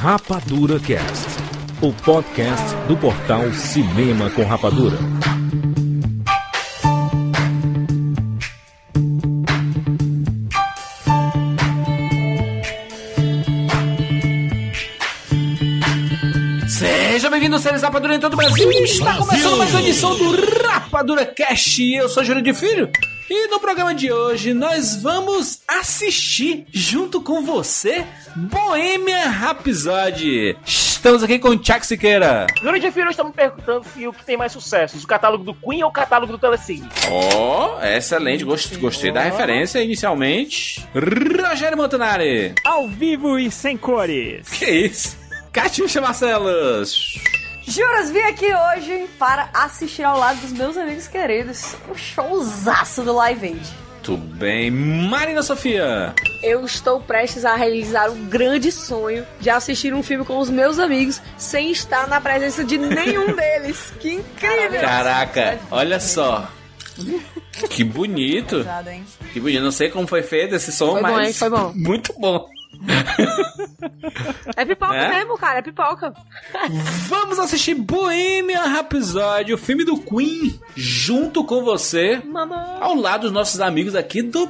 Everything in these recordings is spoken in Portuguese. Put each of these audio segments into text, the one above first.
Rapadura Cast, o podcast do portal Cinema com Rapadura. Seja bem-vindo, seres Rapadura em todo o Brasil. E Está começando mais uma edição do Rapadura Cast. Eu sou Júlio de Filho. E no programa de hoje nós vamos assistir junto com você Boêmia Rhapsody. Estamos aqui com o Tiago Siqueira. Júlio de Filho, estamos perguntando se o que tem mais sucesso, o catálogo do Queen ou o catálogo do Telecine. Ó, excelente. Gost- gostei da referência inicialmente. Rogério Montanari. Ao vivo e sem cores. Que isso? Catiuxa Marcelos. Juras, vim aqui hoje para assistir ao lado dos meus amigos queridos um showzaço do Live Aid. Tudo bem. Marina Sofia. Eu estou prestes a realizar um grande sonho de assistir um filme com os meus amigos sem estar na presença de nenhum deles. Que incrível! Caraca, olha só. Que bonito. Pesado, hein? Que bonito. Não sei como foi feito esse som, Foi bom, hein? mas. Foi bom. Muito bom. É pipoca É? mesmo, cara, é pipoca. Vamos assistir Boêmia Rhapsody, o filme do Queen, junto com você, Mamãe. ao lado dos nossos amigos aqui do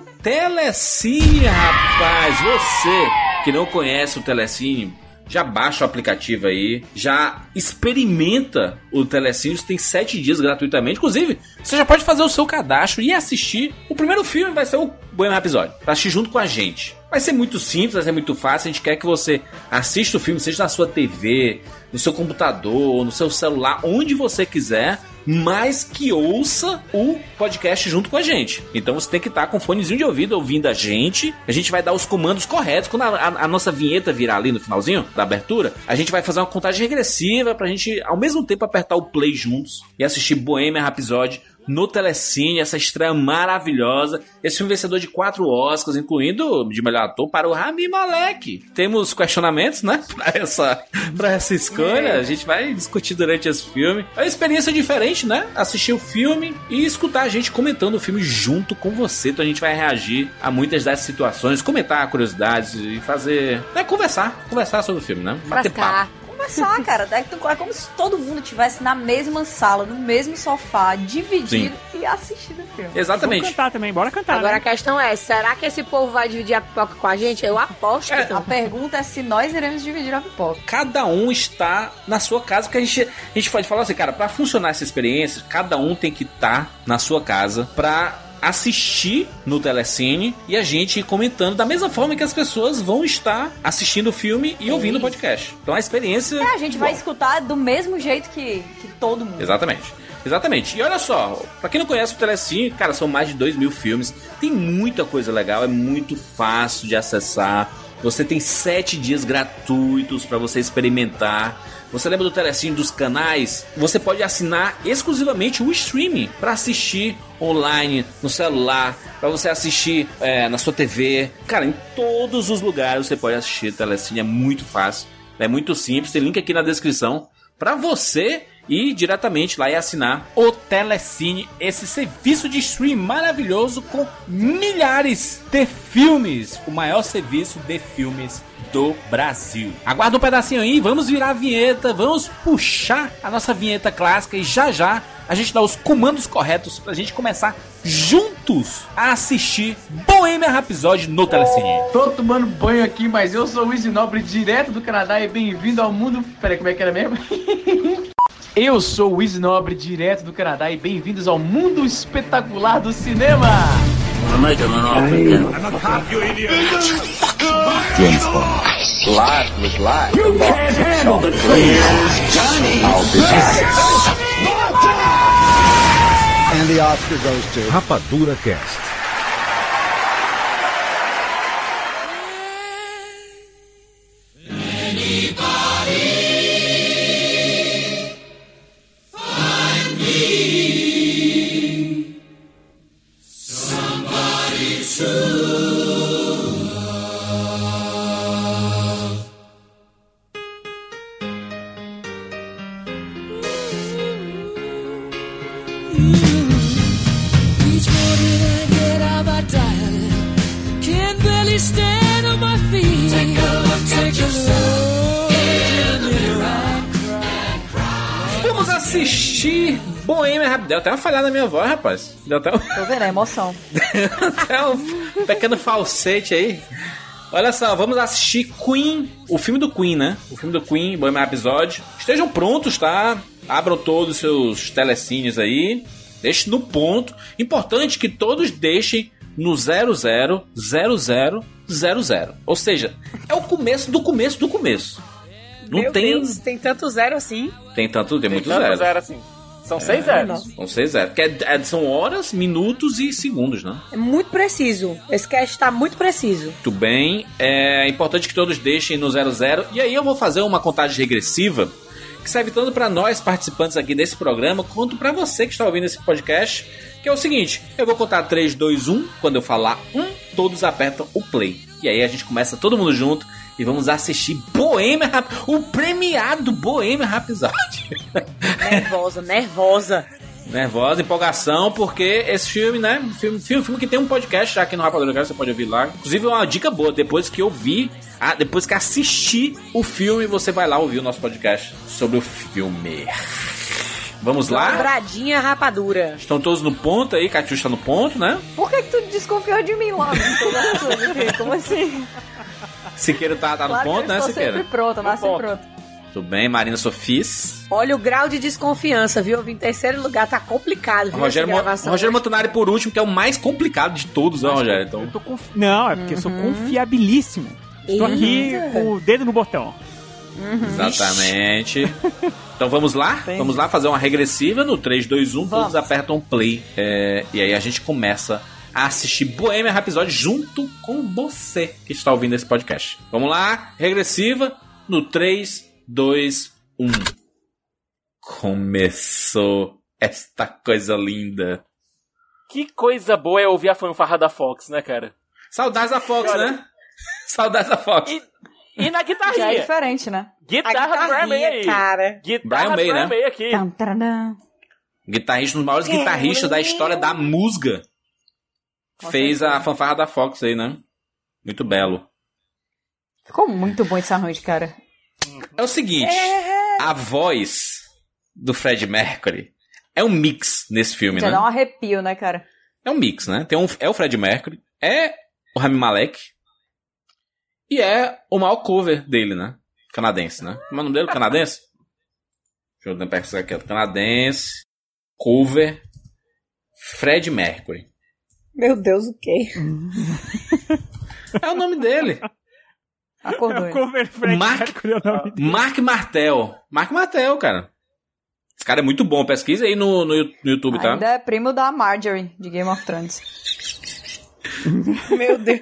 Telecine, rapaz. Você que não conhece o Telecine, já baixa o aplicativo aí, já experimenta o Telecine, isso tem sete dias gratuitamente. Inclusive, você já pode fazer o seu cadastro e assistir. O primeiro filme vai ser o Boêmia Rhapsody, pra assistir junto com a gente. Vai ser muito simples, vai ser muito fácil. A gente quer que você assista o filme, seja na sua TV, no seu computador, no seu celular, onde você quiser, mas que ouça o podcast junto com a gente. Então você tem que estar com fonezinho de ouvido ouvindo a gente. A gente vai dar os comandos corretos. Quando a, a- a nossa vinheta virar ali no finalzinho da abertura, a gente vai fazer uma contagem regressiva pra gente, ao mesmo tempo, apertar o play juntos e assistir Bohemian Rhapsody no Telecine, essa estreia maravilhosa. Esse filme vencedor de quatro Oscars, incluindo de melhor ator para o Rami Malek. Temos questionamentos, né? Pra essa, pra essa escolha. A gente vai discutir durante esse filme. É uma experiência diferente, né? Assistir o filme e escutar a gente comentando o filme junto com você. Então a gente vai reagir a muitas das situações, comentar curiosidades e fazer. É conversar. Conversar sobre o filme, né? Bater papo. Frascar. Começar, cara. daí tu- É como se todo mundo estivesse na mesma sala, no mesmo sofá, dividido e assistindo o filme. Vamos Exatamente. cantar também, bora cantar. Tá, Agora a né? questão é, será que esse povo vai dividir a pipoca com a gente? Eu aposto que A não. pergunta é se nós iremos dividir a pipoca. cada um está na sua casa, porque a gente, a gente pode falar assim, cara, pra funcionar essa experiência, cada um tem que estar na sua casa pra assistir no Telecine e a gente ir comentando da mesma forma que as pessoas vão estar assistindo o filme e ouvindo o podcast. Então a experiência É, a gente vai escutar do mesmo jeito que, que todo mundo. Exatamente. Exatamente. E olha só, pra quem não conhece o Telecine, cara, são mais de 2 mil filmes. Tem muita coisa legal, é muito fácil de acessar. Você tem sete dias gratuitos pra você experimentar. Você lembra do Telecine dos canais? Você pode assinar exclusivamente o streaming pra assistir online, no celular, pra você assistir é, na sua TV. Cara, em todos os lugares você pode assistir Telecine, é muito fácil. É muito simples, tem link aqui na descrição para você ir diretamente lá e assinar o Telecine, esse serviço de stream maravilhoso com milhares de filmes, o maior serviço de filmes do Brasil. Aguarda um pedacinho aí, vamos virar a vinheta, vamos puxar a nossa vinheta clássica e já já a gente dá os comandos corretos pra gente começar juntos a assistir Bohemian Rhapsody no Telecine. Tô tomando banho aqui, mas eu sou o Izzy Nobre, direto do Canadá e bem-vindo ao mundo. Peraí, como é que era mesmo? eu sou o Izzy Nobre, direto do Canadá e bem-vindos ao mundo espetacular do cinema! Rapadura Cast. Each morning I get out my diary. Can barely stand on my feet. Take a look at yourself. In assistir Bohemian Rhapsody. Deu até uma falhada na minha voz, rapaz. Deu até um, Tô vendo a emoção. até um pequeno falsete aí. Olha só, vamos assistir Queen, o filme do Queen, né? O filme do Queen, Bohemian Rhapsody. Estejam prontos, tá? Abram todos os seus telecines aí. Deixe no ponto. Importante que todos deixem no 000000. Ou seja, é o começo do começo do começo. Não Meu tem Deus, tem tanto zero assim. tem tanto, tem, muito Tanto zero. zero assim. São seis zeros. Não sei zero. Porque é- é- são horas, minutos e segundos, né? É muito preciso. Esse cast tá muito preciso. Muito bem. É importante que todos deixem no zero zero. E aí eu vou fazer uma contagem regressiva que serve tanto para nós participantes aqui desse programa quanto para você que está ouvindo esse podcast. Que é o seguinte: eu vou contar 3, 2, 1. Quando eu falar um, todos apertam o play. E aí a gente começa todo mundo junto e vamos assistir Bohemian Rap, o premiado Bohemian Rhapsody. Nervosa, nervosa. Nervosa, empolgação, porque esse filme, né? Filme, filme, filme que tem um podcast já aqui no Rapadura Cast, você pode ouvir lá. Inclusive, é uma dica boa, depois que eu vi, ah, depois que assisti o filme, você vai lá ouvir o nosso podcast sobre o filme. Vamos lá? Dobradinha rapadura. Estão todos no ponto aí, Catiuxa tá no ponto, né? Por que, que tu desconfiou de mim logo? Então, né, Júlio? Como assim? Siqueira tá, tá no Claro que ponto, eu né, estou Siqueira? sempre pronta, mas sempre ponto. pronta. Tudo bem, Marina Sofis. Olha o grau de desconfiança, viu? Eu vim em terceiro lugar, tá complicado, viu? Rogério, essa Mo- gravação. Rogério Montanari por último, que é o mais complicado de todos, né, Rogério? Então, Eu tô conf... Não, é porque eu sou confiabilíssimo. Estou aqui Eita. com o dedo no botão. Exatamente. Então vamos lá? Vamos lá fazer uma regressiva no 3, 2, 1, todos apertam play. É, e aí a gente começa a assistir Bohemian Rhapsody junto com você que está ouvindo esse podcast. Vamos lá, regressiva no 3, 2, 1. Começou esta coisa linda. Que coisa boa é ouvir a fanfarra da Fox, né, cara? Saudades da Fox, né? Saudades da Fox. E na Já é guitarrinha. diferente, né? A Guitarra do Brian May guitarrinha, aí. cara. Brian Guitarra do May, né? Brian May aqui. Tam, taradã. Guitarrista, um dos maiores guitarristas da história da musga. Com Fez certeza. a fanfarra da Fox aí, né? Muito belo. Ficou muito bom esse arranjo, cara. É o seguinte, É. a voz do Fred Mercury é um mix nesse filme, Já né? dá um arrepio, né, cara? É um mix, né? Tem um, é o Fred Mercury, é o Rami Malek e é o maior cover dele, né? Canadense, né? Como é o nome dele? Canadense? Deixa eu pesquisar aqui. ó. Canadense, cover, Fred Mercury. Meu Deus, o quê? É o nome dele. É o Acordou. cover Fred Mark- Mercury, é o nome. Mark Martel. Mark Martel, cara. Esse cara é muito bom. Pesquisa aí no, no, no YouTube, tá? Ainda é primo da Marjorie, de Game of Thrones. Meu Deus.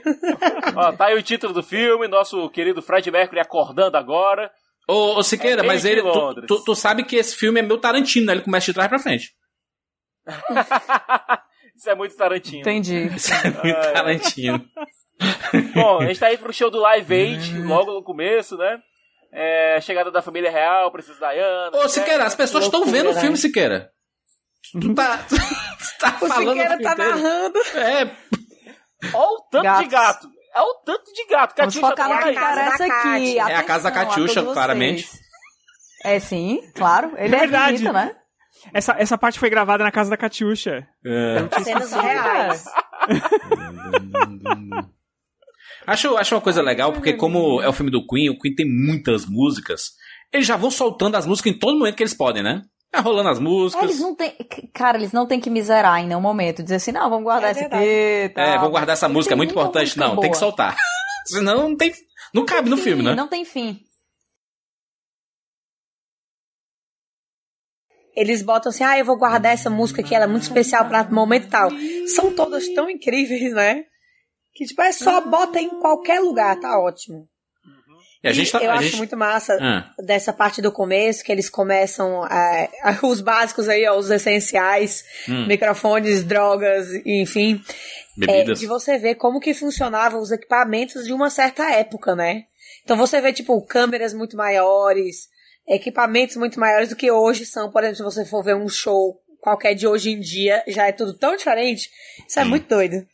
Ó, tá aí o título do filme, nosso querido Fred Mercury acordando agora. Ô, ô Siqueira, É bem mas de ele. Tu, Londres. tu- tu sabe que esse filme é meu Tarantino, né? Ele começa de trás pra frente. Isso é muito Tarantino. Entendi. Isso é muito Tarantino. Bom, a gente tá aí pro show do Live Aid, logo no começo, né? É, chegada da família real, Princesa Diana. Ô, né? Siqueira, as pessoas estão vendo o né? filme, Siqueira. Tu tá. Tu tá O falando. Siqueira o filme tá inteiro. narrando. É, Olha o tanto de Gatos. gato. Olha o tanto de gato. Vamos Catiuxa focar no tá que aí. casa da interessa aqui. Cátia. É a casa da Atenção Catiuxa, todos vocês. claramente. É sim, claro. Ele é, Verdade. bonito, né? Essa, essa parte foi gravada na casa da Catiuxa. Tipo assim, Cenas reais. acho, acho uma coisa legal, porque como é o filme do Queen, o Queen tem muitas músicas. Eles já vão soltando as músicas em todo momento que eles podem, né? Tá rolando as É, músicas. eles não têm. c- Cara, eles não têm que miserar em nenhum momento. Dizer assim, não, vamos guardar É esse verdade. aqui. tá." Tal. É, vamos guardar essa música, é tem muito muita importante. música Não, tem que boa. soltar. Senão não tem. Não cabe no Sim, filme, né? Não tem fim. Eles botam assim, ah, eu vou guardar essa música aqui, ela é muito especial pra momento tal. São todas tão incríveis, né? Que tipo, é só bota em qualquer lugar, tá ótimo. E a gente tá. eu a acho gente... muito massa Ah. dessa parte do começo, que eles começam é, os básicos aí, ó, os essenciais, Hum. microfones, drogas, enfim. É, Bebidas. de você ver como que funcionavam os equipamentos de uma certa época, né? Então você vê, tipo, câmeras muito maiores, equipamentos muito maiores do que hoje são. Por exemplo, se você for ver um show qualquer de hoje em dia, já é tudo tão diferente. Isso é Sim. muito doido.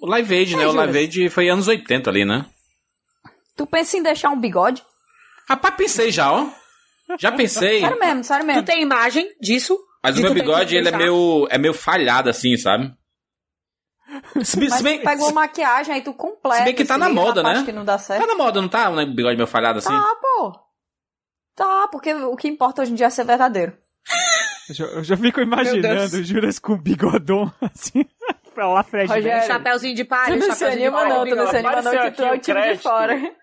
O Live Aid, né? O Jura? Live Aid foi anos 80 ali, né? Tu pensa em deixar um bigode? Rapaz, pensei já, ó. Já pensei, Sério mesmo, sério Tu mesmo. tem imagem disso? mas o E meu tu tem que bigode ele é pensar. meio, é meio falhado assim, sabe? Se, bem- Mas se bem, tu pegou se- maquiagem, aí tu completa. se bem que tá se na liga moda, parte né? que não dá certo. tá na moda, não tá? Um bigode meio falhado assim? Tá, pô. Tá, porque o que importa hoje em dia é ser verdadeiro. Eu já, eu já fico Meu imaginando Deus. o Juras com bigodão assim, pra lá, Fred. né? Rogério, Mercury. Chapeuzinho de Tu palha, não se chapeuzinho de anima palha. não, tu não se bigode. anima não, que tu é o time Apareceu aqui de o crédito. fora.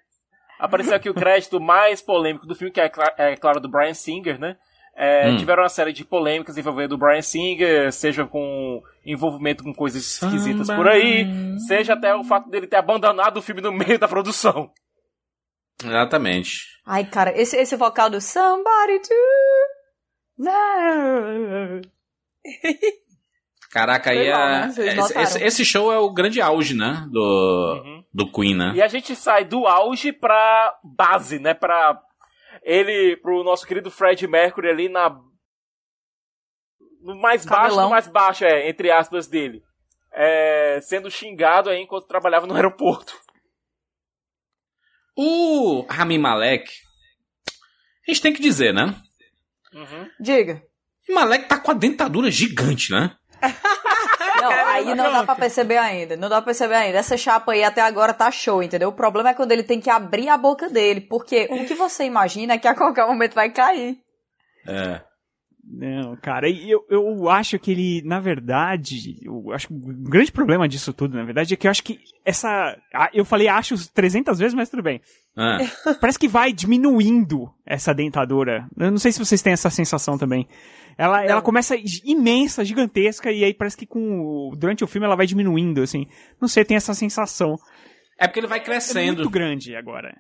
Apareceu aqui o crédito mais polêmico do filme, que é, cla- é claro, do Brian Singer, né? É, Hum. Tiveram uma série de polêmicas envolvendo o Brian Singer, seja com envolvimento com coisas esquisitas por aí, seja até o fato dele ter abandonado o filme no meio da produção. Exatamente. Ai, cara, esse, esse vocal do Somebody to... Não. Caraca, aí Foi mal, é- né? Vocês esse- notaram. esse, esse show é o grande auge, né? Do, do Queen, né? E a gente sai do auge pra base, né? Pra ele, pro nosso querido Fred Mercury ali na. No mais baixo, Cabelão. no mais baixo, é, entre aspas, dele. É, sendo xingado aí enquanto trabalhava no aeroporto. O Rami Malek, a gente tem que dizer, né? Diga. O Malek tá com a dentadura gigante, né? Não, aí não dá pra perceber ainda. Não dá pra perceber ainda. Essa chapa aí até agora tá show, entendeu? O problema é quando ele tem que abrir a boca dele. Porque o que você imagina é que a qualquer momento vai cair. É. Não, cara, e eu, eu acho que ele, na verdade, eu acho que o grande problema disso tudo, na verdade, é que eu acho que essa. ah, Eu falei acho 300 vezes, mas tudo bem. Ah. Parece que vai diminuindo essa dentadura. Eu não sei se vocês têm essa sensação também. Ela, ela começa gi- imensa, gigantesca, e aí parece que com o- durante o filme ela vai diminuindo, assim. Não sei, tem essa sensação. É porque ele vai É muito crescendo. grande agora.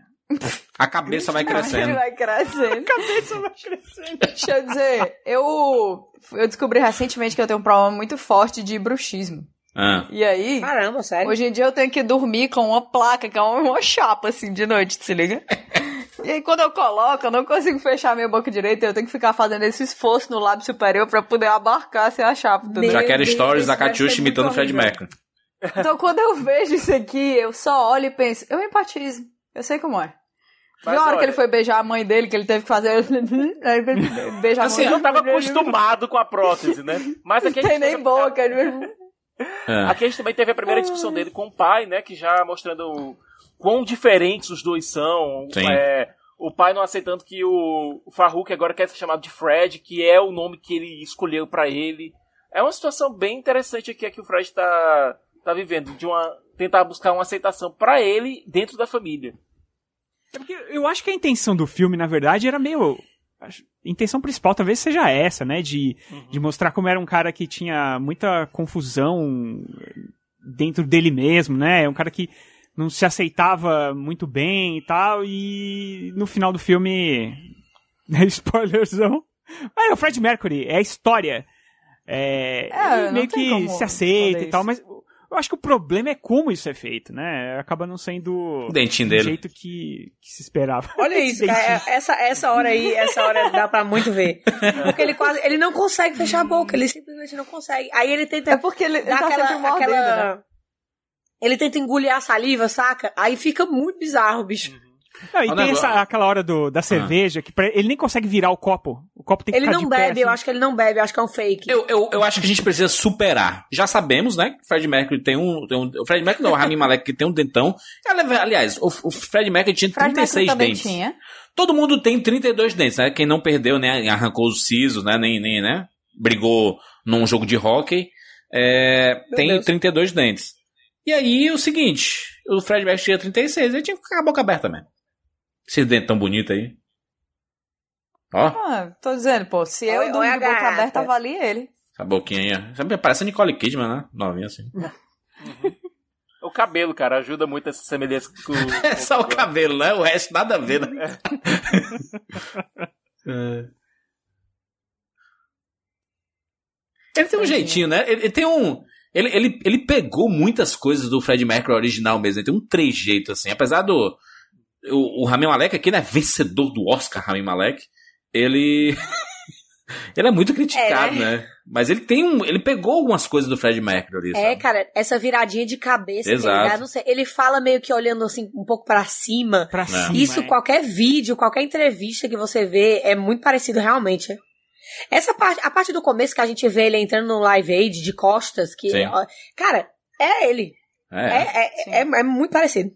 A cabeça vai Ele crescendo. vai crescendo. Cabeça vai crescendo. Deixa eu dizer, eu, eu descobri recentemente que eu tenho um problema muito forte de bruxismo. Ah. E aí, Caramba, sério. hoje em dia eu tenho que dormir com uma placa, que é uma chapa, assim, de noite, se liga? E aí, quando eu coloco, eu não consigo fechar minha boca direita, eu tenho que ficar fazendo esse esforço no lábio superior pra poder abarcar sem a chapa, entendeu? Já Meu quero Deus, stories isso da deve Catiuxa ser muito imitando o Fred horrível. Mercury. Então, quando eu vejo isso aqui, eu só olho e penso, eu empatizo, eu sei como é. Viu Mas a hora que olha- ele foi beijar a mãe dele, que ele teve que fazer. Aí ele beija a mão Assim, Ele dele. já tava acostumado com a prótese, né? Mas aqui a né? gente Tem nem teve- boca. ele- Ah. Aqui a gente também teve a primeira discussão dele com o pai, né? Que já mostrando quão diferentes os dois são. Sim. É, o pai não aceitando que o Farruk agora quer ser chamado de Fred, que é o nome que ele escolheu pra ele. É uma situação bem interessante aqui é que o Fred tá, tá vivendo, de uma tentar buscar uma aceitação pra ele dentro da família. É porque eu acho que a intenção do filme, na verdade, era meio. acho- A intenção principal talvez seja essa, né? De, de mostrar como era um cara que tinha muita confusão dentro dele mesmo, né? Um cara que não se aceitava muito bem e tal. E no final do filme. né, Spoilerzão. Mas o Fred Mercury, é a história. É, É, ele não meio tem que como se aceita esconder e tal, isso. mas eu acho que o problema é como isso é feito, né? Acaba não sendo O dentinho do dele. jeito que, que se esperava. Olha isso, cara. é Essa, essa hora aí, essa hora dá pra muito ver. Porque ele quase. Ele não consegue fechar a boca, ele simplesmente não consegue. Aí ele É tenta porque ele, ele dar tá aquela. sempre mordendo, né? aquela- Ele tenta engolir a saliva, saca? Aí fica muito bizarro, bicho. Não, e Ah, tem não, essa, agora- Ah. aquela hora do, da cerveja que pra- ele nem consegue virar o copo. O copo tem que Ele ficar não de pé, bebe, eu assim. acho que ele não bebe, eu acho que é um fake. Eu, eu, eu acho que a gente precisa superar. Já sabemos, né? Que o Fred Mercury tem um. Tem um o Fred Mercury não, o Rami Malek que tem um dentão. Ela- aliás, o, o Fred Mercury tinha Fred Mercury 36 também dentes. tinha. Todo mundo tem 32 dentes, né? Quem não perdeu, né? Arrancou os sisos, né? Nem, nem, né? Brigou num jogo de hockey. É, Meu tem Deus. 32 dentes. E aí, o seguinte. O Fred Mercury tinha 36, ele tinha que ficar com a boca aberta mesmo. Esse dente tão bonito aí. Ó, Ah, tô dizendo, pô, se eu Olha- durmo olha de a boca gata. aberta, avalie ele. essa boquinha aí. ó. Sabe, Parece a Nicole Kidman, né? Novinha assim. O cabelo, cara, ajuda muito essa semelhança com o. É só o cabelo, né? O resto nada a ver, né? Ele tem um jeitinho, né? Ele, ele tem um. Ele, ele, ele pegou muitas coisas do Fred Mercury original mesmo. Ele tem um trejeito, assim. Apesar do. O, o Rami Malek aqui, né? Vencedor do Oscar, Rami Malek. Ele. Ele é muito criticado, né? Mas ele tem um. Ele pegou algumas coisas do Fred Mercury ali, É, sabe? cara, essa viradinha de cabeça, tá Exato. ligado? Não sei, ele fala meio que olhando assim um pouco pra cima. Pra cima. Isso, é. qualquer vídeo, qualquer entrevista que você vê é muito parecido realmente. Essa parte, a parte do começo que a gente vê ele entrando no Live Aid de costas, que Sim. ó, cara, é ele. É, É. é, é, é muito parecido.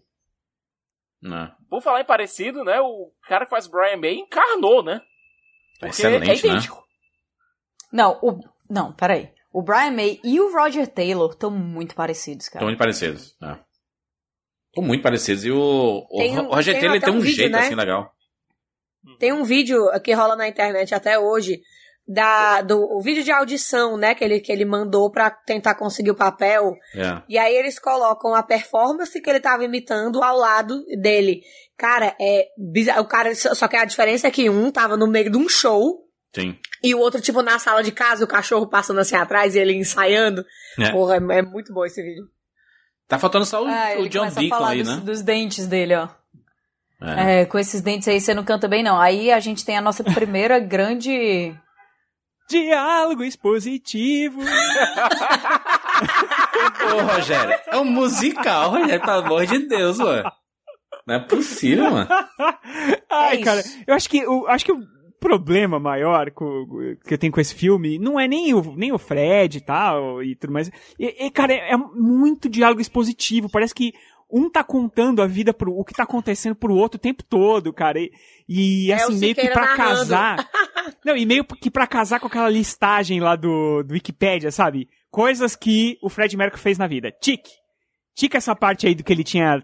né? Por falar em parecido, né? O cara que faz Brian May encarnou, né? Porque é Excelente, né? idêntico. Não, o. Não, peraí. O Brian May e o Roger Taylor estão muito parecidos, Estão cara. muito parecidos. Né? Estão muito parecidos. E o, o, Tem um- Ro- o Roger tem Taylor até tem um, um vídeo, jeito né? assim legal. Tem um vídeo que rola na internet até hoje, da, do o vídeo de audição, né, que ele, que ele mandou pra tentar conseguir o papel. É. E aí eles colocam a performance que ele tava imitando ao lado dele. Cara, é bizarro. O cara, só só que a diferença é que um tava no meio de um show Sim. e o outro, tipo, na sala de casa, o cachorro passando assim atrás e ele ensaiando. É. Porra, é, é muito bom esse vídeo. Tá faltando só o, Ah, o ele John começa a Deacon falar aí, dos, né? dos dentes dele, ó. É. É, com esses dentes aí você não canta bem, não. Aí a gente tem a nossa primeira grande. Diálogo expositivo. Ô, Rogério, é um musical, Rogério, pelo amor de Deus, mano. Não é possível, mano. Ai, É cara, isso. eu acho que eu acho que o problema maior co- que eu tenho com esse filme não é nem o, nem o Fred e tal e tudo mais. E, e, cara, é, é muito diálogo expositivo. Parece que um tá contando a vida pro o que tá acontecendo pro outro o tempo todo, cara. E, e, É assim o meio que Siqueira pra narrando. casar. não, e meio que pra casar com aquela listagem lá do do Wikipedia, sabe? Coisas que o Fred Mercury fez na vida. Tique. Tica essa parte aí do que ele tinha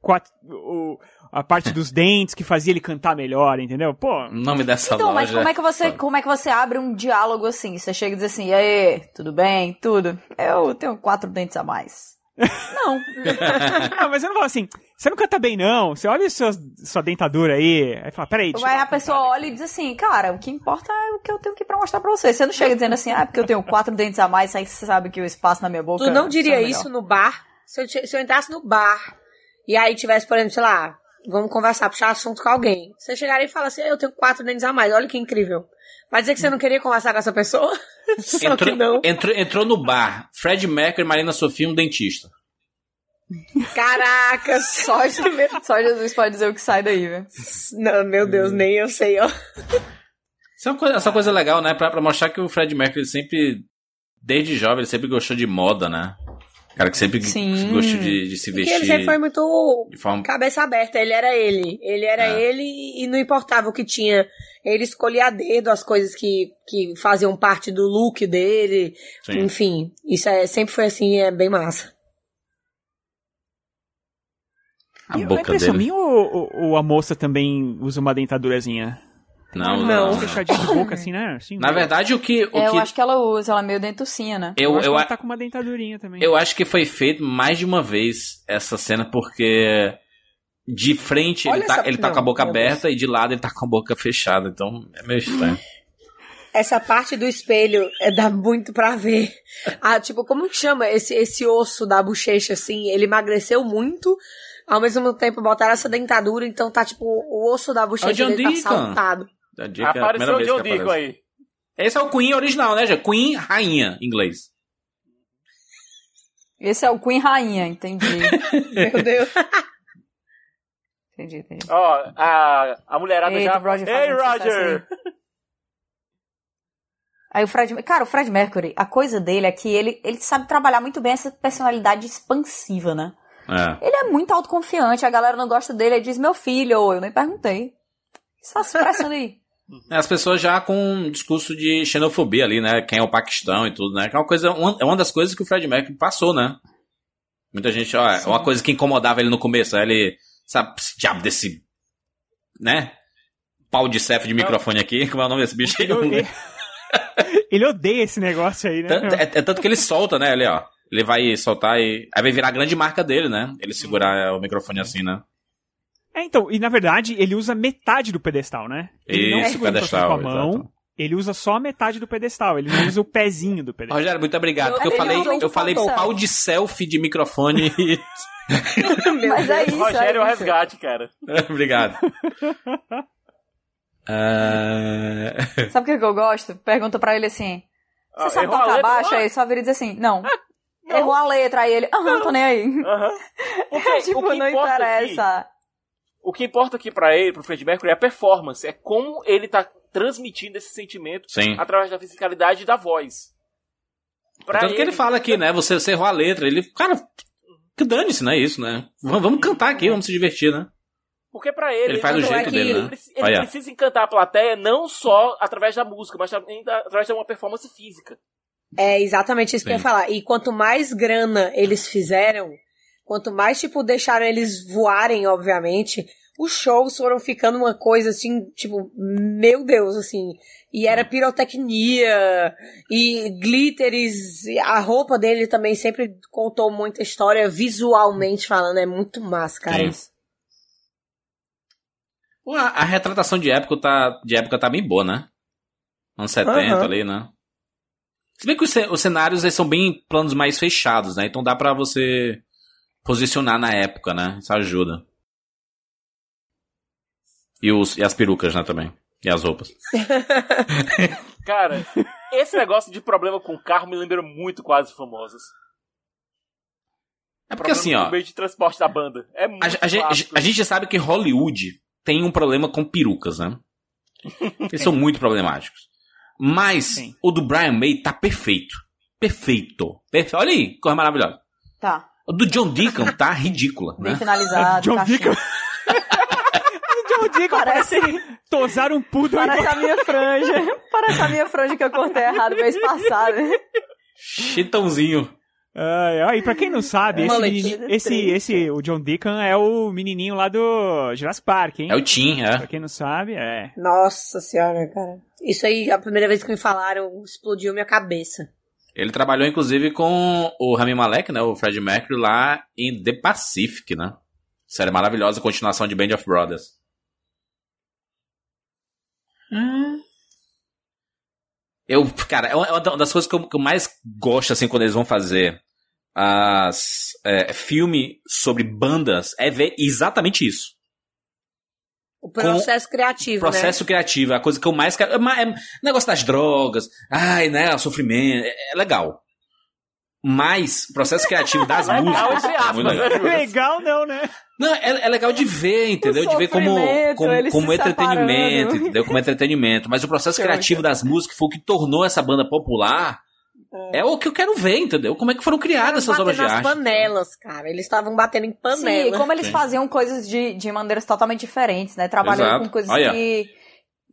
quatro, o- a parte dos dentes que fazia ele cantar melhor, entendeu? Pô, O nome dessa Então, mas loja. como é que você, Foda. como é que você abre um diálogo assim? Você chega e diz assim, e aí, tudo bem? Tudo? Eu tenho quatro dentes a mais. Não. ah, mas eu não falo assim, você não canta bem não, você olha sua, sua dentadura aí, aí fala, peraí, deixa eu Aí a cantar pessoa aqui." olha e diz assim, cara, o que importa é o que eu tenho aqui pra mostrar pra você. Você não chega dizendo assim, ah, porque eu tenho quatro dentes a mais, aí você sabe que o espaço na minha boca. Tu não um diria funciona isso melhor. no bar? Se eu, te- se eu entrasse no bar e aí tivesse, por exemplo, sei lá, vamos conversar, puxar assunto com alguém. Você chegaria e fala assim, eu tenho quatro dentes a mais, olha que incrível. Vai dizer que você não queria conversar com essa pessoa? Só que entrou, não. entrou, entrou no bar. Fred Mercury, Marina Sofia, um dentista. Caraca, só de ver. Só Jesus pode dizer o que sai daí, velho. Não, meu Hum. Deus, nem eu sei, ó. Isso é uma coisa, essa coisa legal, né? Pra, pra mostrar que o Fred Mercury sempre, desde jovem, ele sempre gostou de moda, né? Cara que sempre Sim. gostou de, de se Porque ele sempre vestir foi muito de forma cabeça aberta, ele era ele. Ele era É. ele e não importava o que tinha. Ele escolhia a dedo as coisas que, que faziam parte do look dele. Sim. Enfim, isso é, sempre foi assim, é bem massa. a E é boca impressão dele. minha ou, ou- ou a moça também usa uma dentadurazinha? Não, não, Um Ah, não, não. fechadinho de boca assim, né? Assim, Na verdade, o que. O É, eu que acho que ela usa, ela é meio dentucinha, né? eu, eu, acho eu, que a- ela tá com uma dentadurinha também. Eu acho que foi feito mais de uma vez essa cena, porque de frente ele Olha tá, essa- ele tá com a não, boca meu Deus. aberta e de lado ele tá com a boca fechada, então é meio estranho. Essa parte do espelho é, dá muito pra ver. Ah, tipo, como que chama esse, esse osso da bochecha, assim? Ele emagreceu muito, ao mesmo tempo botaram essa dentadura, então tá tipo, o osso da bochecha John dele tá Deacon. saltado. Da dica, é a Apareceu primeira o vez John que Deacon aparece. aí. Esse é o Queen original, né, já? Queen Rainha, em inglês. Esse é o Queen Rainha, entendi. Meu Deus. Entendi, entendi. Ó, a, a mulherada Eita, já. o Roger Ei, fazendo Roger! sucesso aí. Aí o Fred. Cara, o Fred Mercury, a coisa dele é que ele, ele sabe trabalhar muito bem essa personalidade expansiva, né? É. Ele é muito autoconfiante, a galera não gosta dele, aí diz: Meu filho, ou eu nem perguntei. Você tá se expressando aí. Né, As pessoas já com um discurso de xenofobia ali, né? Quem é o Paquistão e tudo, né? Que é uma coisa, uma- é uma das coisas que o Fred Mercury passou, né? Muita gente, ó, é uma coisa que incomodava ele no começo, aí ele, sabe, esse diabo desse, né? Pau de cefo de microfone aqui, como é o nome desse bicho aí? Ele odeia, Ele odeia esse negócio aí, né? Tanto- é, é tanto que ele solta, né? Ele, ó. Ele vai soltar e. Aí vai virar a grande marca dele, né? Ele segurar o microfone assim, né? É, então, e na verdade, ele usa metade do pedestal, né? Ele não Isso, segura o microfone pedestal, com a mão, exato. ele usa só a metade do pedestal, ele não usa o pezinho do pedestal. Rogério, muito obrigado. Eu- Porque eu ele falei, realmente eu falei falou. pau de selfie de microfone e. Mas é isso. Rogério é o é isso. resgate, cara. obrigado. Ah, Sabe o que, é que eu gosto? Pergunta pra ele assim: Você Ah, sabe errou a tocar letra? baixo? Aí só vira e diz assim: Não. Errou a letra. Aí ele: Ah, não tô nem aí. Ah, aham. O que- tipo, o que não importa aqui- interessa. o que importa aqui pra ele, pro Fred Mercury, é a performance. É como ele tá transmitindo esse sentimento sim. através da fisicalidade e da voz. Pra Tanto que ele fala aqui, né? Você, você errou a letra. Ele, cara, que dane-se, não é isso, né? V- vamos cantar aqui, vamos se divertir, né? Porque pra ele. Ele faz do tanto é jeito que dele, ele né? preci- Ele Olha. precisa encantar a plateia não só através da música, mas também da- através de uma performance física. É exatamente isso que eu ia Sim. falar. E quanto mais grana eles fizeram, quanto mais, tipo, deixaram eles voarem, obviamente, os shows foram ficando uma coisa assim, tipo, meu Deus, assim. E era pirotecnia, e glitters, e a roupa dele também sempre contou muita história visualmente falando. É muito massa, cara. Sim. isso. Pô, A, a retratação de época, tá, de época tá bem boa, né? Anos 70 Aham. ali, né? Se bem que os, ce- os cenários eles são bem planos mais fechados, né? Então dá pra você posicionar na época, né? Isso ajuda. E, os, e as perucas, né, também. E as roupas. Cara, esse negócio de problema com carro me lembra muito quase famosas. É porque assim, ó. O meio de transporte da banda. É muito A, a gen- a gen- clássico. a gente sabe que Hollywood tem um problema com perucas, né? Eles são muito problemáticos. Mas Sim. o do Brian May tá perfeito. Perfeito. Perfe- Olha aí, coisa maravilhosa. Tá. O do John Deacon tá ridícula, Bem né? finalizado. John tá Deacon. chique. John Deacon Parece, tosaram um pudo aí. parece a minha franja. Parece a minha franja que eu cortei errado mês passado. Chitãozinho. Ai, ai, pra quem não sabe, Uma esse, letícia menini- esse, triste. esse, o John Deacon é o menininho lá do Jurassic Park, hein? É o Tim, é. Pra quem não sabe, é. Nossa senhora, cara. Isso aí, a primeira vez que me falaram, explodiu minha cabeça. Ele trabalhou, inclusive, com o Rami Malek, né? O Fred Mercury lá em The Pacific, né? Série maravilhosa, continuação de Band of Brothers. Eu, cara, é uma é uma das coisas que eu, que eu mais gosto, assim, quando eles vão fazer as é, filme sobre bandas, é ver exatamente isso. O processo criativo, né? Processo criativo, é a coisa que eu mais quero. É, ma- é negócio das drogas, ai, né, o sofrimento, é, é legal. Mas, processo criativo das Legal, músicas. entre é aspas, muito legal. né, Júlio? Legal não, né? Não, é, é legal de ver, entendeu? De ver como, sofrimento, como, eles como se entretenimento, separando. entendeu? Como entretenimento. Mas o processo Que criativo das músicas foi o que tornou essa banda popular. É o que eu quero ver, entendeu? Como é que foram criadas essas Batendo obras de nas arte. tá? panelas, cara. Eles estavam batendo em panela. Sim, como eles Sim. faziam coisas de, de maneiras totalmente diferentes, né? Trabalhando Exato. com coisas Olha. que,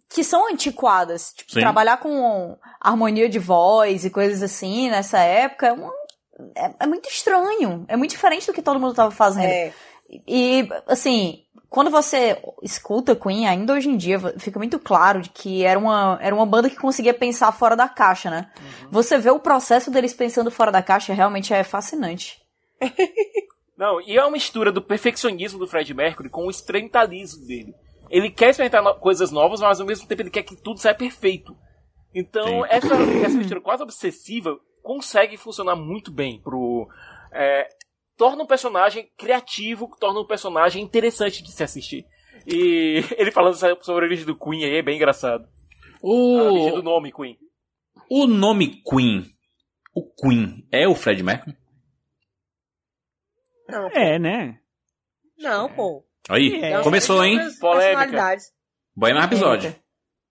que são antiquadas. Tipo, Sim. trabalhar com harmonia de voz e coisas assim nessa época é, um- é- é muito estranho. É muito diferente do que todo mundo tava fazendo. É. E, assim, quando você escuta Queen, ainda hoje em dia, fica muito claro de que era uma, era uma banda que conseguia pensar fora da caixa, né? Uhum. Você vê o processo deles pensando fora da caixa, realmente é fascinante. Não, e é uma mistura do perfeccionismo do Fred Mercury com o experimentalismo dele. Ele quer experimentar no- coisas novas, mas ao mesmo tempo ele quer que tudo saia perfeito. Então, Sim. essa, essa mistura quase obsessiva consegue funcionar muito bem pro. é, torna um personagem criativo, torna um personagem interessante de se assistir. E ele falando so- sobre a origem do Queen aí é bem engraçado. A origem do O, nome Queen. o nome Queen. O Queen é o Fred Mercury? Não, É, né? não, pô. Aí, É. começou, hein? Outras Polêmica. personalidades. Bom, é mais episódio.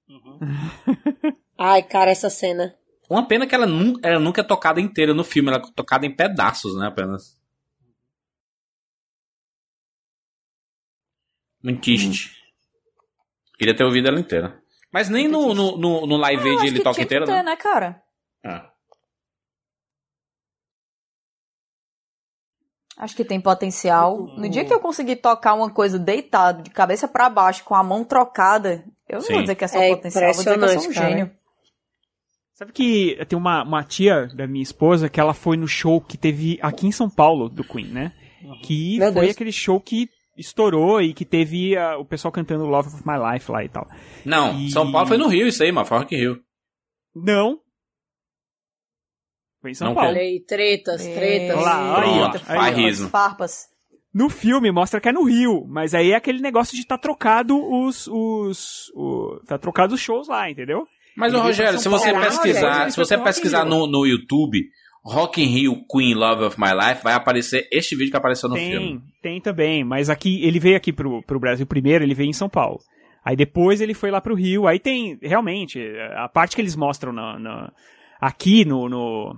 Uhum. Ai, cara, essa cena. Uma pena que ela, nun- ela nunca é tocada inteira no filme, ela é tocada em pedaços, né, apenas. Muito triste. Um Hum. Queria ter ouvido ela inteira. Mas nem no, no, no, no Live Eu Aid acho ele que toca tinha que inteira, ter, né? né, cara? Ah. Acho que tem potencial. Uhum. No dia que eu conseguir tocar uma coisa deitado, de cabeça pra baixo, com a mão trocada, eu não Sim. vou dizer que é só É potencial, eu vou dizer que eu sou um impressionante, cara. gênio. Sabe que tem uma, uma tia da minha esposa que ela foi no show que teve aqui em São Paulo do Queen, né? Que Meu foi Deus. aquele show que estourou e que teve ah, o pessoal cantando Love of My Life lá e tal. Não, E- São Paulo foi no Rio isso aí, mano. Foi Rock in Rio. Não. Foi em São Não Paulo. Olha aí, tretas, tretas. É. Olha lá, olha aí, ó. Pronto, Aí, ó. farrismo. Farpas. No filme mostra que é no Rio, mas aí é aquele negócio de tá trocado os. os o- tá trocado os shows lá, entendeu? Mas, ô, Ele Rogério, veio se pra São você Paulo. Ah, pesquisar, Rogério, se você ele foi pro pesquisar Rock in no, no YouTube, Rock in Rio Queen Love of My Life, vai aparecer este vídeo que apareceu no tem, filme. tem também, mas aqui ele veio aqui pro, pro Brasil primeiro, ele veio em São Paulo. Aí depois ele foi lá pro Rio. Aí tem, realmente, a parte que eles mostram na, na- aqui no no,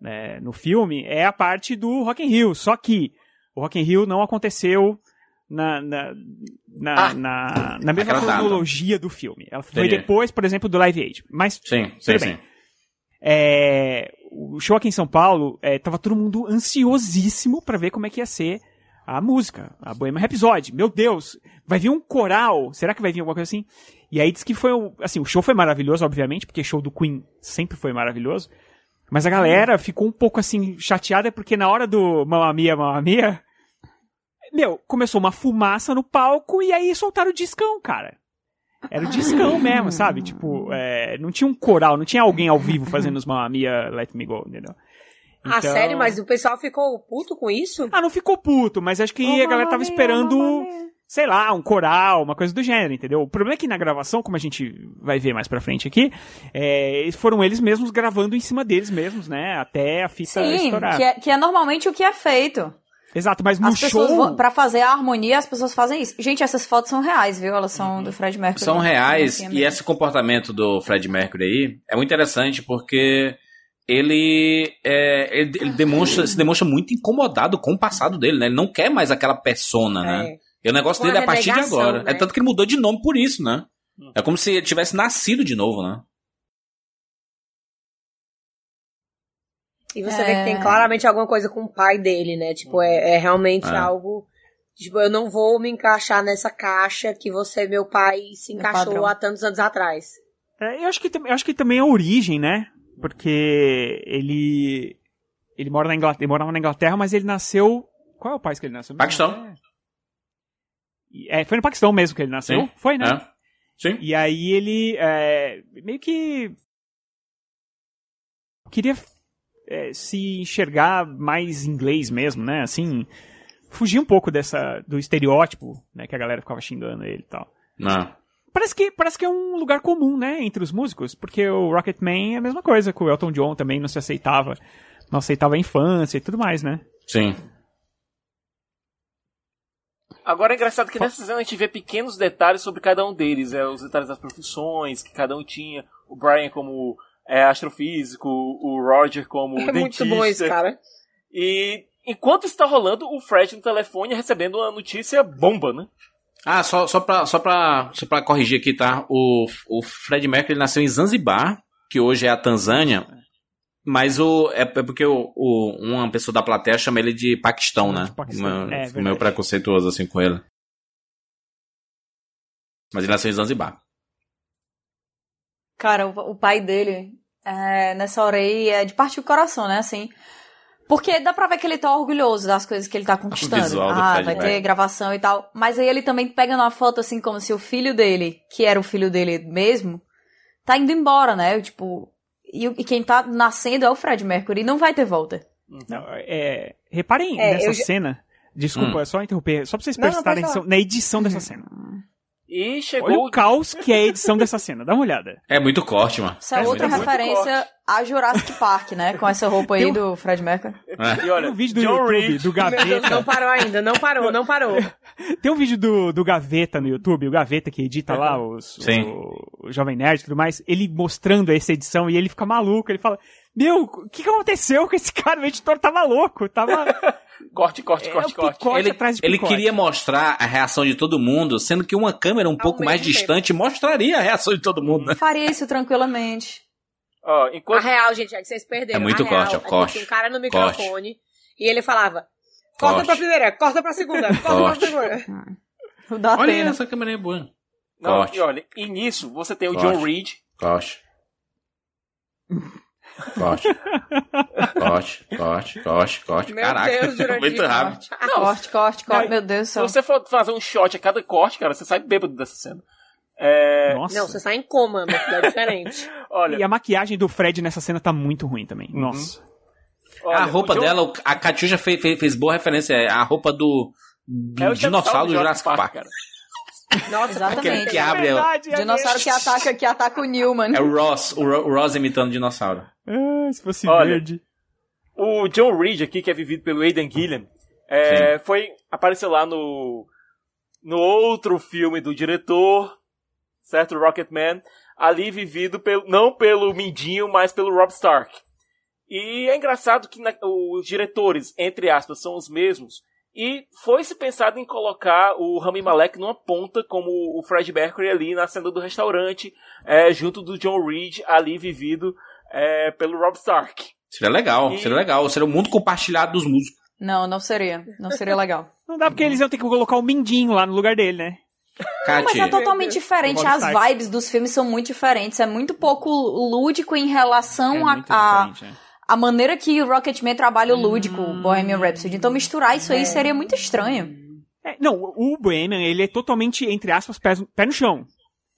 né, no filme é a parte do Rock in Rio. Só que o Rock in Rio não aconteceu na na, na, Ah. na, na mesma Aquela data. cronologia do filme. Ela foi Entendi. depois, por exemplo, do Live Aid. Mas Sim, sim, Tudo sim. bem. é, o show aqui em São Paulo, é, tava todo mundo ansiosíssimo pra ver como é que ia ser a música, a Bohemian Rhapsody. Meu Deus, vai vir um coral? Será que vai vir alguma coisa assim? E aí diz que foi, um- assim, o show foi maravilhoso, obviamente, porque show do Queen sempre foi maravilhoso. Mas a galera ficou um pouco assim chateada porque na hora do Mamma Mia, Mamma Mia, meu, começou uma fumaça no palco e aí soltaram o discão, cara. Era o discão mesmo, sabe? Tipo, é, não tinha um coral, não tinha alguém ao vivo fazendo os Mamma Mia, Let Me Go, entendeu? Ah, Então- sério? Mas o pessoal ficou puto com isso? Ah, não ficou puto, mas acho que a galera tava esperando, sei lá, um coral, uma coisa do gênero, entendeu? O problema é que na gravação, como a gente vai ver mais pra frente aqui, é, foram eles mesmos gravando em cima deles mesmos, né? Até a fita Sim, estourar. que é, que é normalmente o que é feito. Exato, mas no As pessoas show... vão, pra fazer a harmonia, as pessoas fazem isso. Gente, essas fotos são reais, viu? Elas são do Fred Mercury. São reais, Assim, e é esse comportamento do Fred Mercury aí é muito interessante porque ele, é, ele, Ah, ele demonstra, se demonstra muito incomodado com o passado dele, né? Ele não quer mais aquela persona, né? É. E o negócio Com a dele é a partir de renegação, agora. né? É tanto que ele mudou de nome por isso, né? É como se ele tivesse nascido de novo, né? E você É. vê que tem claramente alguma coisa com o pai dele, né? Tipo, é, é realmente É. algo. Tipo, eu não vou me encaixar nessa caixa que você, meu pai, se No encaixou padrão. há tantos anos atrás. É, eu, acho que, tam- eu acho que também é a origem, né? Porque ele. Ele mora na Inglaterra, morava na Inglaterra, mas ele nasceu. Qual é o país que ele nasceu? Paquistão. É, foi no Paquistão mesmo que ele nasceu. Sim. Foi, né? É. Sim. E aí ele é, meio que queria é, se enxergar mais inglês mesmo, né? Assim, fugir um pouco dessa do estereótipo, né? Que a galera ficava xingando ele e tal. Não. Parece que, parece que é um lugar comum, né, entre os músicos, porque o Rocketman é a mesma coisa, que o Elton John também não se aceitava, não aceitava a infância e tudo mais, né? Sim. Agora é engraçado que nessa cena a gente vê pequenos detalhes sobre cada um deles, é, os detalhes das profissões que cada um tinha, o Brian como é, astrofísico, o Roger como É dentista. muito bom isso, cara. E enquanto está rolando, o Fred no telefone recebendo uma notícia bomba, né? Ah, só, só, pra, só, pra, só pra corrigir aqui, tá? O, o Fred Mercury ele nasceu em Zanzibar, que hoje é a Tanzânia, mas o, é, é porque o, o- uma pessoa da plateia chama ele de Paquistão, né? De Paquistão, Meu- é, verdade. meio preconceituoso assim com ele. Mas ele nasceu em Zanzibar. Cara, o, o pai dele, é, nessa hora aí, é de partir o coração, né? Assim. Porque dá pra ver que ele tá orgulhoso das coisas que ele tá conquistando. visual do ah, Fred vai ter Mercury. gravação e tal. Mas aí ele também pega uma foto, assim, como se o filho dele, que era o filho dele mesmo, tá indo embora, né? Tipo. E, o- e quem tá nascendo é o Fred Mercury. E não vai ter volta. Não, é, reparem É, nessa eu já- cena, desculpa, Hum. é só interromper, só pra vocês Não, não, prestarem pode falar. atenção na edição dessa cena. E Olha chegou o caos que é a edição dessa cena, dá uma olhada. É muito corte, mano. Essa é, muito outra corte. referência a Jurassic Park, né? Com essa roupa aí Tem um- do Fred Mercury. É. e olha, Tem um vídeo do John YouTube Reed, do Meu Deus, não Gaveta. parou ainda, não parou, não parou. Tem um vídeo do, do Gaveta no YouTube, o Gaveta que edita lá os, Sim. o, o Jovem Nerd e tudo mais, ele mostrando essa edição e ele fica maluco, ele fala, meu, o que, que aconteceu com esse cara? O editor tava louco, tava... corte, corte, É, corte, o corte. picote Ele, atrás de ele picote. queria mostrar a reação de todo mundo, sendo que uma câmera um pouco mais mesmo tempo. distante mostraria a reação de todo mundo, né? Faria isso tranquilamente. Ó, A enquanto real, gente, é que vocês perderam. É muito a real, corte, ó, é que corte, Tinha um cara no microfone e ele falava: corta Corte. pra primeira, corta pra segunda, corta Corte. pra segunda. O da Olha aí, pena. essa câmera é boa. não, corte. e olha, e nisso você tem o Corte. John Reed, Corte. Corte. corte, corte, corte, corte. Meu Caraca, Deus, Jurandir, muito rápido. Corte, corte, corte, corte. Não, Meu Deus do se céu. você for fazer um shot a cada corte, cara, você sai bêbado dessa cena. É, Nossa. Não, você sai em coma, mas é diferente. olha, E a maquiagem do Fred nessa cena tá muito ruim também. Nossa. Olha, a roupa o John- dela, o- a Catiuxa fez, fez, fez boa referência, é a roupa do, do é o dinossauro do Jurassic Park. cara. Aquele Exatamente. que abre é, o- Verdade, é Dinossauro que ataca, que ataca o Newman. é o Ross, o, Ro- o Ross imitando o dinossauro. mesmo. Ah, se fosse Olha. verde. O John Reed aqui, que é vivido pelo Aidan Gilliam, é, foi, apareceu lá no, no outro filme do diretor, certo? Rocketman. Ali vivido pelo, não pelo Mindinho, mas pelo Rob Stark. E é engraçado que na- os diretores, entre aspas, são os mesmos. E foi-se pensado em colocar o Rami Malek numa ponta, como o Fred Mercury ali na cena do restaurante, é, junto do John Reed, ali vivido é, pelo Rob Stark. Seria legal, E- seria legal. Seria o mundo compartilhado dos músicos. Não, não seria. Não seria legal. Não dá porque eles iam ter que colocar o Mindinho lá no lugar dele, né? Mas Cati, é totalmente diferente. Rob As Stark. vibes dos filmes são muito diferentes. É muito pouco lúdico em relação é à muito Um a, diferente, né? a maneira que o Rocketman trabalha o lúdico, Hum. o Bohemian Rhapsody. Então misturar isso aí seria muito estranho. É, não, o Bohemian, ele é totalmente, entre aspas, pés- pé, no chão. Uhum.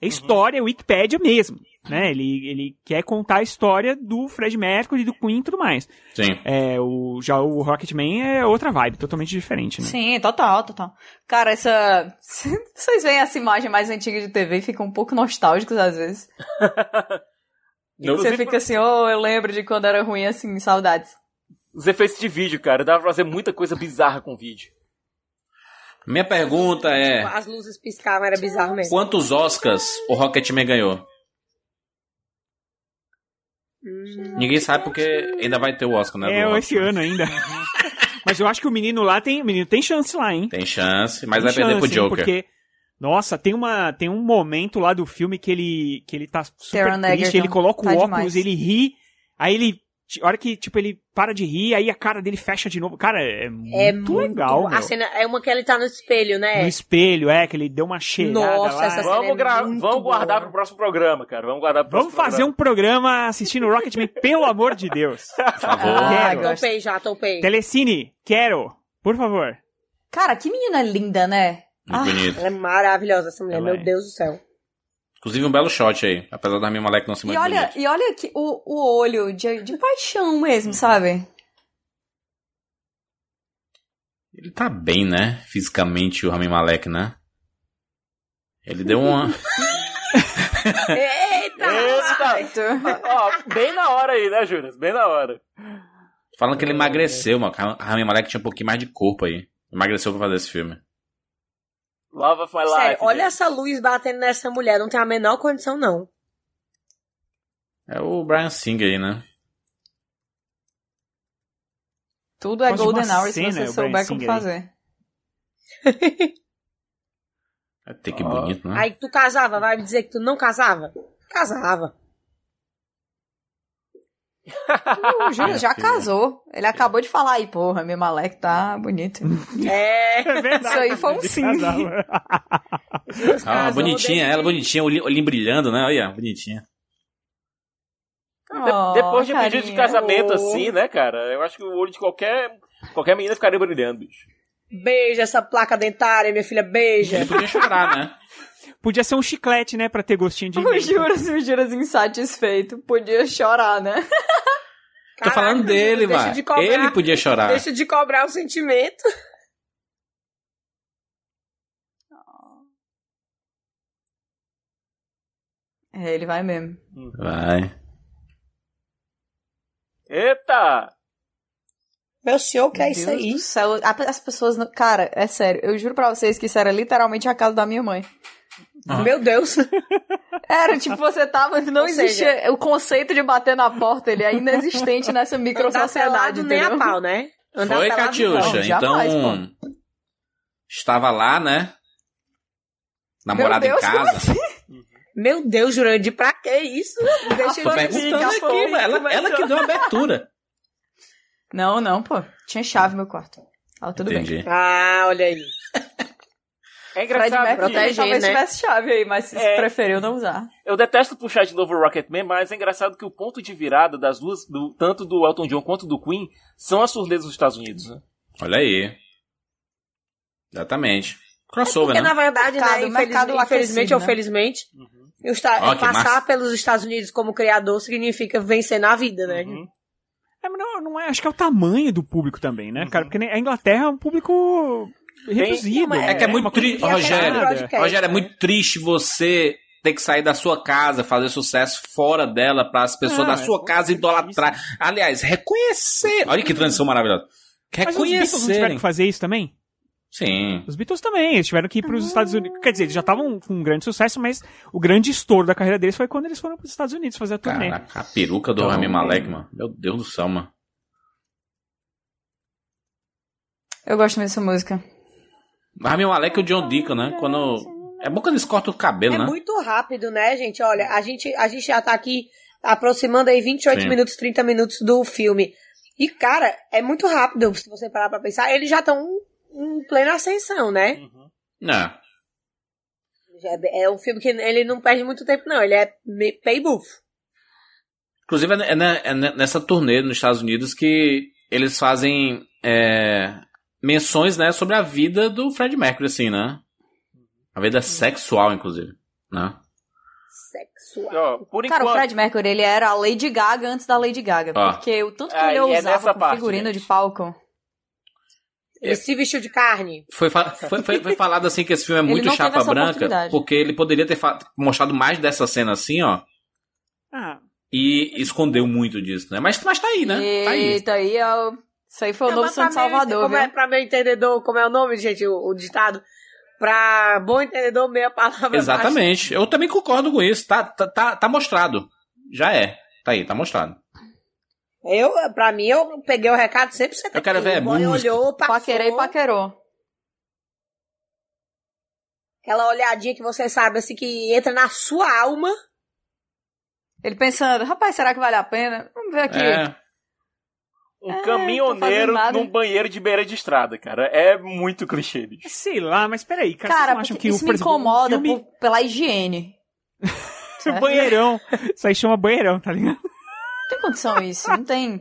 É história, é Wikipédia mesmo. Né? Ele, ele quer contar a história do Fred Mercury, do Queen e tudo mais. sim. É, o, já o Rocketman é outra vibe, totalmente diferente, né? Sim, total, total. Cara, essa. Vocês veem essa imagem mais antiga de TV e ficam um pouco nostálgicos às vezes. Você Inclusive, fica assim, oh, eu lembro de quando era ruim assim, saudades. Os efeitos de vídeo, cara. Dá pra fazer muita coisa bizarra com vídeo. Minha pergunta é: Tipo, As luzes piscavam, era bizarro mesmo. quantos Oscars o Rocketman ganhou? Ninguém sabe porque ainda vai ter o Oscar, né? do É, Rocketman. Uhum. esse ano ainda. Mas eu acho que o menino lá tem, o menino tem chance lá, hein? Tem chance, mas Tem vai perder pro chance, hein, Joker. Porque, nossa, tem, uma, tem um momento lá do filme que ele, que ele tá super Taron triste, Egerton, ele coloca tá o óculos, demais. ele ri, aí ele, a hora que, tipo, ele para de rir, aí a cara dele fecha de novo. Cara, é muito, É legal, A meu. cena é uma que ele tá no espelho, No né? espelho, é, que ele deu uma cheirada Nossa, lá. essa cena Vamos, é gra- muito vamos guardar boa. pro próximo programa, cara. Vamos guardar pro próximo Vamos fazer um programa assistindo Rocketman, pelo amor de Deus. Por favor. Ah, Quero. gosto. Topei já, topei. Telecine, quero, por favor. Cara, que menina linda, né? Muito Ah, bonito. Ela é maravilhosa, essa mulher, Ela meu é. Deus do céu. Inclusive um belo shot aí. Apesar da minha moleque não ser E muito olha, bonito. e olha que o, o olho de, de paixão mesmo, sabe? Ele tá bem, né? Fisicamente, o Rami Malek, né? Ele deu uma. Eita! um Ó, bem na hora aí, né, Júnior? Bem na hora. Falam que ele emagreceu, mano. A Rami Malek tinha um pouquinho mais de corpo aí. Emagreceu pra fazer esse filme. Love of my life. Sério, olha gente. essa luz batendo nessa mulher, não tem a menor condição, Hum. não. É o Brian Singer aí, né? Tudo é Mas uma Golden Hour se cena, você o Bryan souber como Singer aí. fazer. Até que bonito, né? Aí tu casava, vai me dizer que tu não casava? Casava. O Júlio já casou. Ele acabou de falar aí, porra, meu Malek tá bonito. É, É verdade. Isso aí foi um ele sim. casava. Ah, casou bonitinha, desde- ela é bonitinha, o olhinho olhinho brilhando, né? Olha, bonitinha. De- Depois de um carinha. pedido de casamento Oh. assim, né, cara? Eu acho que o olho de qualquer, qualquer menina ficaria brilhando, bicho. Beija essa placa dentária, minha filha, beija. Ele podia chorar, né? Podia ser um chiclete, né, pra ter gostinho de O Juras, o Juras insatisfeito. Podia chorar, né? Tô falando dele, deixa mano. de cobrar. Ele podia chorar. Deixa de cobrar o sentimento. É, ele vai mesmo. Vai. Eita! Meu senhor, o que é Meu isso Deus aí? do céu. A- As pessoas. não- Cara, é sério. Eu juro pra vocês que isso era literalmente a casa da minha mãe. Ah. Meu Deus. Era, tipo, você tava. Não Ou existia. O conceito de bater na porta, ele é inexistente nessa micro Andar sociedade. pelado nem a entendeu? pau, né? Andar Foi, pelado, não. Catiuxa. não, jamais, então. Estava lá, né? Namorada Meu Deus, em casa. Meu Deus, Jurandir, pra que isso? Deixa Tô eu perguntando Ela foi, aqui, mano. Ela, ela que deu a abertura. Não, não, pô. Tinha chave no meu quarto. Tava tudo bem. Né? Entendi. Ah, olha aí. É Fred engraçado Mercury protege, que talvez né? tivesse chave aí, mas É. preferiu não usar. eu detesto puxar de novo o Rocketman, mas é engraçado que o ponto de virada das duas, do- tanto do Elton John quanto do Queen, são as surdezas dos Estados Unidos. Né? Olha aí. Exatamente. Crossover, É Porque, na né? verdade, Mercado- né, infeliz- mercado infelizmente aquecido, ou né? felizmente, eu Uhum. Ó, esta- que passar massa. pelos Estados Unidos como criador significa vencer na vida, né? Uhum. É, mas não, não é, acho que é o tamanho do público também, né, Uhum. cara? Porque nem- a Inglaterra é um público reduzido. mas- É que é muito uma coisa tri- que é Rogério, nada. podcast, Rogério, é né? muito triste você ter que sair da sua casa, fazer sucesso fora dela, para as pessoas Não, da é sua muito casa difícil. idolatrar. Aliás, reconhecer. Olha que transição maravilhosa. Mas os Beatles não tiveram Reconhecer. que fazer isso também? Sim. Os Beatles também, eles tiveram que ir para os Estados Unidos. Quer dizer, eles já estavam com um grande sucesso, mas o grande estouro da carreira deles foi quando eles foram para os Estados Unidos fazer a turnê. Caraca, a peruca do Tá Então, Rami é. Malek, mano. Meu Deus do céu, mano. Eu gosto muito dessa música. Rami Malek e o John Deacon, né? Quando... É bom quando eles cortam o cabelo, É né? muito rápido, né, gente? Olha, a gente, a gente já tá aqui aproximando aí 28 Sim. minutos, 30 minutos do filme. E, cara, é muito rápido, se você parar pra pensar. Eles já estão em plena ascensão, né? É. Já É é um filme que ele não perde muito tempo, não. Ele é me- pay buff. Inclusive, é, ne- é ne- nessa turnê nos Estados Unidos que eles fazem é, menções, né, sobre a vida do Fred Mercury, assim, né? A vida sexual, inclusive, né? Sexual. Ó, por Cara, o enquanto. Fred Mercury, ele era a Lady Gaga antes da Lady Gaga. Ó. Porque o tanto que Ah, ele e é usava nessa com parte, figurino gente. de palco. Ele se vestiu de carne. Foi, fa- foi, foi, foi falado, assim, que esse filme é Ele muito não teve chapa essa branca, oportunidade. porque ele poderia ter fa- mostrado mais dessa cena, assim, ó, Ah, e escondeu muito disso, né? Mas, mas tá aí, né? Tá aí. Eita, aí é o... Isso aí foi o Não, novo mas Então pra Santo meu- Salvador, como viu? é, pra meu entendedor, como é o nome, gente, o, o ditado? Pra bom entendedor, meia palavra. Exatamente. Eu também concordo com isso. Tá, tá, tá, tá mostrado. Já é. Tá aí, tá mostrado. baixa. Eu, pra mim, eu peguei o recado 100%. Eu quero ver O boy música. olhou, passou. Paquerei, paquerou. Aquela olhadinha que você sabe, assim, que entra na sua alma. Ele pensando, rapaz, será que vale a pena? Vamos ver aqui. É. Um É, tô fazendo caminhoneiro nada. num banheiro de beira de estrada, cara. É muito clichê, bicho. sei lá, mas peraí, cara, vocês Cara, não acham porque que isso o, me por exemplo, um incomoda né? filme- por- pela higiene. o banheirão, isso aí chama banheirão, tá ligado? Não tem condição isso, não tem.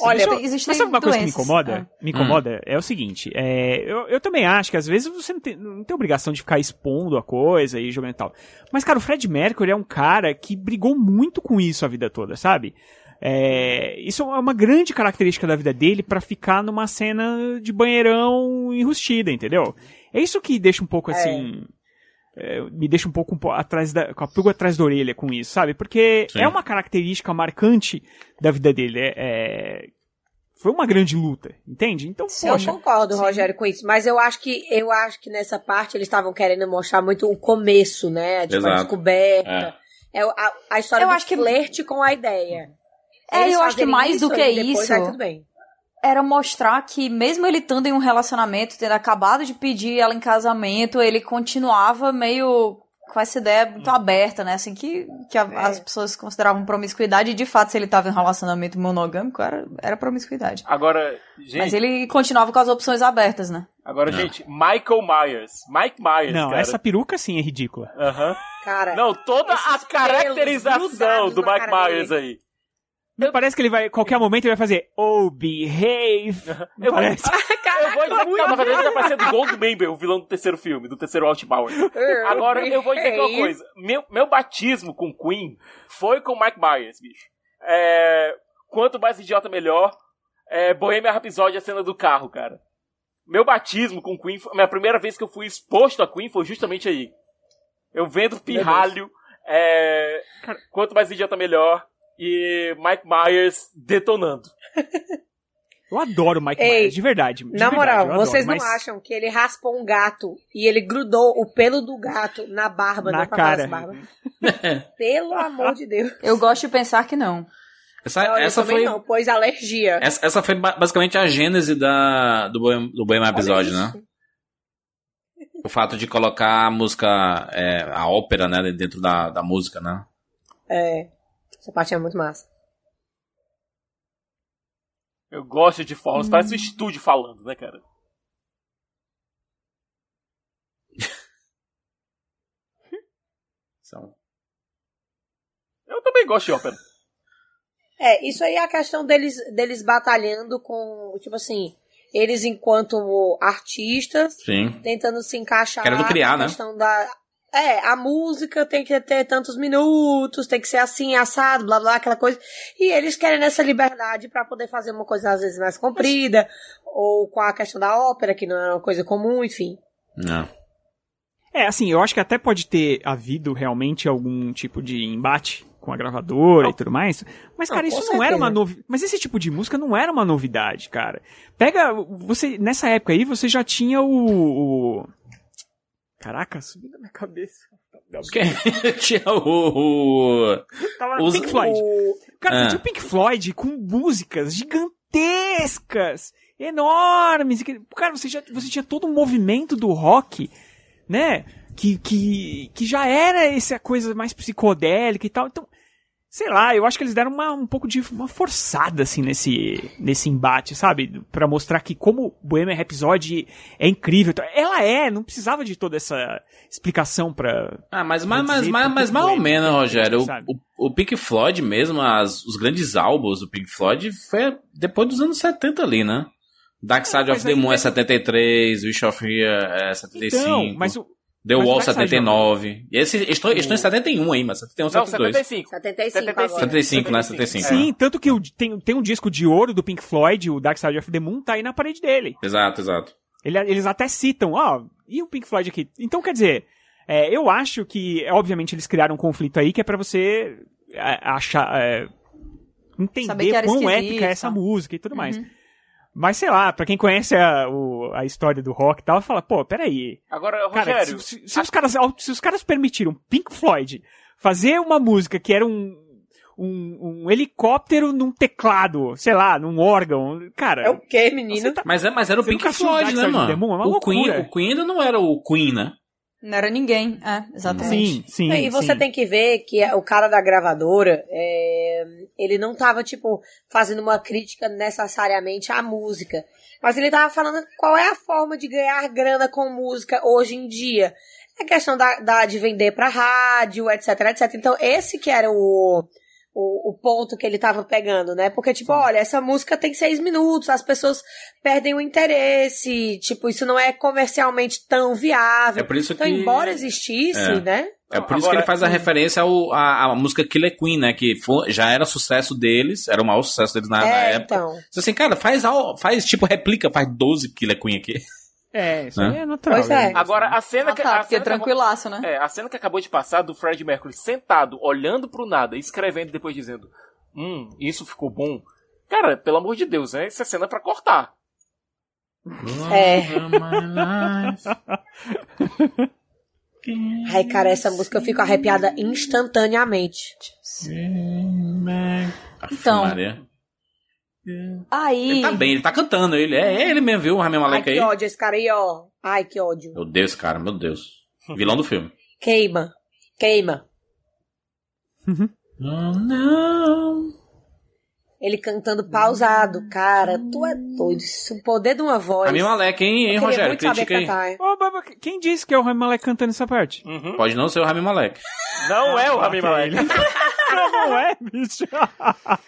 Olha, Existem- existem Mas sabe uma coisa que me doenças. incomoda? Me incomoda é o seguinte, é, eu, eu também acho que às vezes você não tem, não tem obrigação de ficar expondo a coisa e jogando e tal. Mas, cara, o Fred Mercury é um cara que brigou muito com isso a vida toda, sabe? É, isso é uma grande característica da vida dele pra ficar numa cena de banheirão enrustida, entendeu? É isso que deixa um pouco assim. é, me deixa um pouco um po- atrás da, com a pulga atrás da orelha com isso, sabe? Porque Sim. é uma característica marcante da vida dele. É, é- foi uma grande luta, entende? Então, Sim. poxa. eu concordo, Sim. Rogério, com isso. Mas eu acho que eu acho que nessa parte eles estavam querendo mostrar muito o começo, né? Tipo, Exato. a descoberta. É. a, a história Eu do acho que- flerte com a ideia. É, Eles eu acho que fazerem mais do que e depois isso- vai tudo bem. Era mostrar que, mesmo ele estando em um relacionamento, tendo acabado de pedir ela em casamento, ele continuava meio com essa ideia Hum. muito aberta, né? Assim, que, que a- É. as pessoas consideravam promiscuidade, e de fato, se ele tava em um relacionamento monogâmico, era, era promiscuidade. Agora, gente, Mas ele continuava com as opções abertas, né? agora, gente, Michael Myers. Mike Myers, Não, cara. essa peruca sim é ridícula. Aham. Cara, Não, toda Esses a pelos caracterização grudados do na Mike cara Myers aí. Me parece que ele vai, qualquer momento ele vai fazer, oh, behave. Eu vou, Parece. Ah! eu vou dizer que não, na verdade tá parecendo Goldmember, o vilão do terceiro filme, do terceiro Outbound. Agora, eu vou dizer É aqui uma coisa. Meu, meu batismo com Queen foi com Mike Myers, bicho. É, quanto mais idiota, melhor. É, Bohemian Rhapsody, a cena do carro, cara. Meu batismo com Queen, foi- minha primeira vez que eu fui exposto a Queen foi justamente aí. Eu vendo pirralho, é, quanto mais idiota, melhor. E Mike Myers detonando. Eu adoro o Mike Ei, Myers, de verdade. de Na verdade, moral, eu adoro, vocês mas não acham que ele raspou um gato e ele grudou o pelo do gato na barba, Na né, pra falar cara. as barbas? Pelo amor de Deus. Eu gosto de pensar que não. Essa, Olha, eu Ah, essa também foi não, pois alergia. Essa, essa foi ba- basicamente a gênese da, do, Bohem- do Bohemian Episódio, né? O fato de colocar a música, é, a ópera, né, dentro da, da música, né? É. Essa parte é muito massa. Eu gosto de Falls, parece um estúdio falando, né, cara? São- Eu também gosto de ópera. É, isso aí é a questão deles, deles batalhando com, tipo assim, eles enquanto artistas, Sim. tentando se encaixar Querendo criar, na né? questão da. É, a música tem que ter tantos minutos, tem que ser assim, assado, blá blá, aquela coisa. E eles querem essa liberdade pra poder fazer uma coisa às vezes mais comprida, ou com a questão da ópera, que não é uma coisa comum, enfim. Não. É, assim, eu acho que até pode ter havido realmente algum tipo de embate com a gravadora e tudo mais. Mas, Não, cara, isso com não era certeza. uma novidade. Mas esse tipo de música não era uma novidade, cara. Pega. Você. Nessa época aí, você já tinha o. o... Caraca, subiu na minha cabeça. Tinha o. o- Tava Os- Pink Floyd. O- Cara, Ah. você tinha o Pink Floyd com músicas gigantescas, enormes. e que- Cara, você, já, você tinha todo um movimento do rock, né? Que, que, que já era essa coisa mais psicodélica e tal. Então, sei lá, eu acho que eles deram uma, um pouco de uma forçada, assim, nesse, nesse embate, sabe? Pra mostrar que como Bohemian Rhapsody é incrível. Então, Ela é, não precisava de toda essa explicação pra... Ah, mas, mas, Vou mas, dizer mas, porque mas mais ou doeu, menos, porque Rogério. sabe? O, o, o Pink Floyd mesmo, as- os grandes álbuns do Pink Floyd foi depois dos anos 70 ali, né? Dark Side mas of the aí Moon é mesmo- 73, Wish of Here é 75, Então, mas o... The mas o Wall Dark Side 79. E esse, estou, estou em 71 aí, mas 71, Não, 72. 75. 75, 75. agora. 75, né? É. 75. Sim, tanto que o- tem, tem um disco de ouro do Pink Floyd, o Dark Side of the Moon, tá aí na parede dele. Exato, exato. Ele- eles até citam, ó, e o Pink Floyd aqui? Então, quer dizer, é, eu acho que, é, obviamente, eles criaram um conflito aí que é pra você é, achar. é, Saber que entender era quão esquisito. Uhum. épica é essa música e tudo mais. Mas sei lá, pra quem conhece a, o- a história do rock e tal, fala, pô, peraí. Agora, Cara, Rogério, se, se- se os caras, se os caras permitiram Pink Floyd fazer uma música que era um, um, um helicóptero num teclado, sei lá, num órgão, cara. É o quê, você menino? tá- Mas, é- mas era o Você Pink nunca assistiu Floyd, Dark né, Side of the mano? Moon? É uma o, Queen, loucura. o Queen ainda não era o Queen, né? Não era ninguém. É, exatamente. Sim, sim. e você sim. tem que ver que é o cara da gravadora, é, ele não tava, tipo, fazendo uma crítica necessariamente à música. Mas ele tava falando qual é a forma de ganhar grana com música hoje em dia. É questão da, da- de vender pra rádio, etc, etc. Então, esse que era o, o, o ponto que ele tava pegando, né? Porque, tipo, olha, essa música tem seis minutos, as pessoas perdem o interesse, tipo, isso não é comercialmente tão viável. É por isso tá Então, que- embora existisse, É. né? É por isso que Agora- ele faz a referência ao- à, à música Killer Queen, né? Que foi- já era sucesso deles, era o maior sucesso deles na, na é, época. então. Então, assim, cara, faz, ao- faz tipo replica, faz 12 Killer Queen aqui. É, isso aí é natural. Pois é. agora a cena Ah, que tá, a porque cena que acabou- tranquilaço, né? É, a cena que acabou de passar do Fred Mercury sentado, olhando pro nada, escrevendo e depois dizendo: Hum, isso ficou bom. Cara, pelo amor de Deus, né? Essa cena é pra cortar. É. Ai, cara, essa música eu fico arrepiada instantaneamente. Então. Aff, Maria. Ele Aí. tá bem, ele tá cantando, ele é, é ele mesmo, viu? O Rami Ai, Malek que aí. ódio esse cara aí, ó. Ai, que ódio. Meu Deus, cara, meu Deus. Vilão do filme. Queima. Queima. Ele cantando pausado. Cara, tu é doido. Isso, o poder de uma voz. Rami Malek, hein, hein Eu queria Rogério? muito saber Critica aí. cantar, hein? Ô, Baba, quem disse que é o Rami Malek cantando essa parte? Uhum. Pode não ser o Rami Malek. Ah, Não tá, é o Rami Malek. Não é, bicho.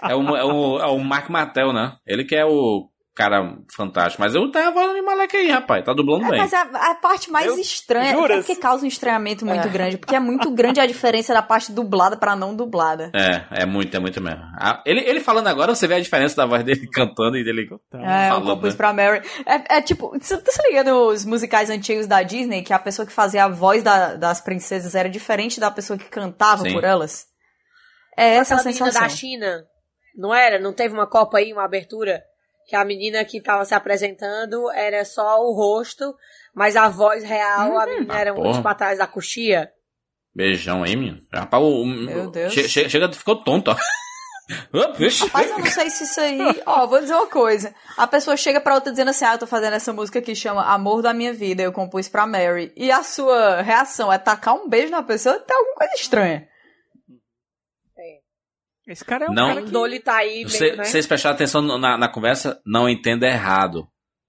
É o, é o, é o Mark Martel, né? Ele que é o cara fantástico. Mas eu tava falando Rami Malek aí, rapaz. Tá dublando Ah, É, bem. mas a, a parte mais Eu- estranha juras? é porque causa um estranhamento muito grande, porque é muito grande a diferença da parte dublada pra não dublada. É, é muito, é muito mesmo. Ah, Ele, ele falando agora, você vê a diferença da voz dele cantando e dele. É, eu falando, compus né? pra Mary. É, é tipo, você tá se ligando nos musicais antigos da Disney, que a pessoa que fazia a voz da- das princesas era diferente da pessoa que cantava Sim. por elas? É essa a Aquela menina sensação. da China. Não era? Não teve uma copa aí, uma abertura? Que a menina que tava se apresentando era só o rosto, mas a voz real, Uhum. a menina Ah, era um porra. tipo atrás da coxia. Beijão aí, menino. Rapaz, o. o- Meu Deus. che- che- chega, ficou tonto, ó. Ô, vixe. Mas eu não sei se isso aí. Ó, vou dizer uma coisa. A pessoa chega pra outra dizendo assim: Ah, eu tô fazendo essa música que chama Amor da Minha Vida, eu compus pra Mary. E a sua reação é tacar um beijo na pessoa? Tem alguma coisa estranha. Esse cara é um Não. cara O Dolly tá aí mesmo, Você- né? Vocês prestaram atenção na, na conversa? Não entenda errado.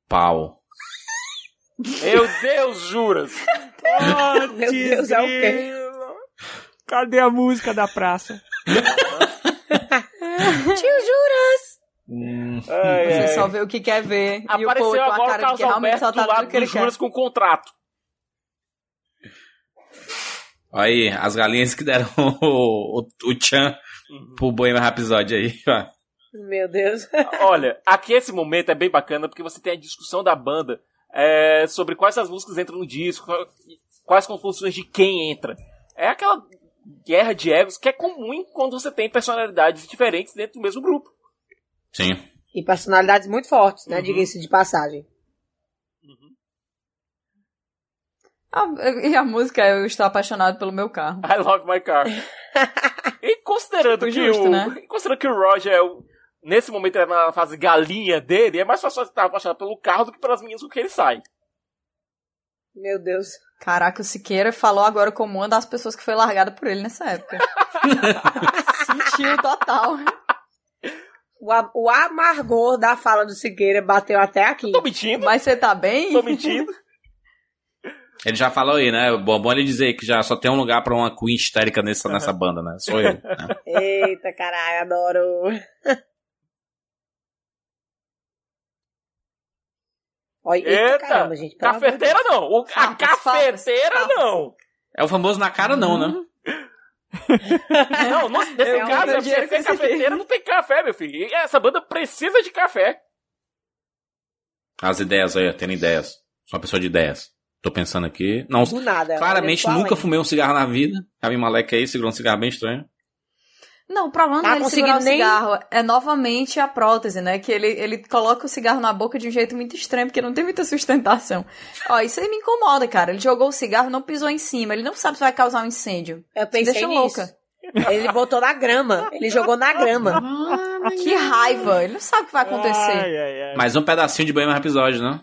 Pau. Meu Deus, juras. Oh, Meu Deus, é o quê? desgrilo. Cadê a música da praça? Ai, Você ai. só vê o que quer ver. e o povo Apareceu com a agora o cara de Carlos tá que realmente Alberto só tá do vendo o lado que ele dos quer. juras com contrato. Aí, as galinhas que deram o, o, o tchan pro Bohemian Rhapsody aí, ó. Meu Deus. Olha, aqui esse momento é bem bacana porque você tem a discussão da banda é, sobre quais as músicas entram no disco, qual- quais composições de quem entra. É aquela guerra de egos que é comum quando você tem personalidades diferentes dentro do mesmo grupo. Sim. E personalidades muito fortes, né? Uhum. Diga-se de passagem. A- e a música é Eu Estou Apaixonado pelo Meu Carro. I love my car. e considerando Foi Tipo que justo, o. né? Considerando que o Roger é o- Nesse momento é na fase galinha dele, é mais fácil estar apaixonado pelo carro do que pelas meninas com que ele sai. Meu Deus. Caraca, o Siqueira falou agora como uma das pessoas que foi largada por ele nessa época. Sentiu total. O, a- o amargor da fala do Siqueira bateu até aqui. Tô mentindo? Mas você tá bem? Tô mentindo? Ele já falou aí, né? Bom, bom ele dizer que já só tem um lugar pra uma queen histérica nessa, nessa banda, né? Sou eu. né? Eita, caralho, adoro. Olha, eita, Eita! caramba, gente. tá pelo amor de Deus. Ah. Cafeteira não! O- a Farpas, farpas, cafeteira farpas. não! É o famoso na cara não, né? Não, não- nesse Eu caso, não tenho é dinheiro porque ser com esse cafeteira não tem café, meu filho. E essa banda precisa de café. As ideias aí, ó, tendo ideias. Sou uma pessoa de ideias. Tô pensando aqui. Não, Do nada. claramente olha, nunca qual é? fumei um cigarro na vida. Cabe Malek aí, segurou um cigarro bem estranho. Não, o problema Tá não é ele segurar o conseguindo nem- cigarro. É novamente a prótese, né? Que ele, ele coloca o cigarro na boca de um jeito muito estranho, porque não tem muita sustentação. Ó, isso aí me incomoda, cara. Ele jogou o cigarro, não pisou em cima. Ele não sabe se vai causar um incêndio. Eu pensei Deixa nisso. louca. Ele botou na grama. Ele jogou na grama. Que raiva. Ele não sabe o que vai acontecer. Ai, ai, ai. Mais um pedacinho de Bohemian Rhapsody, né?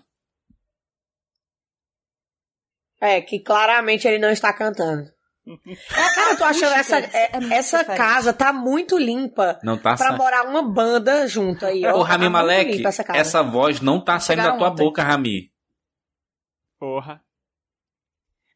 É, que claramente ele não está cantando. Cara, eu tô achando essa, diferente, é é- muito essa diferente. casa tá muito limpa Não tá pra saindo. morar uma banda junto aí. ó. Ô, Tá Rami muito Malek, limpa essa casa. essa voz não tá saindo da Chegaram tua ontem. boca, Rami. Porra.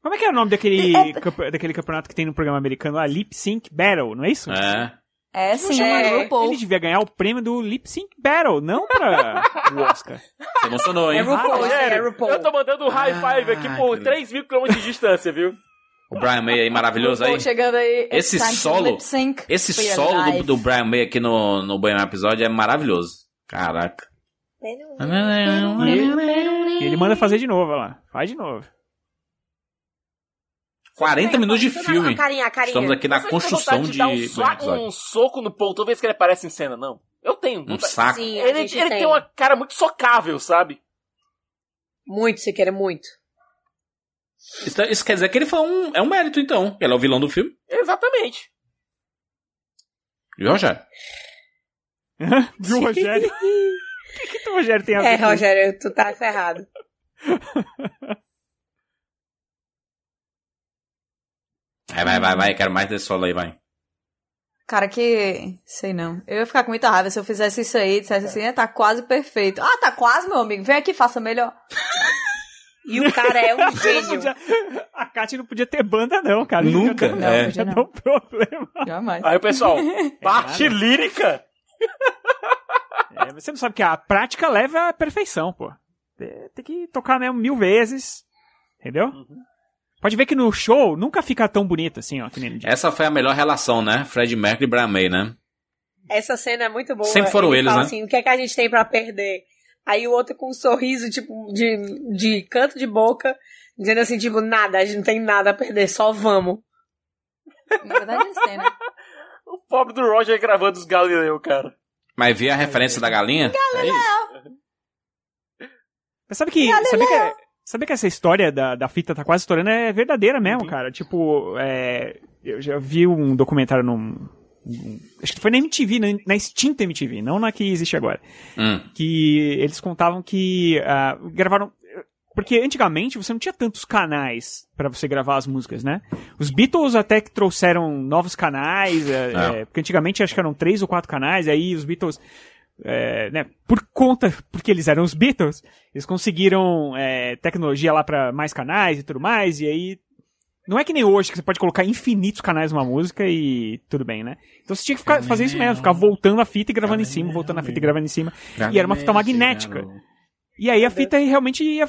Como é que é o nome daquele, campe- daquele campeonato que tem no programa americano lá? Lip Sync Battle, não é isso? É. É, sim, É. é, RuPaul. Ele devia ganhar o prêmio do Lip Sync Battle, não pra o Oscar. Você emocionou, É hein? RuPaul, isso aí, é Sério, RuPaul. Eu tô mandando um high five aqui por que 3 mil quilômetros de distância, viu? O Brian May aí, maravilhoso aí. Pô, chegando aí. Esse it's time to solo- lip sync Esse for your solo do- life. do, Brian May aqui no, no Bohemian Rhapsody é maravilhoso. Caraca. E ele, e ele manda fazer de novo, olha lá. Faz de novo. 40 minutos de Toda filme. A carinha, a carinha. Estamos aqui na Você não tem construção vontade de dar um, Bohemian so- Rhapsody. um soco no ponto, toda vez que ele aparece em cena, não. Eu tenho. Um vontade. saco. Sim, a Ele, gente ele tem uma cara muito socável, sabe? Muito, Siqueira, muito. Isso, isso quer dizer que ele foi um. É um mérito, então. Ele é o vilão do filme. Exatamente. Viu, Rogério? Viu, um Rogério? O que, que o Rogério tem a ver É, com isso? Rogério, tu tá ferrado. Vai, vai, vai, vai. Quero mais desse solo aí, vai. Cara, que. Sei não. Eu ia ficar com muita raiva se eu fizesse isso aí, dissesse assim, é, tá quase perfeito. Ah, tá quase, meu amigo. Vem aqui, faça melhor. E o cara é um Ele não gênio. podia- A Kátia não podia ter banda, não, cara. Isso Nunca. já dá- Não, É. Já podia dá um não. problema. Jamais. Aí, pessoal, parte lírica. É, você não sabe que a prática leva à perfeição, pô. É, Tem que tocar né, mil vezes. Entendeu? Pode ver que no show nunca fica tão bonito assim, ó. Que nem no dia. Essa foi a melhor relação, né? Fred Mercury e Brian May, né? Essa cena é muito boa. Sempre foram Ele eles, fala né? assim, o que é que a gente tem pra perder? Aí o outro com um sorriso, tipo, de, de canto de boca, dizendo assim, tipo, nada, a gente não tem nada a perder, só vamos. Na verdade, eles têm, né? O pobre do Roger gravando os Galileu, cara. Mas vi a referência da galinha. É isso. Mas sabe que. Sabe que, sabe que essa história da, da fita tá quase estourando é verdadeira mesmo, cara. Tipo, é, eu já vi um documentário num. num- Acho que foi na MTV, na, na extinta MTV, não na que existe agora. Hum. que eles contavam que ah, gravaram. Porque antigamente você não tinha tantos canais pra você gravar as músicas, né? Os Beatles até que trouxeram novos canais, eh, Ah. eh, porque antigamente acho que eram três ou quatro canais, aí os Beatles, eh, né, por conta, porque eles eram os Beatles, eles conseguiram eh, tecnologia lá pra mais canais e tudo mais, e aí não é que nem hoje, que você pode colocar infinitos canais numa música e tudo bem, né? Então você tinha que ficar, fazer isso mesmo, ficar voltando a fita e gravando em cima, voltando a fita e gravando em cima. E era uma fita magnética. E aí a fita realmente ia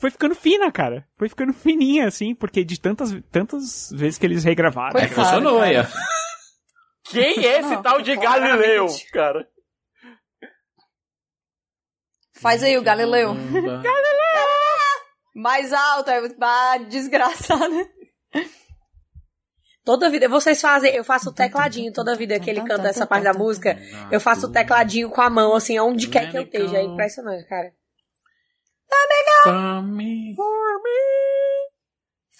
foi ficando fina, cara. Foi ficando fininha, assim, porque de tantas, tantas vezes que eles regravaram. Foi É que funcionou aí, ó. Quem é esse Não, tal de claramente. Galileu, cara? Faz aí o Galileu. Mais alto, aí ah, desgraçada. Toda vida, vocês fazem, eu faço o tecladinho toda vida que ele canta essa parte da música. Eu faço o tecladinho com a mão, assim, onde quer que eu esteja. É impressionante, cara.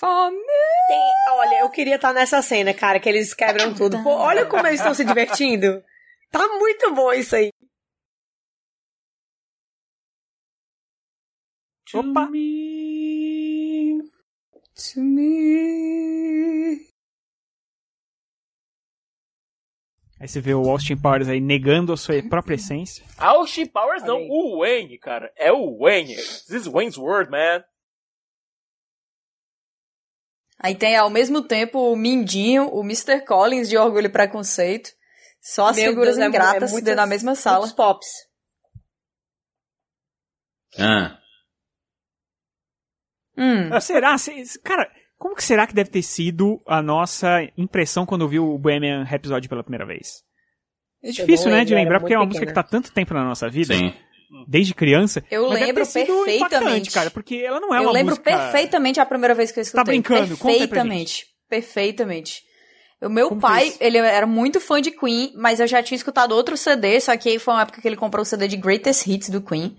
Fome. Tem- olha, eu queria estar nessa cena, cara, que eles quebram tudo. Pô, olha como eles estão se divertindo. Tá muito bom isso aí. Opa! To me. Aí você vê o Austin Powers aí negando a sua própria essência. Austin Powers não, Olha aí. o Wayne, cara. É o Wayne. This is Wayne's World, man. Aí tem ao mesmo tempo o Mindinho, o Mr. Collins de Orgulho e Preconceito. Só as Meu figuras Deus, é mu- é ingratas muitas- na mesma sala. Os pops. Ah, Hum. Será? se- se- Cara, como que será que deve ter sido a nossa impressão quando eu vi o Bohemian Rhapsody pela primeira vez? É difícil, não né, de lembro, era lembrar, porque é uma muito música que pequena. tá tanto tempo na nossa vida, sim. desde criança. Eu mas deve lembro ter sido impactante, perfeitamente. cara, porque ela não é Eu uma lembro música... Tá perfeitamente a primeira vez que eu escutei. brincando? Conta aí pra Perfeitamente. Perfeitamente. O meu Como foi pai, isso? ele era muito fã de Queen, mas eu já tinha escutado outro CD, só que aí foi uma época que ele comprou o CD de Greatest Hits do Queen.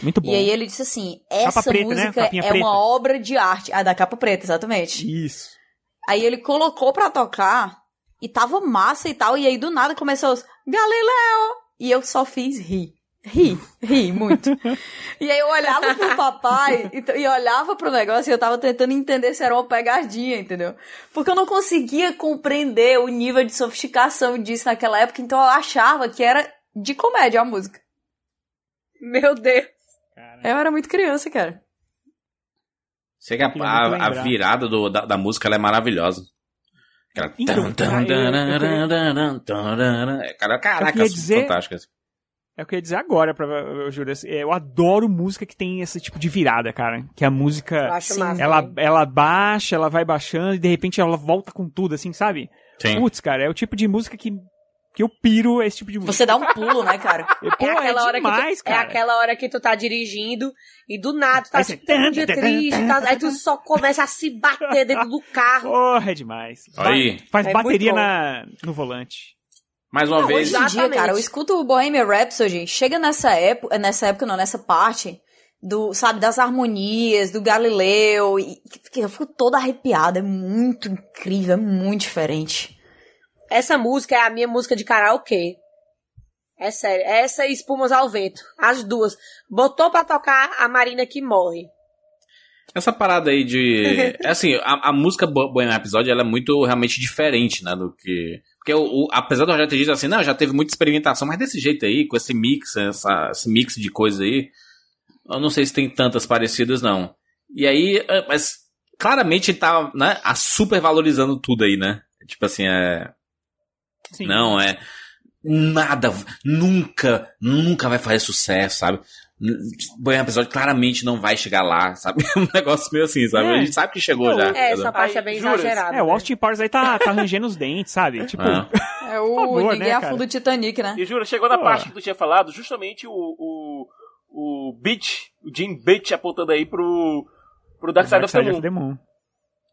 Muito bom. E aí ele disse assim: Capa essa preta, né? música Capinha é preta. uma obra de arte. Ah, da capa preta, exatamente. Isso. Aí ele colocou pra tocar e tava massa e tal. E aí do nada começou os Galileu! E eu só fiz rir. Ri, ri muito. e aí eu olhava pro papai e, t- e olhava pro negócio e eu tava tentando entender se era uma pegadinha, entendeu? Porque eu não conseguia compreender o nível de sofisticação disso naquela época, então eu achava que era de comédia a música. Meu Deus. Eu era muito criança, cara. Sei que a, Aquilo é muito a- a lembrado. virada do- da, da música ela é maravilhosa. Aquela... Então, Tan, tan, eu- eu queria- tan, tan, tan, tan. É, cara, Caraca, queria dizer- fantástica. É o que eu ia dizer agora, pra, eu juro. assim, Eu adoro música que tem esse tipo de virada, cara. Que a Eu música, acho Sim. massa. ela, ela baixa, ela vai baixando e de repente ela volta com tudo, assim, sabe? Sim. Putz, cara, é o tipo de música que, que eu piro, é esse tipo de música. Você dá um pulo, né, cara? Eu- Pô, é, aquela hora que tu- demais, É cara. aquela hora que tu tá dirigindo e do nada tu tá Aí você- tipo, um dia triste, tá- aí tu só começa a se bater dentro do carro. Porra, é demais. Aí. Ba- Faz É bateria muito bom. na, no volante. Mais uma vez. Hoje em dia, Exatamente. cara, eu escuto o Bohemian Rhapsody, chega nessa época, nessa época não, nessa parte do, sabe, das harmonias, do Galileu, e que- que eu fico toda arrepiada, é muito incrível, é muito diferente. Essa música é a minha música de karaokê. É sério. Essa e Espumas ao Vento. As duas. Botou pra tocar a Marina que morre. Essa parada aí de. é Assim, a, a música Bo- Bohemian Episódio ela é muito realmente diferente, né? Do que. Porque, o, o- apesar do Rogério ter dito assim, não, já teve muita experimentação, mas desse jeito aí, com esse mix, essa, esse mix de coisa aí, eu não sei se tem tantas parecidas, não. E aí, é, mas claramente tá, né, a super valorizando tudo aí, né? Tipo assim, é. Sim. Não, é. Nada, nunca, nunca vai fazer sucesso, sabe? Boião episódio claramente não vai chegar lá, sabe? Um negócio meio assim, sabe? É. A gente sabe que chegou já. É, essa parte Aí, é bem jura? exagerada. É, o né? Austin Powers aí tá, tá rangendo os dentes, sabe? Tipo, Ah. É o Por favor, Ninguém né, a cara? fundo do Titanic, né? E jura, chegou na Pô. parte que tu tinha falado, justamente o, o, o Beach, o Jim Beach apontando aí pro, pro Dark Side Dark of the Side of Moon. the Moon.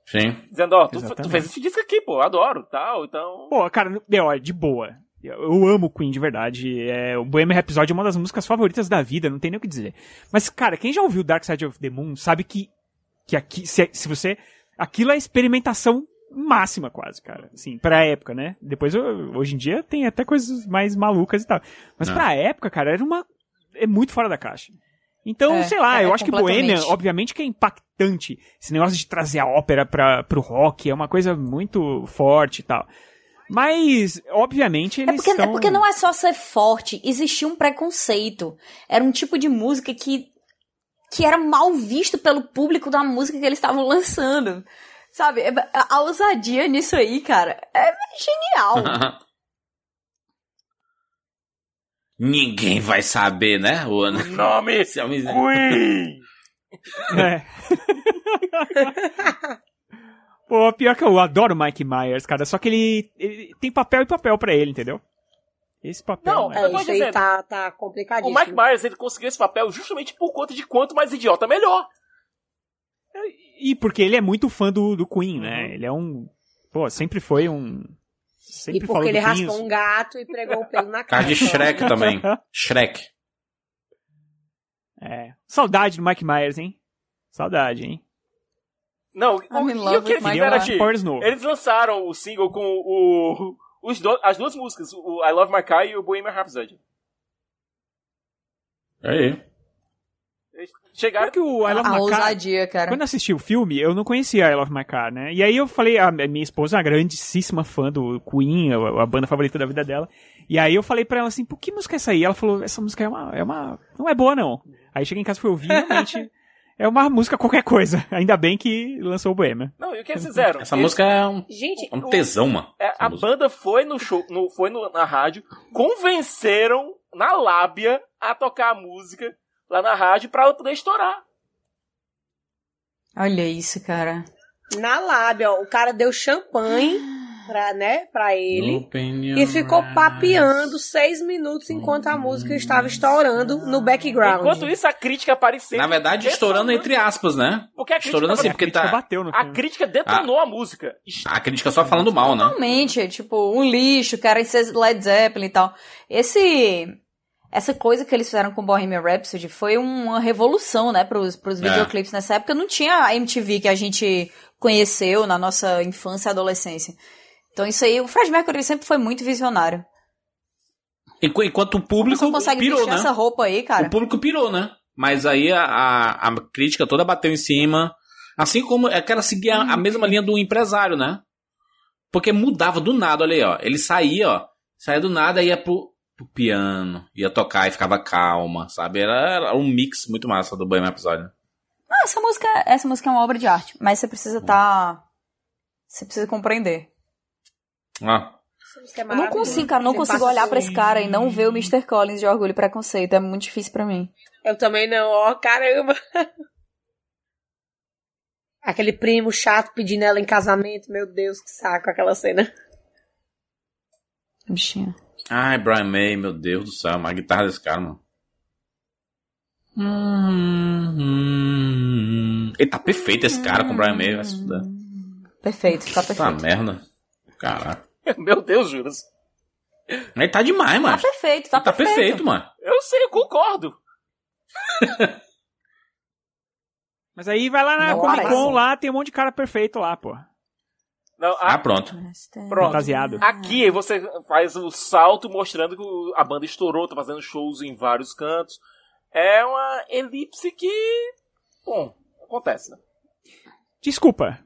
Sim. Dizendo, ó, tu, tu Exatamente. fez esse disco aqui, pô, adoro, tal, então... Pô, cara, meu, ó, de boa. Eu- Eu amo Queen, de verdade. É, o Bohemian Rhapsody é uma das músicas favoritas da vida, não tem nem o que dizer. Mas, cara, quem já ouviu Dark Side of the Moon sabe que, que aqui, se, se você... Aquilo é experimentação máxima, quase, cara. Assim, pra época, né? Depois, ho- hoje em dia, tem até coisas mais malucas e tal. Mas É. pra época, cara, era uma... É muito fora da caixa. Então, É, sei lá, é, eu acho que completamente. Bohemian, obviamente que é impactante. Esse negócio de trazer a ópera pra, pro rock é uma coisa muito forte e tal. Mas, obviamente, É eles porque, são... é porque não é só ser forte, existia um preconceito. Era um tipo de música que, que era mal visto pelo público da música que eles estavam lançando. Sabe, É- a a ousadia nisso aí, cara, é genial. Ninguém vai saber, né? é O Nome Esse homem- Queen! É. Pô, pior que eu adoro o Mike Myers, cara. Só que ele, ele tem papel e papel pra ele, entendeu? Esse papel. Não, né? Eu É, tô isso aí dizendo. tá, tá O complicadíssimo. Mike Myers, ele conseguiu esse papel justamente por conta de quanto mais idiota, melhor. E porque ele é muito fã do, do Queen, né? Ele é um. Pô, sempre foi um. Sempre e falou porque ele do Queen, raspou um gato e pregou o pelo na Cara cara. de Shrek também. Shrek. É. Saudade do Mike Myers, hein? Saudade, hein? Não, o, I'm in e love o que eles Queria um with Mike fizeram Myers. Austin aqui? Powers novo. Eles lançaram o single com o, os do- as duas músicas, o I Love My Car e o Bohemian Rhapsody. Aí. Eles Pior chegaram que o I Love a My Ah, Car- ousadia, cara. Quando eu assisti o filme, eu não conhecia I Love My Car, né? E aí eu falei, a minha esposa é uma grandíssima fã do Queen, a, a banda favorita da vida dela. E aí eu falei pra ela assim, por que música é essa aí? Ela falou, essa música é uma, é uma, não é boa não. Aí cheguei em casa e fui ouvir, realmente, é uma música qualquer coisa. Ainda bem que lançou o Bohemian. Não, e o que eles fizeram? Essa Eles- música é um, Gente, um tesão, mano. é, Essa a música. banda foi no show, no- foi no- na rádio, convenceram na lábia a tocar a música lá na rádio pra ela poder estourar. Olha isso, cara. na lábia, ó, o cara deu champanhe pra, né, pra ele. Open your E ficou eyes. papeando seis minutos enquanto a música estava estourando no background. Enquanto isso, a crítica apareceu. Na verdade, estourando entre aspas, né? Porque a crítica, Estourando tava- assim, porque É, A crítica tá. bateu no a filme. crítica detonou a música. A crítica só falando mal, né? Realmente, é tipo, um lixo, cara, esse Led Zeppelin e tal. Esse... Essa coisa que eles fizeram com Bohemian Rhapsody foi uma revolução, né, pros, pros É. videoclipes nessa época. Não tinha a MTV que a gente conheceu na nossa infância e adolescência. Então isso aí, o Fred Mercury sempre foi muito visionário. Enqu- Enquanto o público Você consegue pirou, vestir né? essa roupa aí, cara? O público pirou, né? Mas aí a, a, a crítica toda bateu em cima. Assim como é que ela seguia Uhum. a- a mesma linha do empresário, né? Porque mudava do nada, olha aí, ó. Ele saía, ó. Saía do nada, ia pro, pro piano, ia tocar e ficava calma, sabe? Era, era um mix muito massa do Bohemian Episódio. Ah, essa música, essa música é uma obra de arte, mas você precisa tá... Você precisa compreender. Ah, Essa música é Eu não maravilhosa. consigo, cara, não Você consigo passa assim. olhar pra por- esse cara e não ver o Mr. Collins de Orgulho e Preconceito. É muito difícil pra mim. Eu também não, ó, caramba. Aquele primo chato pedindo ela em casamento, meu Deus, que saco aquela cena. Bichinha. Ai, Brian May, meu Deus do céu, mas a guitarra desse cara, mano. Ele tá perfeito esse cara com o Brian May, vai se fuder. Perfeito, tá Tá perfeito. merda. Caraca. Meu Deus, Juras. Ele tá demais, Tá mano. perfeito, tá, Ele tá perfeito, mano. Eu sei, eu concordo. Mas aí vai lá na Não, Comic Con parece. lá, tem um monte de cara perfeito lá, pô. Não, a- Ah, pronto. Pronto. Fantasiado. Aqui você faz o salto mostrando que o- a banda estourou, tá fazendo shows em vários cantos. É uma elipse que. Bom, acontece, né? Desculpa.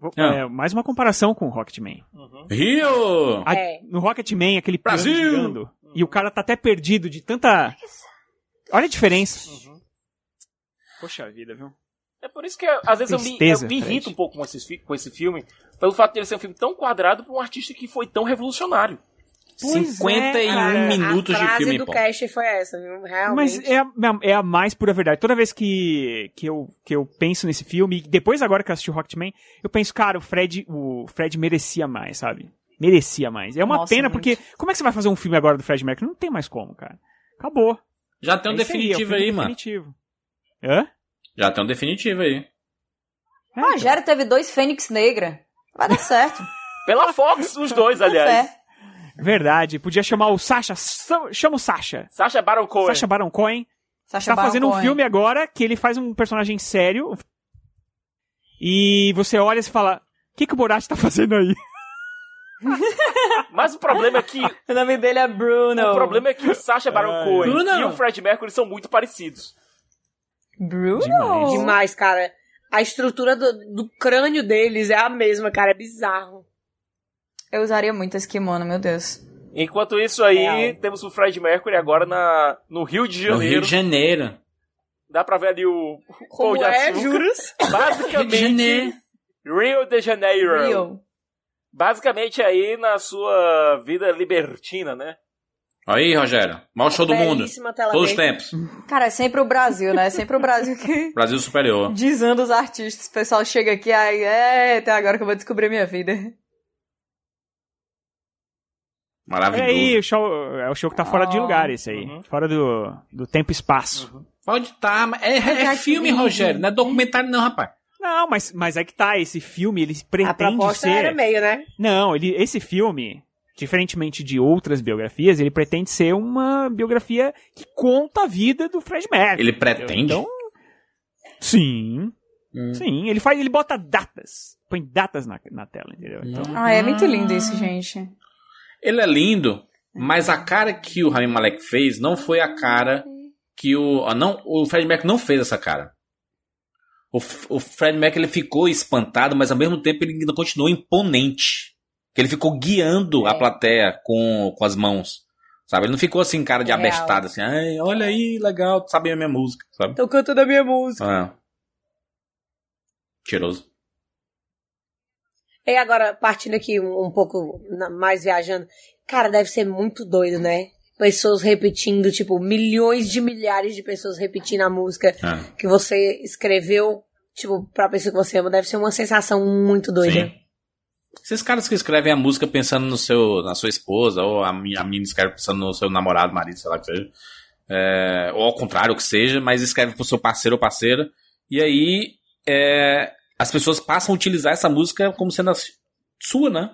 Vou- Ah. é, mais uma comparação com o Rocketman. Rio! A- É. No Rocketman, aquele piano Brasil! girando, E o cara tá até perdido de tanta. Olha a diferença. Uhum. Poxa vida, viu? É por isso que às vezes eu me, Tristeza, eu me Fred. irrito um pouco com, esses fi- com esse filme, pelo fato de ele ser um filme tão quadrado pra um artista que foi tão revolucionário. Pois é, 51 cara. minutos a de frase filme, do pô. cast foi essa, viu? Realmente. Mas é a, é a mais pura verdade. Toda vez que, que, eu, que eu penso nesse filme, e depois agora que eu assisti o Rocketman, eu penso, cara, o Fred, o Fred merecia mais, sabe? Merecia mais. É uma Nossa, pena, muito. porque como é que você vai fazer um filme agora do Fred Mercury? Não tem mais como, cara. Acabou. Já tem um É isso aí, é o definitivo filme aí, mano. Definitivo. Hã? Já tem um definitivo aí. É, então. Rogério teve dois Fênix Negra. Vai dar certo. Pela Fox, os dois, Com É. aliás. fé. Verdade, podia chamar o Sasha. Sa- Chama o Sasha. Sacha Baron Cohen. Sasha Baron Cohen. Sacha tá Baron fazendo um Cohen. filme agora que ele faz um personagem sério. E você olha e você fala: O que, que o Borat tá fazendo aí? Mas o problema é que O nome dele é Bruno. o problema é que o Sacha Baron Cohen Bruno. e o Fred Mercury são muito parecidos. Bruno? Demais. Demais, cara. A estrutura do, do crânio deles é a mesma, cara. É bizarro. Eu usaria muito esse kimono, meu Deus. Enquanto isso aí, Real. temos o Fred Mercury agora na, no Rio de No É Rio Janeiro. de Janeiro. Dá pra ver ali o o pão Como de é, açúcar. juros? Rio de Janeiro. Basicamente, Rio de Janeiro. Rio. Basicamente aí na sua vida libertina, né? Aí, Rogério. Maior show do mundo. Belíssima tela Todos os verde. tempos. Cara, é sempre o Brasil, né? É sempre o Brasil que Brasil superior. desanda os artistas. O pessoal chega aqui, aí, é, até agora que eu vou descobrir minha vida. Olha Maravilhoso. É aí, o show, é o show que tá fora de Ah, lugar, esse aí. Fora do, do tempo e espaço. Pode tá, mas é, é Tá aqui. filme, Rogério. Não é documentário, não, rapaz. Não, mas, mas é que tá, esse filme, ele A pretende proposta era ser... meio, né? Não, ele, esse filme, diferentemente de outras biografias, ele pretende ser uma biografia que conta a vida do Fred Mercury. Ele pretende? Então, sim, Hum. sim. Ele faz, ele bota datas, põe datas na, na tela, entendeu? Então, Ah, é muito lindo isso, gente. Ele é lindo, mas a cara que o Rami Malek fez não foi a cara que o. ah, Não, o Fred Mac não fez essa cara. O, F- o Fred Mac ele ficou espantado, mas ao mesmo tempo ele ainda continuou imponente. Que ele ficou guiando a plateia com, com as mãos. Sabe? Ele não ficou assim, cara de Real. abestado, assim, Ai, olha aí, legal, tu sabe a minha música, sabe? Tô cantando a minha música. Ah. Cheiroso. E agora, partindo aqui um, um pouco na- mais viajando. Cara, deve ser muito doido, né? Pessoas repetindo, tipo, milhões de milhares de pessoas repetindo a música Ah. que você escreveu, tipo, pra pessoa que você ama. Deve ser uma sensação muito doida. Sim. Esses caras que escrevem a música pensando no seu, na sua esposa, ou a, mi- a menina escreve pensando no seu namorado, marido, sei lá o que seja. É, ou ao contrário, o que seja, mas escreve pro seu parceiro ou parceira. E aí é, as pessoas passam a utilizar essa música como sendo a s- sua, né?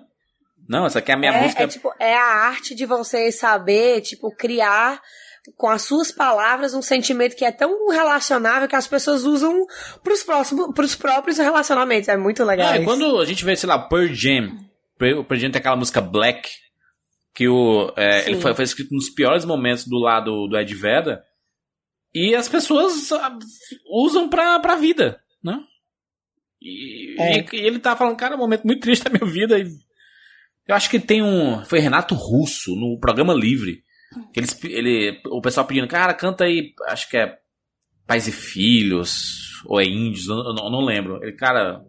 Não, essa aqui é a minha é, música. é, tipo, é a arte de você saber, tipo, criar com as suas palavras um sentimento que é tão relacionável que as pessoas usam pros, próximos, pros próprios relacionamentos. É muito legal. Ah, e isso. quando a gente vê, sei lá, Pearl Jam, Pearl Pearl Jam tem aquela música Black, que o, é, Sim. ele foi, foi escrito nos piores momentos do lado do Ed Vedder, e as pessoas ah, usam pra, pra vida, né? E, É. e- e ele tá falando, cara, é um momento muito triste da minha vida. E eu acho que tem um. Foi Renato Russo, no programa Livre. que Eles, ele, o pessoal pedindo, cara, canta aí, acho que é Pais e Filhos, ou é Índios, eu, não- eu não lembro. Ele, cara,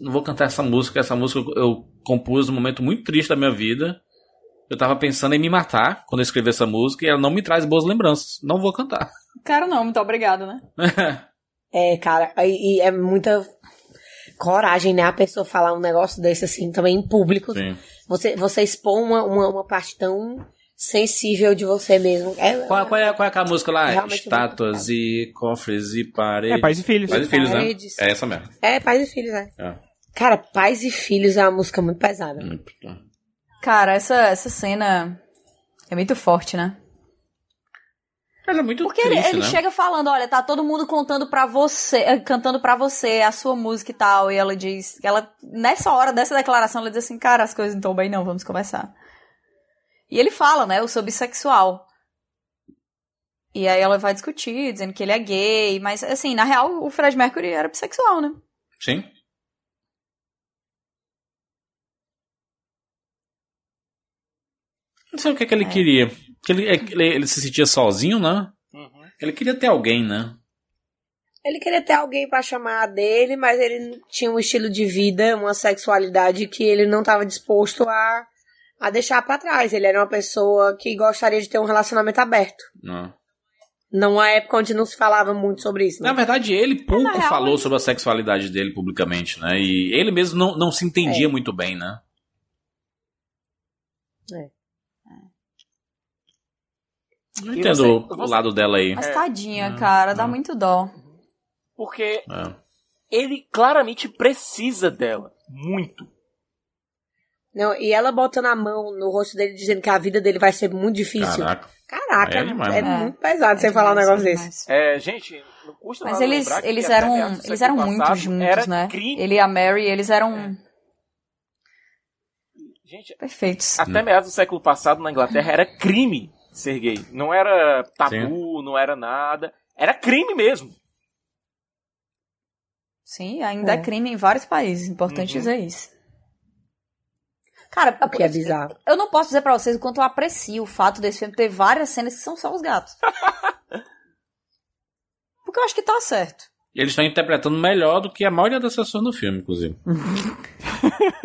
não vou cantar essa música, essa música eu, eu compus num momento muito triste da minha vida. Eu tava pensando em me matar quando eu escrevi essa música e ela não me traz boas lembranças. Não vou cantar. Cara, não, muito obrigado, né? É, cara, e, e é muita coragem, né? A pessoa falar um negócio desse assim também em público. Sim. Você, você expõe uma, uma, uma parte tão sensível de você mesmo. É, Qual, qual é, qual é aquela música lá? Realmente Estátuas e cofres e é paredes. pais e filhos. Pais e filhos, né? Paredes. É essa mesmo. é pais e filhos, né? É. Hum. Cara, pais e filhos é uma música muito pesada. Cara, essa, essa cena é muito forte, né? Ela é muito Porque ele, triste, ele né? chega falando, olha, tá todo mundo contando pra você, eh, cantando pra você a sua música e tal, e ela diz, ela nessa hora dessa declaração, ela diz assim, cara, as coisas não estão bem não, vamos conversar. E ele fala, né, eu sou bissexual. E aí ela vai discutir, dizendo que ele é gay, mas assim, na real, o Fred Mercury era bissexual, né? Sim. Não sei o que, que ele É. queria. Que Ele, ele, ele se sentia sozinho, né? Uhum. Ele queria ter alguém, né? Ele queria ter alguém pra chamar dele, mas ele tinha um estilo de vida, uma sexualidade que ele não tava disposto a, a deixar pra trás. Ele era uma pessoa que gostaria de ter um relacionamento aberto. Não. Numa época onde não se falava muito sobre isso. Na Né? verdade, ele pouco real, falou sobre a sexualidade dele publicamente, né? E ele mesmo não, não se entendia muito bem, né? É. Não E entendo você- o você- lado dela aí. Mas É. tadinha, cara, dá muito dó. Porque É. ele claramente precisa dela. Muito. Não, e ela botando a mão no rosto dele dizendo que a vida dele vai ser muito difícil. Caraca. Caraca, Aí é é, demais, né? muito pesado você falar um Demais, negócio desse. demais. É, gente, não custa Mas nada eles, lembrar que eles até eram, meados do eles eram século muito passado juntos, era né? crime. Ele e a Mary, eles eram É. Gente, perfeitos. até meados do século passado na Inglaterra era crime ser gay. Não era tabu, não era nada. Era crime mesmo. Sim, ainda é. É. crime em vários países. Importante Uhum. dizer isso. Cara, O que é bizarro. eu não posso dizer pra vocês o quanto eu aprecio o fato desse filme ter várias cenas que são só os gatos. Porque eu acho que tá certo. E Eles estão interpretando melhor do que a maioria das pessoas no filme, inclusive.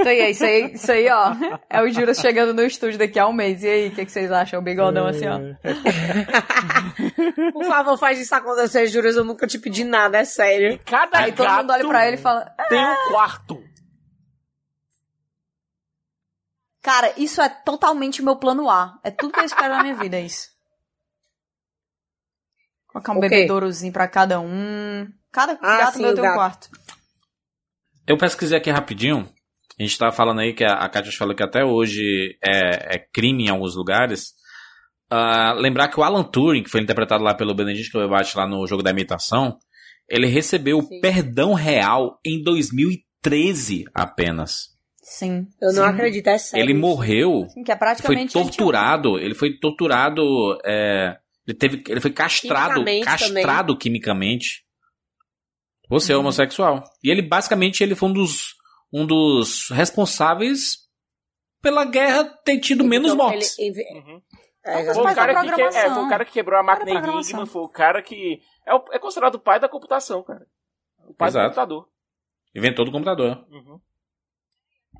Ganhei, isso Então, aí, isso aí, ó. É o Juras chegando no estúdio daqui a um mês. E aí, o que, que vocês acham? O bigodão assim, ó. Por favor, faz isso acontecer, juras. Eu nunca te pedi nada, é sério. Cada Aí todo mundo olha pra ele e fala. "Ah, Tem um quarto. Cara, isso é totalmente meu plano A. É tudo que eu espero na minha vida, é isso. Colocar um Ok. bebedourozinho pra cada um. Cada Ah, gato sim, meu o tem um gato. quarto. Eu pesquisei aqui rapidinho. A gente tava falando aí que a, a Kátia falou que até hoje é, é crime em alguns lugares. Ah, lembrar que o Alan Turing, que foi interpretado lá pelo Benedito Cumberbatch lá no jogo da imitação, ele recebeu o Sim. perdão real em 2013 apenas. Sim. Eu não sim. acredito, é sério. ele morreu, Sim, que é foi praticamente. torturado, ele foi torturado, é, ele teve, ele foi castrado, Quimicamente castrado quimicamente. Você é Uhum. homossexual. E ele basicamente ele foi um dos, um dos responsáveis pela guerra ter tido Ele- menos então, mortes. ele- ele- Uhum. É, Mas Foi o, faz a cara que que- é, programação. foi o cara que quebrou a máquina Faz a programação. Enigma, foi o cara que. É, o- é considerado o pai da computação, cara. O pai Exato. do computador. Inventou do computador. Uhum.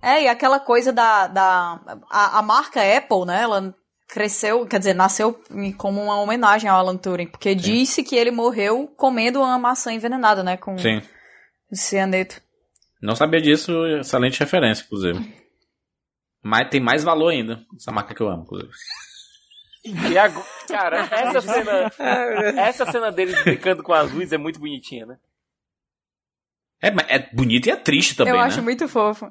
É, e aquela coisa da. da a, a marca Apple, né? Ela cresceu, quer dizer, nasceu em- como uma homenagem ao Alan Turing, porque disse que ele morreu comendo uma maçã envenenada, né? Com Sim. cianeto. Não sabia disso, excelente referência, inclusive. Mas tem mais valor ainda. Essa marca que eu amo, inclusive. E agora, cara, essa cena, essa cena dele brincando com as luzes é muito bonitinha, né? É, mas é bonito e é triste também, Eu né? acho muito fofo.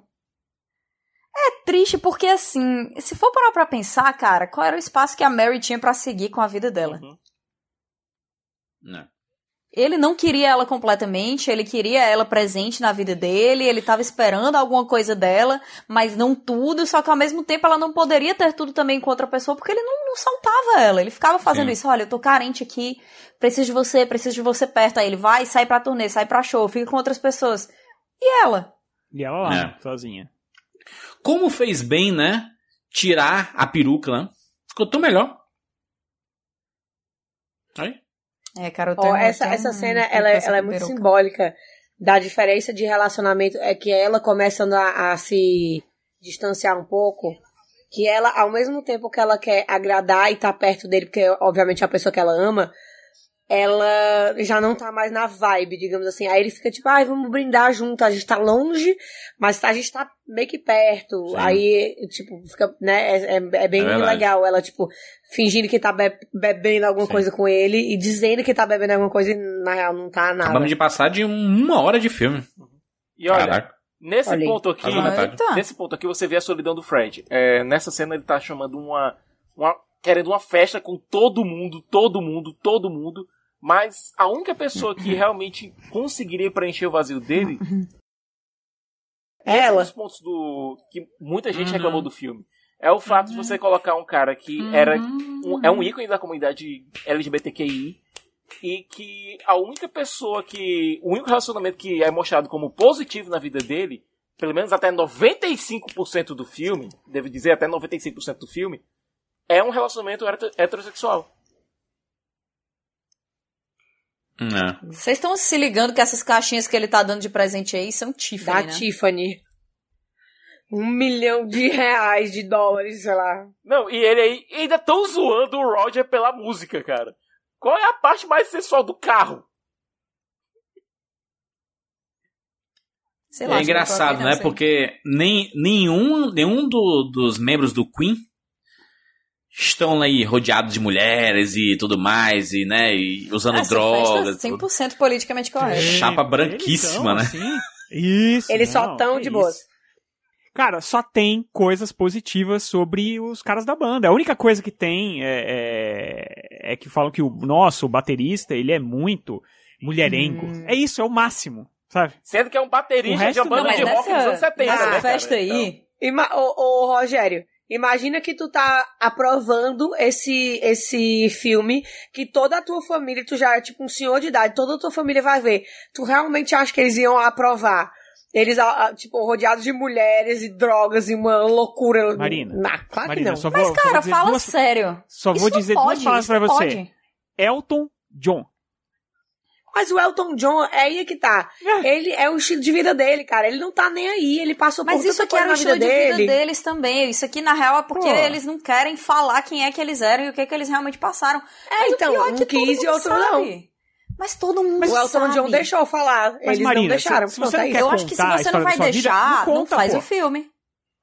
É triste porque, assim, se for parar pra pensar, cara, qual era o espaço que a Mary tinha pra seguir com a vida dela? Uhum. Não. Ele não queria ela completamente, ele queria ela presente na vida dele, ele tava esperando alguma coisa dela, mas não tudo, só que ao mesmo tempo ela não poderia ter tudo também com outra pessoa, porque ele não, não saltava ela, ele ficava fazendo Sim. isso, olha, eu tô carente aqui, preciso de você, preciso de você perto, aí ele vai, sai pra turnê, sai pra show, fica com outras pessoas. E ela? E ela lá, É. sozinha. Como fez bem, né? Tirar a peruca, né? Ficou tão melhor. Aí. É, cara, eu tenho, Ó, essa, eu tenho essa um- cena tenho ela, peça ela é com muito peruca. simbólica da diferença de relacionamento é que ela começando a, a se distanciar um pouco que ela ao mesmo tempo que ela quer agradar e tá perto dele porque obviamente é a pessoa que ela ama ela já não tá mais na vibe, digamos assim. Aí ele fica tipo, ai, vamos brindar junto, a gente tá longe, mas a gente tá meio que perto. Sim. Aí, tipo, fica, né, é, é- é bem É verdade. legal ela, tipo, fingindo que tá be- bebendo alguma Sim. coisa com ele e dizendo que tá bebendo alguma coisa e na real não tá nada. Acabamos de passar de uma hora de filme. E olha, Caraca. nesse Olha aí. Ah. ponto aqui, Faz uma metade. Eita. Nesse ponto aqui você vê a solidão do Fred. É, nessa cena ele tá chamando uma, uma. querendo uma festa com todo mundo, todo mundo, todo mundo. Mas a única pessoa que realmente conseguiria preencher o vazio dele. esse é um Ela. dos pontos do. que muita gente Uhum. reclamou do filme. É o fato de você colocar um cara que era. um- é um ícone da comunidade LGBTQI. E que a única pessoa que. O único relacionamento que é mostrado como positivo na vida dele pelo menos até 95% do filme, devo dizer, até 95% do filme, é um relacionamento heter- heterossexual. É. Vocês estão se ligando que essas caixinhas que ele tá dando de presente aí são Da Tiffany, né? Tiffany. Um milhão de reais, de dólares, sei lá. Não, e ele aí e ainda tão zoando o Roger pela música, cara. Qual é a parte mais sensual do carro? Sei É lá, acho que eu tô engraçado, apenas né? aí. Porque nem, nenhum, nenhum do- dos membros do Queen estão aí rodeados de mulheres e tudo mais, e, né? E usando Essa drogas. festa é 100% politicamente correta. Chapa Eles branquíssima, são né? assim? Isso. Eles só não, tão que de boas. isso. Cara, só tem coisas positivas sobre os caras da banda. A única coisa que tem é, é, é que falam que o nosso o baterista, ele é muito mulherengo. Hum. É isso, é o máximo, sabe? Sendo que é um O baterista de resto uma Não, banda mas de rock dos nessa, anos 70, nessa né, cara? festa aí, Então, Ima ô, ô, Rogério, imagina que tu tá aprovando esse, esse filme, que toda a tua família, tu já é tipo um senhor de idade, toda a tua família vai ver. Tu realmente acha que eles iam aprovar? Eles, a- a- tipo, rodeados de mulheres e drogas e uma loucura. Marina, Não, claro Marina, que não. só vou, Ah, mas, só vou cara, dizer fala duas, sério. só vou Isso não dizer pode, duas palavras isso pra não você. pode. Elton John. Mas o Elton John, é aí que tá. Ele é o estilo de vida dele, cara. Ele não tá nem aí, ele passou por Mas tanta isso aqui coisa era o na vida estilo de dele. vida deles também. Isso aqui, na real, é porque Pô. eles não querem falar quem é que eles eram e o que é que eles realmente passaram. É, Mas então, o pior é um que todo quis mundo e outro sabe. não. Mas todo mundo o Elton sabe. John deixou falar. Mas, Eles não Marina, deixaram. se- se Pronto, você não é quer isso. Eu acho que se contar a você não história da vai sua vida, deixar, não não, conta, faz pô. o filme.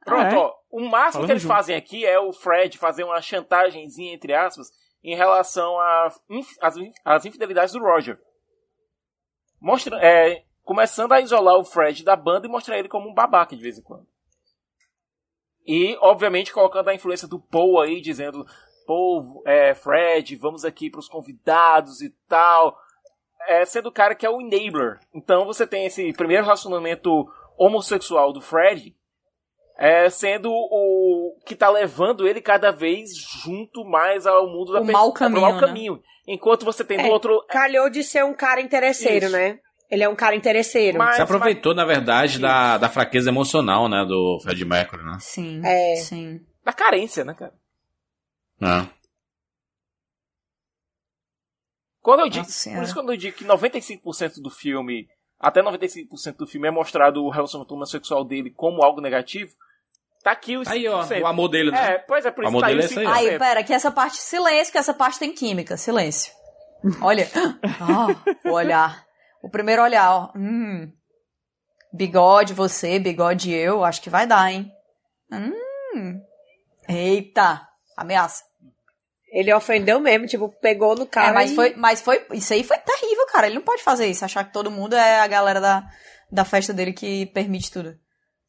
Pronto, É. ó. O máximo Falando que eles junto. fazem aqui é o Fred fazer uma chantagemzinha, entre aspas, em relação à inf- às in- às infidelidades do Roger. Mostra, é, começando a isolar o Fred da banda e mostrar ele como um babaca de vez em quando. E, obviamente, colocando a influência do Paul aí, dizendo: Paul, é, Fred, vamos aqui pros convidados e tal. É, sendo o cara que é o enabler. Então você tem esse primeiro relacionamento homossexual do Fred, é, sendo o que tá levando ele cada vez junto mais ao mundo da O pe- mau ao caminho, mau né? caminho. Enquanto você tem do É. outro. Calhou de ser um cara interesseiro, Isso. né? Ele é um cara interesseiro. Mas- Se aproveitou, na verdade, da, da fraqueza emocional, né, do Fred Mercury, né? Sim, É. sim. Da carência, né, cara? É. Quando eu digo, Nossa Senhora. por isso que quando eu digo que 95% do filme, até 95% do filme é mostrado o relacionamento homossexual dele como algo negativo, tá aqui os Aí, ó, 5%. o amor dele, né? É, pois é, por O isso amor tá aí dele os é esse aí, ó. Aí, 5%. pera, que essa parte, silêncio, que essa parte tem química, silêncio. Olha, Ah, o olhar, o primeiro olhar, ó. Hum. Bigode você, bigode eu, acho que vai dar, hein? Hum. Eita, ameaça. Ele ofendeu mesmo, tipo, pegou no cara. é, mas e- foi, mas foi, isso aí foi terrível, cara. Ele não pode fazer isso, achar que todo mundo é a galera da, da festa dele que permite tudo.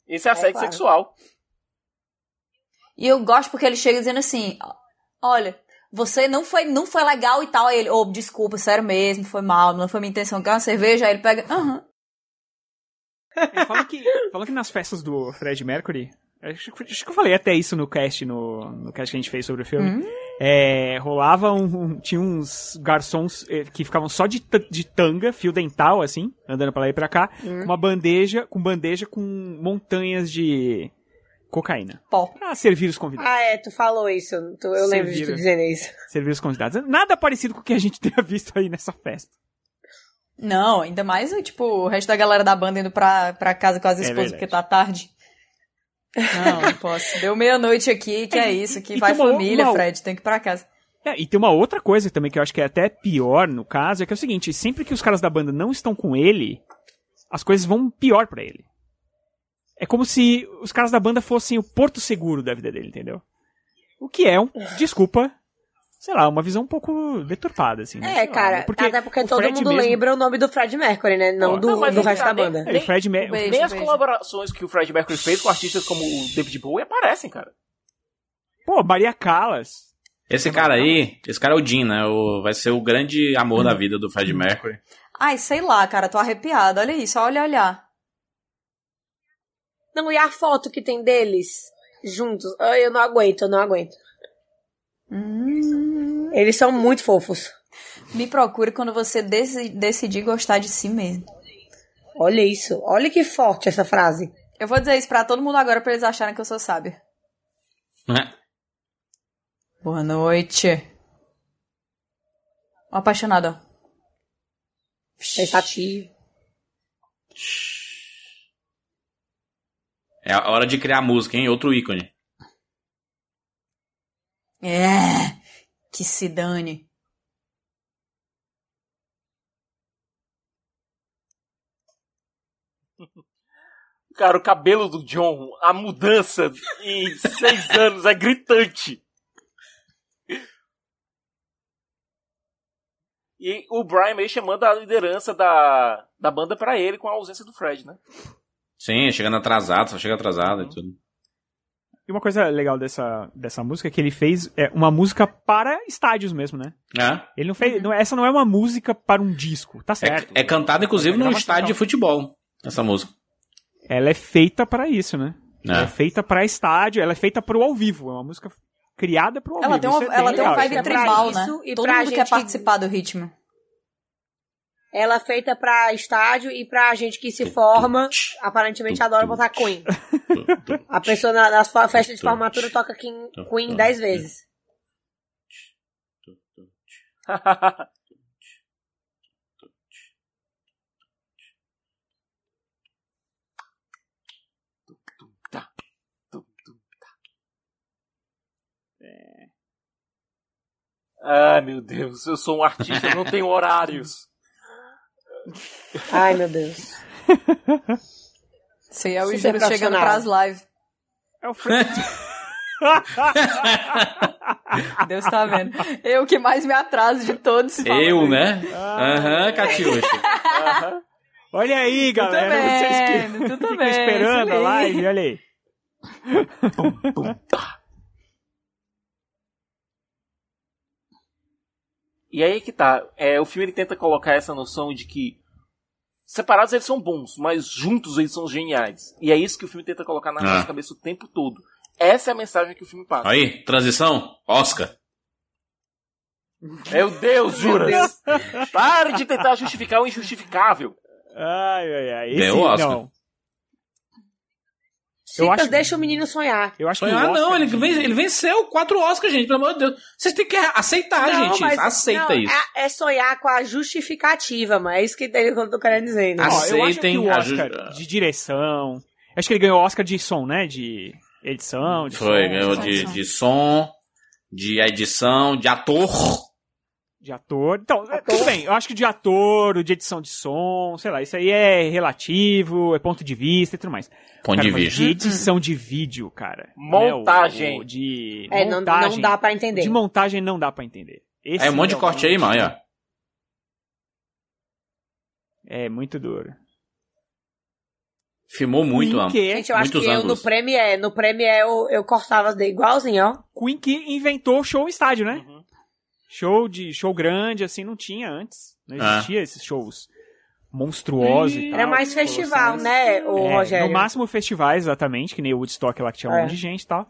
Esse é assédio claro. sexual. E eu gosto porque ele chega dizendo assim: "Olha, você não foi, não foi legal e tal". Aí ele: "Oh, desculpa, sério mesmo, foi mal, não foi minha intenção". Quer uma cerveja? Aí ele pega: "Aham". É, falam, que, falam que nas festas do Fred Mercury. Acho, que- acho que eu falei até isso no cast, no, no cast que a gente fez sobre o filme. Hum. É, rolava um, um- Tinha uns garçons eh, que ficavam só de, ta- de tanga, fio dental, assim, andando pra lá e pra cá, com uma bandeja, com bandeja com montanhas de cocaína. Pó. Pra servir os convidados. Ah, é, tu falou isso. Tu- eu lembro de tu Serviram. dizendo isso. Servir os convidados. Nada parecido com o que a gente tenha visto aí nessa festa. Não, ainda mais, tipo, o resto da galera da banda indo pra, pra casa com as É esposas, porque verdade. tá tarde. Não, não posso. Deu meia-noite aqui, que é É, e- isso, que e vai tem uma o- família, uma o- Fred, tem que ir pra casa. É, e tem uma outra coisa também que eu acho que é até pior no caso, é que é o seguinte, sempre que os caras da banda não estão com ele, as coisas vão pior pra ele. É como se os caras da banda fossem o porto seguro da vida dele, entendeu? O que é um, desculpa, sei lá, uma visão um pouco deturpada assim, né? É, Sei lá, cara. né? porque até porque o todo Fred mundo mesmo- lembra o nome do Fred Mercury, né? Não Ó. do, Não, mas do ele resto tá da bem- banda. É, o Fred Me... Beijo, Nem as beijo. colaborações que o Fred Mercury fez com artistas como o David Bowie aparecem, cara. Pô, Maria Callas. Esse cara aí, esse cara é o Jim, né? O, vai ser o grande Uhum. amor da vida do Fred Mercury. Ai, sei lá, cara, tô arrepiada, olha isso, olha, olha. Não, e a foto que tem deles juntos? Ai, Eu não aguento, eu não aguento. Eles são muito fofos. Me procure quando você desi- decidir gostar de si mesmo. Olha isso. Olha que forte essa frase. Eu vou dizer isso pra todo mundo agora pra eles acharem que eu sou sábia. Né? Boa noite. Uma apaixonada. Pensativo. É a hora de criar música, hein? Outro ícone. É, que se dane. Cara, o cabelo do John, a mudança em seis anos é gritante. E o Brian May chamando a liderança da, da banda pra ele com a ausência do Fred, né? Sim, chegando atrasado, só chega atrasado Uhum. e tudo. E uma coisa legal dessa, dessa música é que ele fez é uma música para estádios mesmo, né? É. Ele não Uhum. fez, não- essa não é uma música para um disco, tá certo? É, é cantado, inclusive, É num gravação. estádio de futebol, essa música. ela é feita pra isso, né? Ela é É. feita pra estádio, ela é feita pro ao vivo, é uma música criada pro ao Ela vivo. tem, uma, isso é ela bem tem uma legal, vibe isso é bem tribal, pra né? isso e Todo pra mundo quer gente- participar do ritmo. Ela é feita pra estádio e pra gente que se forma. Aparentemente adora botar Queen. A pessoa na, na sua festa de formatura toca Queen, Queen dez vezes. É. Ai, meu Deus, eu sou um artista, eu não tenho horários. Ai, meu Deus. Isso aí é o Super Júlio chegando pras profissional. lives. É o Fred. Deus tá vendo. Eu que mais me atraso de todos. Eu, né? Ah. Aham, Catiuxa. Olha aí, galera. Vocês que vendo, tudo ficam bem, esperando isso a aí. live, olha aí. E aí que tá. É, o filme ele tenta colocar essa noção de que separados eles são bons, mas juntos eles são geniais. E é isso que o filme tenta colocar na Ah. nossa cabeça o tempo todo. Essa é a mensagem que o filme passa. Aí, transição, Oscar. Meu Deus, Juras! Pare de tentar justificar o injustificável. Ai, ai, ai. Esse, Ganhou o Oscar. não. Eu Chicas, acho- deixa o menino sonhar. Eu acho um que Sonhar o Oscar, ah, não, ele, ven- ele venceu quatro Oscars, gente, pelo amor de Deus. Vocês têm que aceitar, Não, Ah, gente. mas- Aceita não, isso. É, é sonhar com a justificativa, mas é isso que eu tô querendo dizer. Né? Ó, As- eu acho que Aceitem o a Oscar ju- de direção. Acho que ele ganhou o Oscar de som, né? De edição. De Foi, som, ganhou som, de, som, de som, de edição, de ator. de ator. Então, é, Ator. tudo bem. Eu acho que de ator, o de edição de som, sei lá. Isso aí é relativo, é ponto de vista e tudo mais. Ponto Cara, de mas vista. De Uhum. edição de vídeo, cara. Montagem. Né, o- o de É, não, montagem. não dá pra entender. De montagem não dá pra entender. Esse É um monte de realmente corte aí, mano. aí, ó. É muito duro. Filmou muito, mano. Queen que, Gente, eu acho Muitos que eu ângulos. no Premiere, no Premiere eu, eu cortava de igualzinho, ó. Queen que inventou o show estádio, né? Uhum. Show de show grande, assim, não tinha antes. Não Ah. existia esses shows monstruosos e tal. Era é mais festival, né, o É, Rogério? No máximo festivais, exatamente, que nem o Woodstock lá que tinha um É. monte de gente e tal.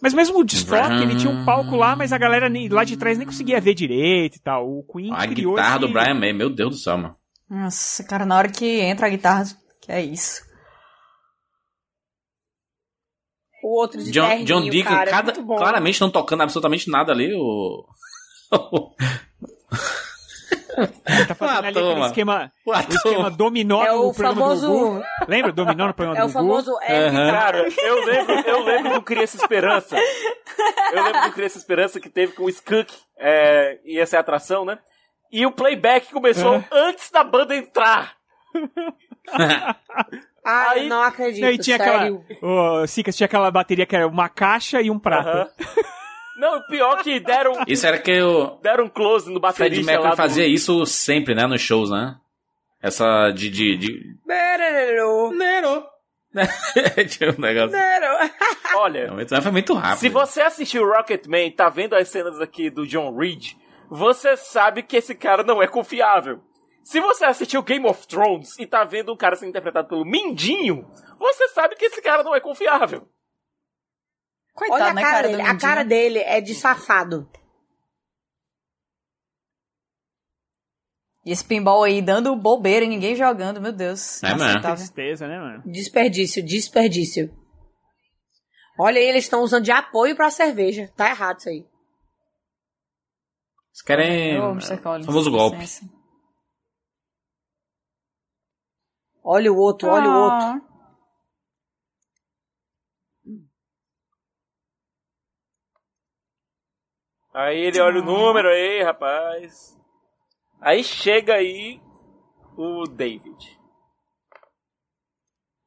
Mas mesmo o Woodstock, ele tinha um palco lá, mas a galera nem- lá de trás nem conseguia ver direito e tal. O Queen A criou guitarra esse- do Brian May, meu Deus do céu, mano. Nossa, cara, na hora que entra a guitarra, que é isso. O outro de John, terninho, John Deacon, cara, é cada- muito bom. claramente não tocando absolutamente nada ali, o. Tá fazendo Ah, ali aquele toma. esquema, o o esquema ator. dominó É no o programa do Gugu. famoso... Lembra? Dominó no programa É o do Gugu. famoso... É, Aham. Cara, eu lembro, eu lembro do Criança Esperança. Eu lembro do Criança Esperança que teve com o Skunk é, e essa é a atração, né? E o playback começou É. antes da banda entrar. Ah, Aí- eu não acredito, né, E tinha sério. aquela. O Sicas tinha aquela bateria que era uma caixa e um prato. Aham. Não, o pior é que deram, Isso era que o deram um close Fred no baterista lá Mercury do- fazia isso sempre, né? Nos shows, né? Essa de. de, de... Bererô, Nero. Tinha um negócio. bererô. Olha, Realmente, mas foi muito rápido. se você assistiu Rocketman e tá vendo as cenas aqui do John Reed, você sabe que esse cara não é confiável. Se você assistiu Game of Thrones e tá vendo um cara sendo interpretado pelo Mindinho, você sabe que esse cara não é confiável. Coitado, Olha a né, cara cara? dele. do A cara Mindinho. dele é de safado. E esse pinball aí dando bobeira e ninguém jogando, meu Deus. tá É mesmo. Inaceitável. Tristeza, né, mano? Desperdício, desperdício. Olha aí, eles estão usando de apoio pra cerveja. Tá errado isso aí. Vocês querem. Ô, Mr. Collins, famoso com golpe. licença. Olha o outro, olha o outro. Ah. Aí ele olha o número aí, rapaz. Aí chega aí o David.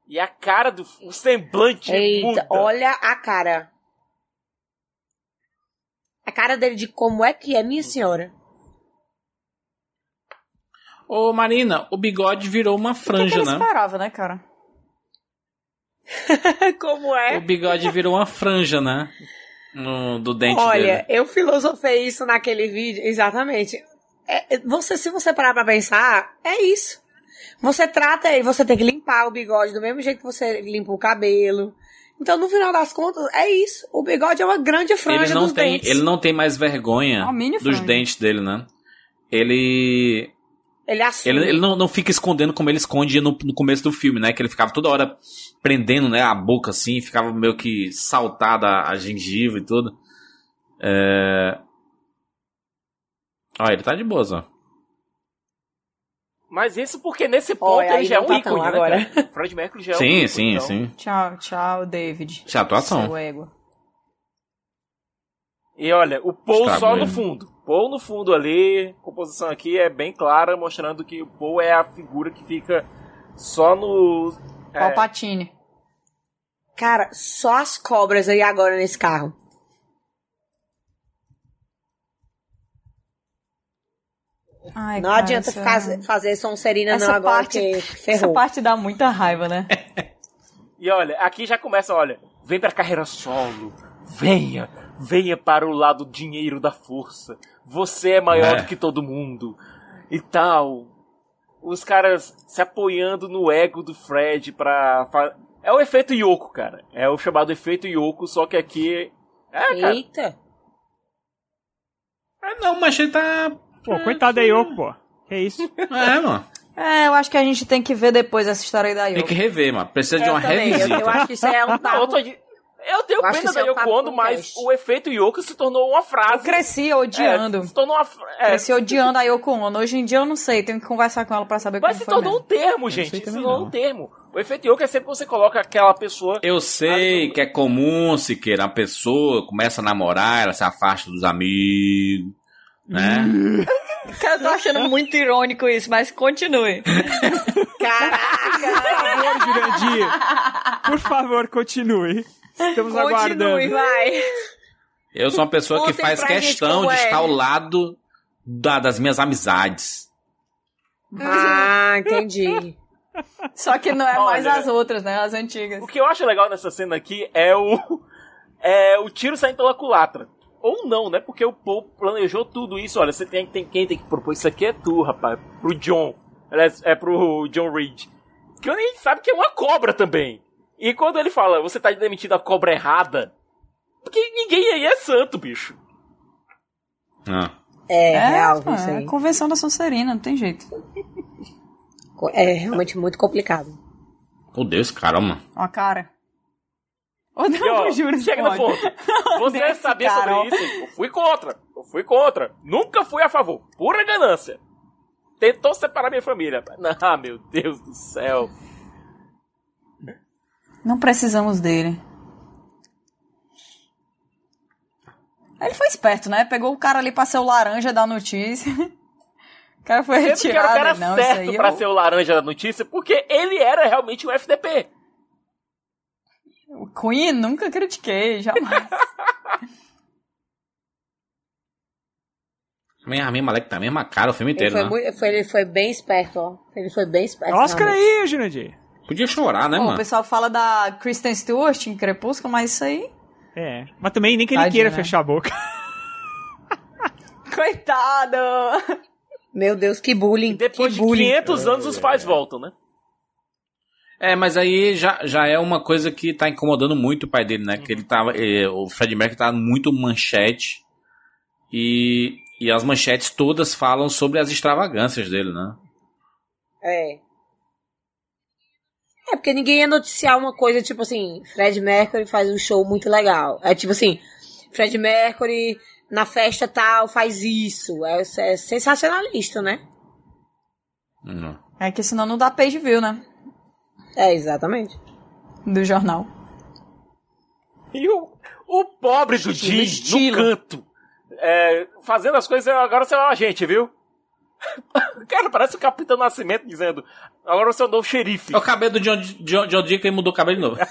E a cara do. O semblante Eita, muda. olha a cara. A cara dele de como é que é, minha senhora. Ô, Marina, o bigode virou uma O que, que franja, ele né? esperava, né, cara? como é? O bigode virou uma franja, né? No, do dente Olha, dele. eu filosofei isso naquele vídeo, exatamente. É, você, se você parar pra pensar, é isso. Você trata ele, você tem que limpar o bigode do mesmo jeito que você limpa o cabelo. Então, no final das contas, é isso. O bigode é uma grande franja Ele não, dos tem, dentes. ele não tem mais vergonha Uma mini dos franja. dentes dele, né? Ele Ele é assim. assume. Ele, ele não, não fica escondendo como ele esconde no, no começo do filme, né? Que ele ficava toda hora prendendo né, a boca assim, ficava meio que saltada a, a gengiva e tudo. É... Ó, ele tá de boa, ó. Mas isso porque nesse ponto Olha, ele aí já é um não tá ícone, tão né? agora. cara? O Fred Mercury já é um Sim, ícone. sim, então. sim. Tchau, tchau, David. Isso é atuação. Seu ego. E olha, o Paul Estragou só no ele. fundo. Paul no fundo ali, a composição aqui é bem clara, mostrando que o Paul é a figura que fica só no. é, Palpatine. Cara, só as cobras aí agora nesse carro. Ai, Não cara, adianta essa- ficar fazer Sonserina Essa não agora, parte- porque Essa ferrou. parte dá muita raiva, né? E olha, aqui já começa, olha, vem pra carreira solo, venha, venha para o lado dinheiro da força. Você é maior É. do que todo mundo. E tal. Os caras se apoiando no ego do Fred pra. fa- É o efeito Yoko, cara. É o chamado efeito Yoko, só que aqui. É, cara. Eita. Ah, não, mas ele tá. Pô, coitado da Yoko, pô. Que isso? É, mano. É, eu acho que a gente tem que ver depois essa história aí da Tem que Yoko. rever, mano. Precisa de Eu uma também, eu, revisita. eu acho que isso é um Não, eu, papo. tô de- eu tenho Eu acho que pena isso da é um Yoko papo Ono, mas podcast. o efeito Yoko se tornou uma Eu frase. cresci É, odiando. se tornou uma. fra- é, Cresci odiando a Yoko Ono. Hoje em dia eu não sei, tenho que conversar com ela pra saber Mas como se foi tornou mesmo. um termo, gente. sei Se também tornou não. um termo. O efeito Yoko é sempre que você coloca aquela pessoa. Eu sei que é comum se queira uma pessoa começa a namorar, ela se afasta dos amigos, né? Cara, eu tô achando muito irônico isso, mas continue. Caraca, Por favor, Jurandir. Por favor, continue. Estamos continue, aguardando. vai. Eu sou uma pessoa que Contem faz pra gente questão como de é. estar ao lado da- das minhas amizades. Ah, entendi. Só que não é mais Olha. as outras, né? As antigas. O que eu acho legal nessa cena aqui é o. É o tiro saindo pela culatra. Ou não, né? Porque o Paul planejou tudo isso. Olha, você tem, tem quem tem que propor isso aqui é tu, rapaz. Pro John. Aliás, É pro John Reed. Que ele sabe que é uma cobra também. E quando ele fala, você tá demitido a cobra errada. Porque ninguém aí é santo, bicho. Ah. É, real, pô, isso é aí. a convenção da Sonserina, não tem jeito. É realmente muito complicado. Meu Deus, caramba. Ó, a cara. Ô, não, E, ó, juro, chega não no pode. ponto. Você Desse sabia cara, ó. sobre isso? Eu fui contra. Eu fui contra. Nunca fui a favor. Pura ganância. Tentou separar minha família. Ah, meu Deus do céu. Não precisamos dele. Ele foi esperto, né? Pegou o cara ali pra ser o laranja da notícia. O cara foi Sendo que era o retirado. cara não, isso certo aí pra eu- ser o laranja da notícia, porque ele era realmente o FDP. o Queen nunca critiquei, jamais. Minha, a minha moleque tá a mesma cara o filme Ele inteiro, foi, né? mui- foi- ele foi bem esperto, ó. Ele foi bem esperto. Oscar realmente. aí, Jurandir. Podia chorar, né, Bom, o mano? pessoal fala da Kristen Stewart em Crepúsculo, mas isso aí. É. Mas também nem que ele Tadinho, queira né? fechar a boca. Coitado! Meu Deus, que bullying. E depois que de bullying. 500 anos, os pais voltam, né? É, mas aí já, já é uma coisa que tá incomodando muito o pai dele, né? Uhum. Que ele tava. eh, o Fred Mercury tá muito manchete. E, e as manchetes todas falam sobre as extravagâncias dele, né? É. É, porque ninguém ia noticiar uma coisa tipo assim: Fred Mercury faz um show muito legal. É tipo assim: Fred Mercury na festa tal faz isso. É, é sensacionalista, né? Hum. É que senão não dá page view, né? É, exatamente. Do jornal. E o, o pobre do Jim no estilo. canto. é, fazendo as coisas, agora você é a gente, viu? Cara, parece o Capitão Nascimento dizendo: agora você é o novo xerife. É o cabelo do John, John, John Deacon e mudou o cabelo de novo.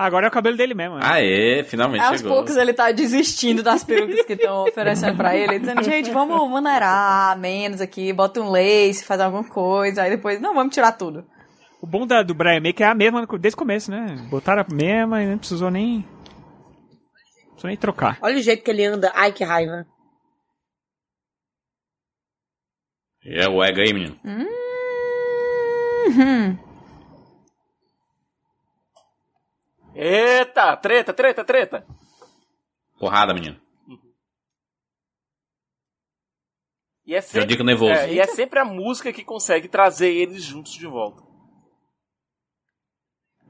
Agora é o cabelo dele mesmo. né? Aê, Ah, é? finalmente Aos chegou. poucos ele tá desistindo das perucas que estão oferecendo pra ele, dizendo, gente, vamos maneirar menos aqui, bota um lace, faz alguma coisa, aí depois, não, vamos tirar tudo. O bom da, do Brian May que é a mesma desde o começo, né? Botaram a mesma e não precisou nem. Precisou nem trocar. Olha o jeito que ele anda. Ai, que raiva. É o ego aí, menino. Uhum. Eita, treta, treta, treta. Porrada, menino. E é John sempre, Deacon nervoso. é, e é sempre a música que consegue trazer eles juntos de volta.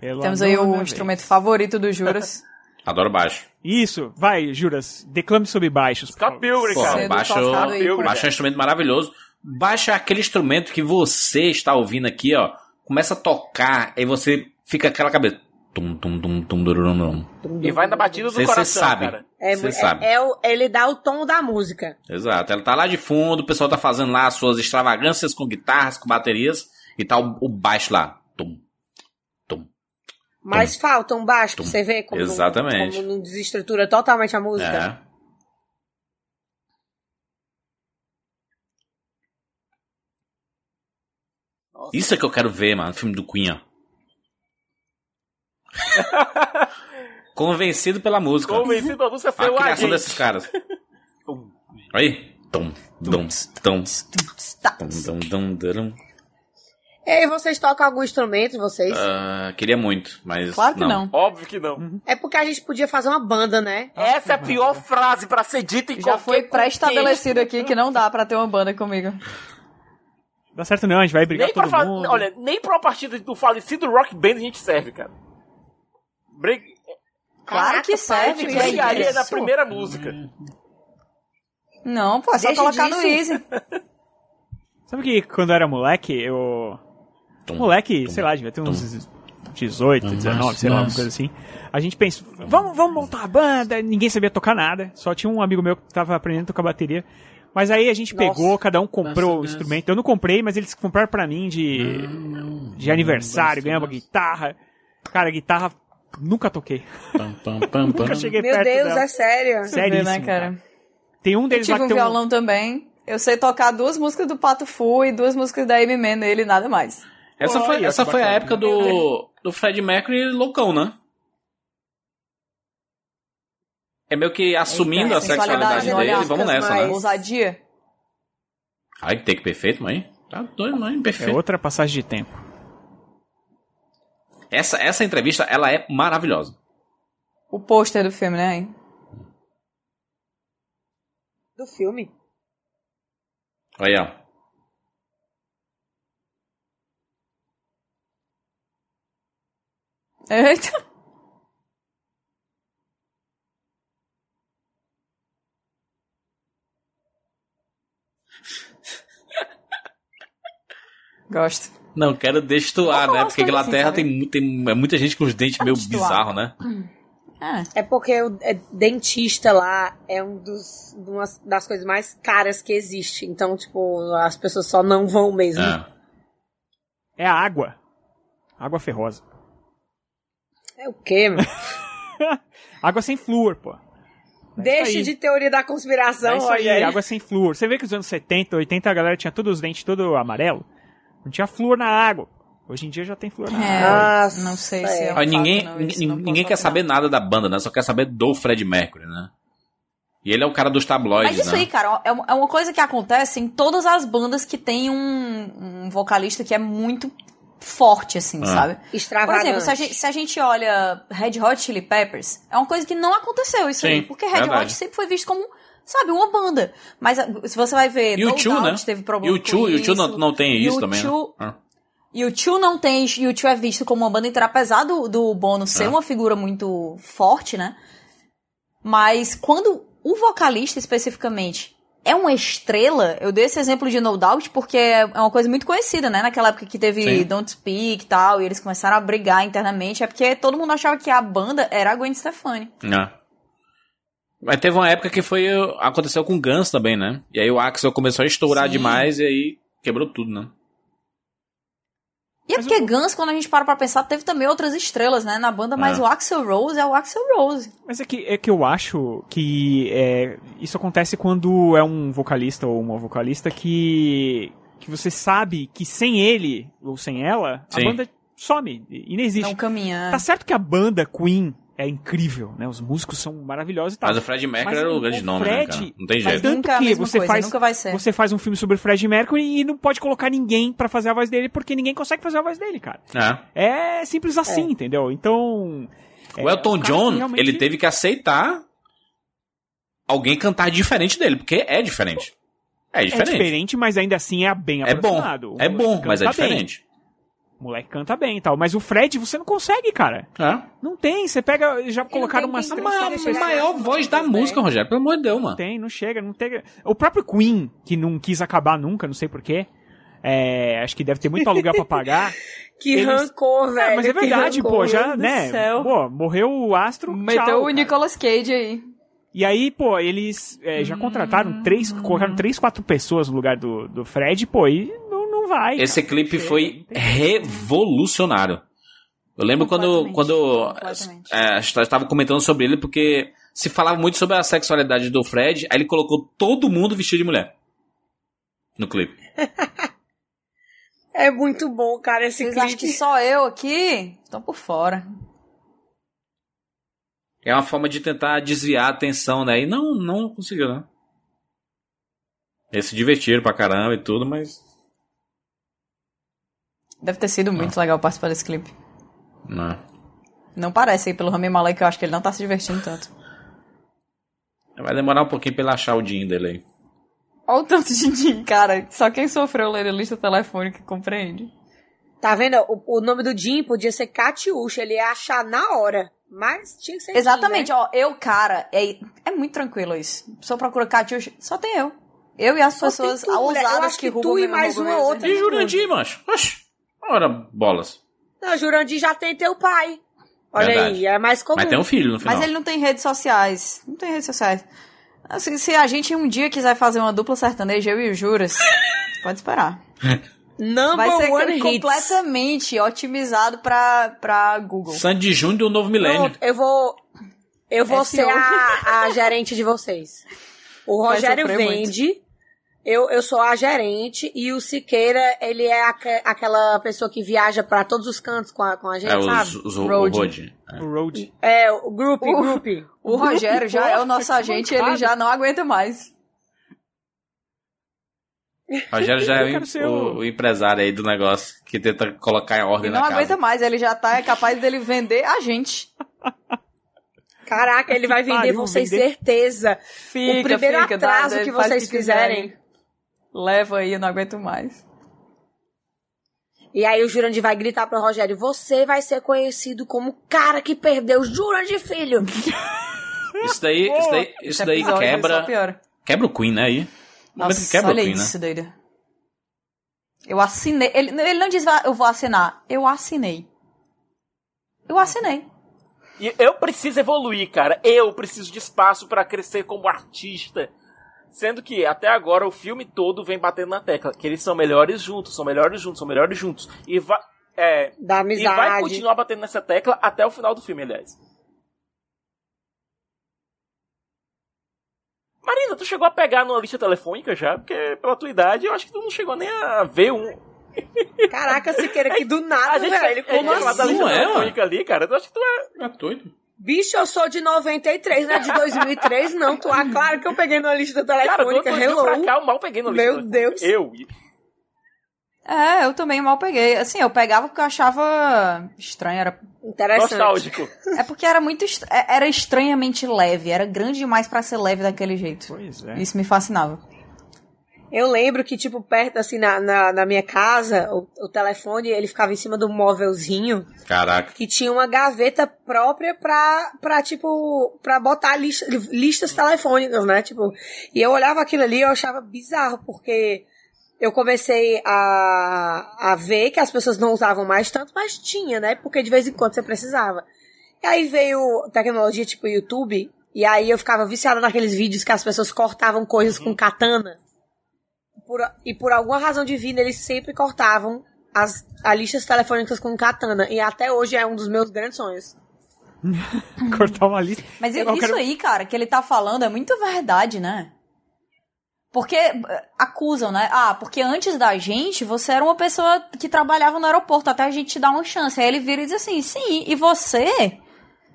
Pela Temos aí nona o vez. instrumento favorito do Juras, Adoro baixo. Isso, vai, Juras, declame sobre baixos. por Scott favor. Pilgrim, Porra, sendo cara. baixo, tocado aí por- baixo é um instrumento maravilhoso. Baixo é aquele instrumento que você está ouvindo aqui, ó. Começa a tocar, aí você fica aquela cabeça. Tum, Tum, tum, tum, tum, dururum, durum. E vai na batida do Cê- cê coração, sabe. cara. É, Cê é- sabe. é o- ele dá o tom da música. Exato. Ela tá lá de fundo, o pessoal tá fazendo lá as suas extravagâncias com guitarras, com baterias, e tá o, o baixo lá. Tum. Mas falta um baixo pra Tum. você ver como, Exatamente. como não desestrutura totalmente a música. É. Isso é que eu quero ver, mano, filme do Queen, ó. Convencido pela música. Convencido a música A ser o criação agente. desses caras. Aí. Tum, dum, tum, Tá. tum, dum, dum, dum. É. E aí vocês tocam algum instrumento, vocês? Ah, queria muito, mas. Claro que não. Óbvio que não. Uhum. É porque a gente podia fazer uma banda, né? Essa é a pior frase pra ser dita em Já qualquer foi pré-estabelecido aqui que não dá pra ter uma banda comigo. Dá certo não, a gente vai brigar nem pra todo fa- mundo. Olha, nem pra uma partida do falecido Rock Band a gente serve, cara. Briga... Claro que Caraca, serve, pai, que é isso aí Brigaria na isso? primeira música. Não, pô, é só Deixa colocar no disso. Easy. Sabe que quando eu era moleque, eu. Tum, Moleque, tum, sei lá, devia ter uns 18, 19, sei lá, nossa. uma coisa assim. A gente pensou, vamos, vamos montar a banda. Ninguém sabia tocar nada. Só tinha um amigo meu que tava aprendendo a tocar bateria. Mas aí a gente Nossa. pegou, cada um comprou Nossa, o nossa. instrumento. Eu não comprei, mas eles compraram pra mim de, de aniversário. Ganhava guitarra. Cara, guitarra, nunca toquei. Nunca cheguei Meu perto Deus, dela. é tipo sério. Sério, né, cara? Tem um Eu deles lá tive que tem um um- violão também. Eu sei tocar duas músicas do Pato Fu e duas músicas da Amy Man nele, nada mais. Essa foi, Olha, essa que foi a bacana. época do, do Fred Mercury loucão, né? É meio que assumindo Eita, a sexualidade sensualidade, dele, olha, vamos nessa, mas- né? Ousadia. Ai, que take perfeito, mãe. Tá doido, mãe, É perfeito. outra passagem de tempo. Essa, essa entrevista, ela é maravilhosa. O pôster do filme, né? hein? Do filme. Olha aí, ó. Eita. Gosto. Não, quero destoar, Vamos né? falar Porque a sobre Inglaterra isso, né? tem, mu- tem mu- é muita gente com os dentes meio Destoar. bizarros, né? Ah, É porque o é, dentista lá é um dos, de umas das coisas mais caras que existe. Então, tipo, as pessoas só não vão mesmo. É. É a água. Água ferrosa. É o quê, meu? Água sem flúor, pô. Deixe aí. de teoria da conspiração, é isso aí, Rogério. água sem flúor. Você vê que nos anos 70, 80, a galera tinha todos os dentes todo amarelo. Não tinha flúor na água. Hoje em dia já tem flúor na é, água. Nossa, não sei se é. um Olha, ninguém, fato, não, ninguém- isso não ninguém posso quer opinar. saber nada da banda, né? Só quer saber do Fred Mercury, né? E ele é o cara dos tabloides, Mas isso né? aí, cara, é uma é uma coisa que acontece em todas as bandas que tem um, um vocalista que é muito forte, assim, Ah. sabe? Por extravagante. exemplo, se a, gente, se a gente olha Red Hot Chili Peppers, é uma coisa que não aconteceu isso Sim, aí. Porque Red verdade. Hot sempre foi visto como, sabe, uma banda. Mas ah, se você vai ver, E o No Tio, né? Doubt teve E problema o Tio, com e o Tio não, isso. não tem isso U2 também, né? Ah. E o Tio não tem, e o Tio é visto como uma banda inteira, apesar do, do Bono ser Ah. uma figura muito forte, né? Mas quando o vocalista especificamente é uma estrela, eu dei esse exemplo de No Doubt porque é uma coisa muito conhecida, né? Naquela época que teve Sim. Don't Speak e tal, e eles começaram a brigar internamente, é porque todo mundo achava que a banda era a Gwen Stefani. É. Mas teve uma época que foi. Aconteceu com o Guns também, né? E aí o Axel começou a estourar Sim. demais e aí quebrou tudo, né? E é Mas porque Guns, quando a gente para pra pensar, teve também outras estrelas, né? Na banda, mas Ah. É. o Axel Rose é o Axel Rose. Mas é que, é que eu acho que é, isso acontece quando é um vocalista ou uma vocalista que, que você sabe que sem ele ou sem ela, Sim. a banda some, e não existe. Não caminha. Tá certo que a banda Queen é incrível, né? Os músicos são maravilhosos e tal. Mas o Fred Mercury Tá. Mas era o o grande nome, Fred- né, cara? Não tem mas jeito. tanto nunca é a que mesma você coisa, faz- nunca vai ser. Você faz um filme sobre o Fred Mercury e não pode colocar ninguém pra fazer a voz dele porque ninguém consegue fazer a voz dele, cara. É. É simples assim, entendeu? Então. é, o Elton os caras John, realmente- ele teve que aceitar alguém cantar diferente dele, porque é diferente. É É diferente. É, diferente, mas ainda assim é bem bom. aproximado. O É bom, moleque mas é canta bem. diferente. O moleque canta bem e tal. Mas o Fred, você não consegue, cara. É. Não tem. Você pega. Já colocaram tem umas quem três, cante, quatro né? pessoas. A maior voz da música, Rogério, pelo amor de Deus, Não mano. tem, não chega, não tem. O próprio Queen, que não quis acabar nunca, não sei porquê. é, acho que deve ter muito aluguel pra pagar. Que Eles- rancor, velho. Ah, mas é que verdade, rancor, pô, já, meu Deus né? do céu. Pô, morreu o astro, Meteu tchau, o cara. Nicolas Cage aí. E aí, pô, eles é, já contrataram três, colocaram três, quatro pessoas no lugar do, do Fred, pô, e não, não vai. Esse cara. clipe Chega, foi revolucionário. Eu lembro quando, Completamente, quando completamente. é, a gente estava comentando sobre ele, porque se falava muito sobre a sexualidade do Fred, aí ele colocou todo mundo vestido de mulher no clipe. É muito bom, cara, esse Vocês acham clipe. que só eu aqui? Estão por fora. É uma forma de tentar desviar a atenção, né? E não, não conseguiu, né? Eles se divertiram pra caramba e tudo, mas. Deve ter sido muito legal participar desse clipe. Não. Não parece aí pelo Rami Malek, que eu acho que ele não tá se divertindo tanto. Vai demorar um pouquinho pra ele achar o Jim dele aí. Olha o tanto de din, cara. Só quem sofreu ler a lista telefônica compreende. Tá vendo? O, o nome do Jim podia ser Catiuxa, ele ia achar na hora. Mas tinha que ser Jim, Exatamente, né? ó. Eu, cara, é, é muito tranquilo isso. Só procura Catiuxa, só tem eu. Eu e as Só tem pessoas tu, mulher. Eu ousadas acho que que tu roubam e meu- mais roubam uma meus outra. E amigos. Jurandir, macho? Oxi! Ora, bolas. Não, Jurandir já tem teu pai. Olha Verdade. aí, é mais comum. Mas tem um filho no final. Mas ele não tem redes sociais. Não tem redes sociais. Assim, se a gente um dia quiser fazer uma dupla sertaneja, eu e o Juras, pode esperar. Number Vai ser one hits. completamente otimizado pra, pra Google. Sandy Júnior do Novo Milênio. Pronto, eu vou. Eu vou SEO. ser a, a gerente de vocês. O Vai Rogério sofrer muito. vende. Eu, eu sou a gerente e o Siqueira, ele é aque- aquela pessoa que viaja pra todos os cantos com a, com a gente, É, os, sabe? os, o Road. Road. É. O Road. É, o grupo, O- grupo. O Rogério já é o nosso que agente, mancada. ele já não aguenta mais. Rogério já é Eu o, quero em- ser o- o- o empresário aí do negócio, que tenta colocar em Ele ordem não na aguenta casa. mais, ele já tá é capaz dele vender a gente. Caraca, ele vai vender pariu, vocês, vender. certeza. Fica, o primeiro fica, dá- atraso dá- que faz o vocês que fizerem. Leva aí, eu não aguento mais. E aí o Jurandir vai gritar pro Rogério, você vai ser conhecido como o cara que perdeu o Jurandir Filho. Isso daí, isso daí, isso Esse daí episódio foi só quebra, pior. quebra o Queen, né? Aí. No momento que Nossa, quebra o olha Queen, né? isso, doida. Eu assinei. Ele, ele não diz, "Vá, eu vou assinar. Eu assinei. Eu assinei. E eu preciso evoluir, cara. Eu preciso de espaço pra crescer como artista. Sendo que até agora o filme todo vem batendo na tecla que eles são melhores juntos, são melhores juntos, são melhores juntos. E vai, é, Da e vai amizade. continuar batendo nessa tecla até o final do filme, aliás. Marina, tu chegou a pegar numa lista telefônica já? Porque pela tua idade eu acho que tu não chegou nem a ver um. Caraca, Siqueira, que do nada, a gente velho. a gente Como chegou a dar assim? lista Não é, telefônica ali, cara. Eu acho que tu é. Gratuito. Bicho, eu sou de 93, não é de 2003, não. Tu, ah, claro que eu peguei na lista Cara, do ano telefônica, 2000 hello. pra cá eu mal peguei né? na lista Meu telefônica. Deus. Eu. É, eu também mal peguei. Assim, eu pegava porque eu achava estranho. Era... Interessante. Nostálgico. É porque era muito. est- é- Era estranhamente leve. Era grande demais pra ser leve daquele jeito. Pois é. Isso me fascinava. Eu lembro que, tipo, perto, assim, na, na, na minha casa, o, o telefone, ele ficava em cima do móvelzinho, Caraca. que tinha uma gaveta própria pra, pra tipo, pra botar lista- listas telefônicas, né? Tipo, e eu olhava aquilo ali e eu achava bizarro, porque eu comecei a, a ver que as pessoas não usavam mais tanto, mas tinha, né? Porque de vez em quando você precisava. E aí veio tecnologia tipo YouTube, e aí eu ficava viciada naqueles vídeos que as pessoas cortavam coisas com katana. Por- e por alguma razão divina, eles sempre cortavam as a listas telefônicas com katana. E até hoje é um dos meus grandes sonhos. Cortar uma lista. Mas Eu isso quero- aí, cara, que ele tá falando é muito verdade, né? Porque eh, acusam, né? Ah, porque antes da gente, você era uma pessoa que trabalhava no aeroporto, até a gente te dar uma chance. Aí ele vira e diz assim: sim, e você?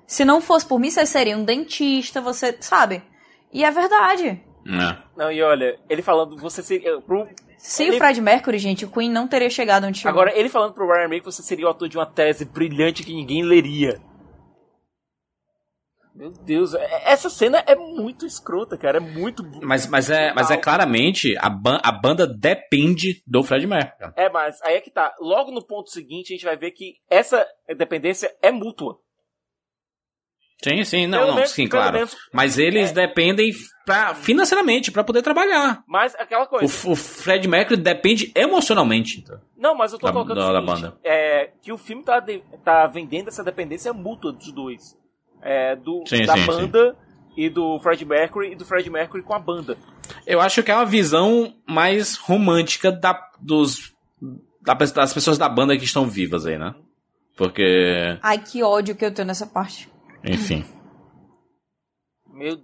Se não fosse por mim, você seria um dentista, você. Sabe? E é verdade. É. Não, e olha, ele falando, você seria. Pro, Sem Ele- o Fred Mercury, gente, o Queen não teria chegado onde chegou. agora, ele falando pro Ryan May que você seria o autor de uma tese brilhante que ninguém leria. Meu Deus, é- essa cena é muito escrota, cara. É muito. Mas, mas, é, mas é claramente, a, ban- a banda depende do Fred Mercury. cara. É, mas aí é que tá. Logo no ponto seguinte, a gente vai ver que essa dependência é mútua. Sim, sim, não, Pelo não, menos- sim, pelo claro. menos- É. Mas eles dependem pra, financeiramente para poder trabalhrar. Mas aquela O, coisa. F- o Fred Mercury depende emocionalmente. então. Não, mas eu tô Da- colocando da- o da seguinte, banda. É, que o filme tá, de- tá vendendo essa dependência mútua dos dois. É, do, Sim, da sim, banda e do Fred Mercury e do Fred Mercury com a banda. Eu acho que é uma visão mais romântica da, dos, da- das pessoas da banda que estão vivas aí, né? Porque, Ai, que ódio que eu tenho nessa parte. enfim. Meu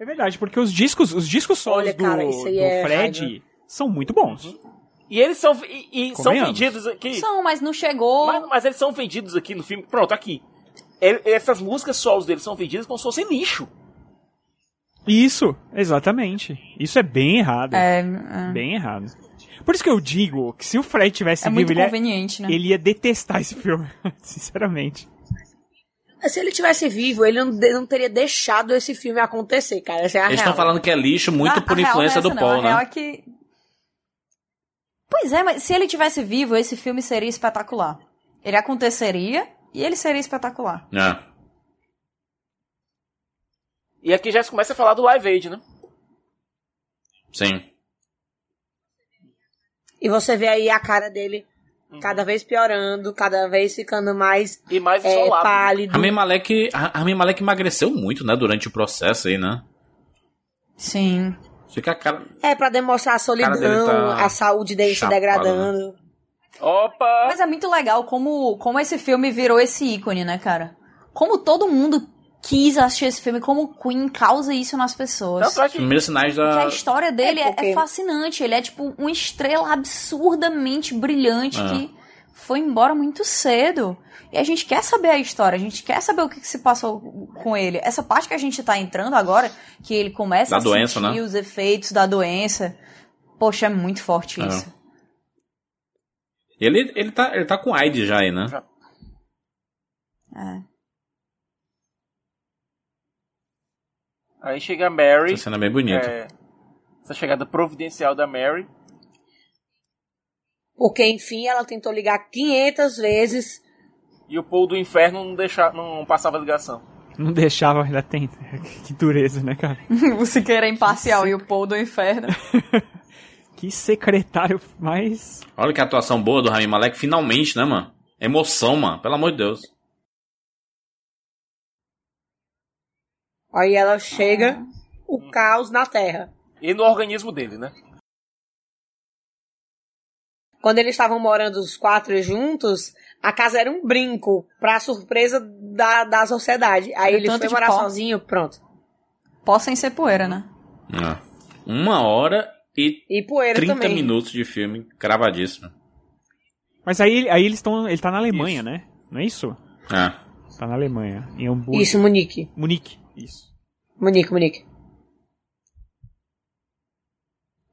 É verdade, porque os discos, os discos solos Olha, do, cara, isso aí do é Fred são muito bons. E eles são e, e são Convenhamos. vendidos aqui. São, mas não chegou. Mas, mas eles são vendidos aqui no filme. Pronto, aqui. Ele- essas músicas solos deles são vendidas como se fossem lixo. Isso, exatamente. Isso é bem errado. É, é, Bem errado. Por isso que eu digo que se o Fred tivesse é vivo, muito ele ia, conveniente, né? ele ia detestar esse filme, sinceramente. Mas se ele tivesse vivo, ele não, de- não teria deixado esse filme acontecer, cara. Essa é a Eles real. estão falando que é lixo muito Ah, por a real influência não é do essa, Paul, não. A real né? é que... Pois é, mas se ele tivesse vivo, esse filme seria espetacular. Ele aconteceria e ele seria espetacular. É. E aqui já se começa a falar do Live Aid, né? Sim. E você vê aí a cara dele cada vez piorando, cada vez ficando mais E mais é, isolado. pálido. Rami Malek, Ra- Rami Malek emagreceu muito, né? Durante o processo aí, né? Sim. Fica a cara. É, pra demonstrar a cara dele solidão, tá a saúde dele chapado, se degradando. Opa! Mas é muito legal como, como esse filme virou esse ícone, né, cara? Como todo mundo quis assistir esse filme, como o Queen causa isso nas pessoas. Tanto é Os que primeiros sinais Que a da. história dele é, É, porque- é fascinante. Ele é tipo uma estrela absurdamente brilhante É. que foi embora muito cedo. E a gente quer saber a história, a gente quer saber o que, que se passou com ele. Essa parte que a gente tá entrando agora, que ele começa Da a doença, sentir né? os efeitos da doença. Poxa, é muito forte É. isso. Ele, ele, tá, ele tá com AIDS já aí, né? aí chega a Mary. Essa cena é bem bonita. é, essa chegada providencial da Mary. Porque, enfim, ela tentou ligar 500 vezes. E o Paul do Inferno não, deixa, não passava ligação. Não deixava ele atento. Que dureza, né, cara? Você quer é imparcial e o Paul do inferno. Que secretário mais. Olha que atuação boa do Rami Malek, finalmente, né, mano? Emoção, mano. Pelo amor de Deus. Aí ela chega, o caos na Terra. E no organismo dele, né? Quando eles estavam morando os quatro juntos, a casa era um brinco, pra surpresa da, da sociedade. Aí Olha o ele É tanto foi de morar pó. sozinho, pronto. Possam ser poeira, né? É. Uma hora e E poeira 30 também. minutos de filme, cravadíssimo. Mas aí, aí eles estão. Ele tá na Alemanha, né? Não é isso? É. Tá na Alemanha. Em Hamburgo. Isso, Monique. Munique. Isso. Monique, Monique.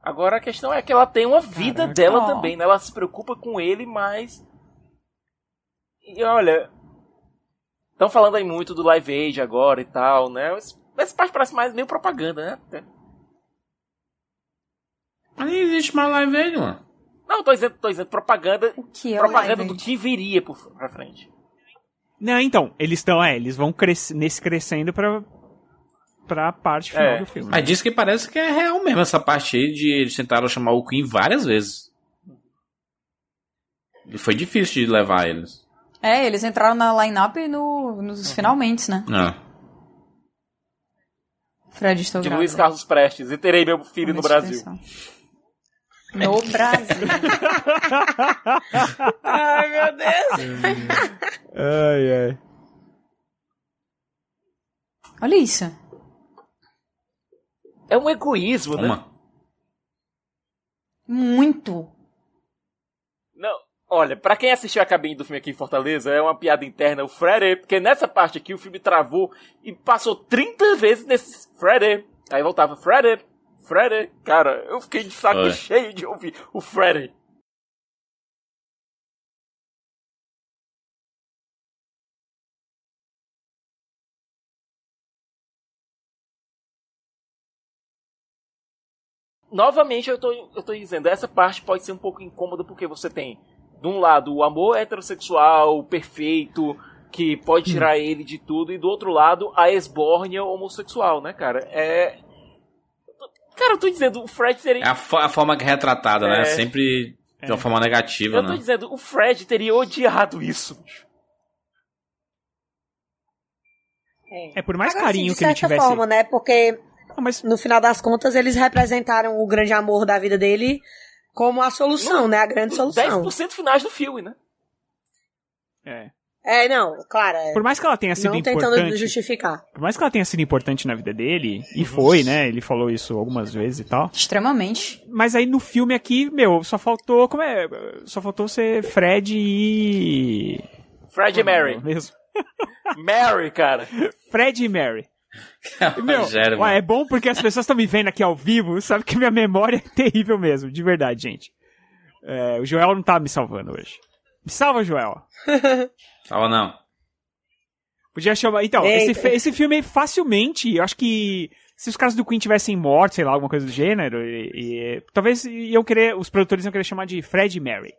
Agora a questão é que ela tem uma vida Caraca. dela Oh. também, né? Ela se preocupa com ele, mas. E olha. Estão falando aí muito do Live Aid agora e tal, né? Mas Essa parte parece mais meio propaganda, né? Até. Mas nem existe mais live aid, mano. Não, tô dizendo, tô dizendo propaganda. O que é o propaganda Live do Aid? que viria por, pra frente. Não, então, eles estão, é, eles vão cres- nesse crescendo pra, pra parte final É. do filme. Mas diz que parece que é real mesmo essa parte aí de eles tentaram chamar o Queen várias vezes. E foi difícil de levar eles. É, eles entraram na line-up no, nos finalmente, né? É. Fred, estou De grávida. Luiz Carlos Prestes. E terei meu filho no Momento de Brasil. tensão. No Brasil. Ai, meu Deus. Ai, ai. Olha isso. É um egoísmo, né? Uma. Muito. Não, olha, pra quem assistiu a cabine do filme aqui em Fortaleza, é uma piada interna, o Friday, porque nessa parte aqui o filme travou e passou 30 vezes nesse Friday. Aí voltava, Friday, Friday. Cara, eu fiquei de saco Foi. cheio de ouvir o Friday. novamente eu tô, eu tô dizendo, essa parte pode ser um pouco incômoda porque você tem, de um lado, o amor heterossexual perfeito, que pode tirar ele de tudo, e do outro lado, a esbórnia homossexual, né, cara? É. Cara, eu tô dizendo, o Fred É teria. a, fo- a forma que é retratada, né? É. Sempre de uma forma negativa, Eu tô né? dizendo, o Fred teria odiado isso, bicho. É, por mais Agora, carinho assim, de que ele certa tivesse. forma, né? Porque Ah, mas no final das contas eles representaram o grande amor da vida dele como a solução, né? A grande Então Os solução. 10% finais do filme, né? é. É, não, claro. é, por mais que ela tenha sido não tentando importante, justificar. por mais que ela tenha sido importante na vida dele e foi, né? Ele falou isso algumas vezes e tal. Extremamente. Mas aí no filme aqui, meu, só faltou como é, só faltou ser Fred e Fred e Mary. mesmo. Mary, cara. Fred e Mary. Meu, Rogério, ué, mano. é bom porque as pessoas estão me vendo aqui ao vivo, sabe que minha memória é terrível mesmo, de verdade, gente. É, o Joel não tá me salvando hoje. Me salva, Joel. Fala não. Podia chamar. Então, Eita. esse, fi- esse filme facilmente, eu acho que se os caras do Queen tivessem morto, sei lá, alguma coisa do gênero, e, e- talvez iam querer, os produtores iam querer chamar de Fred e Mary.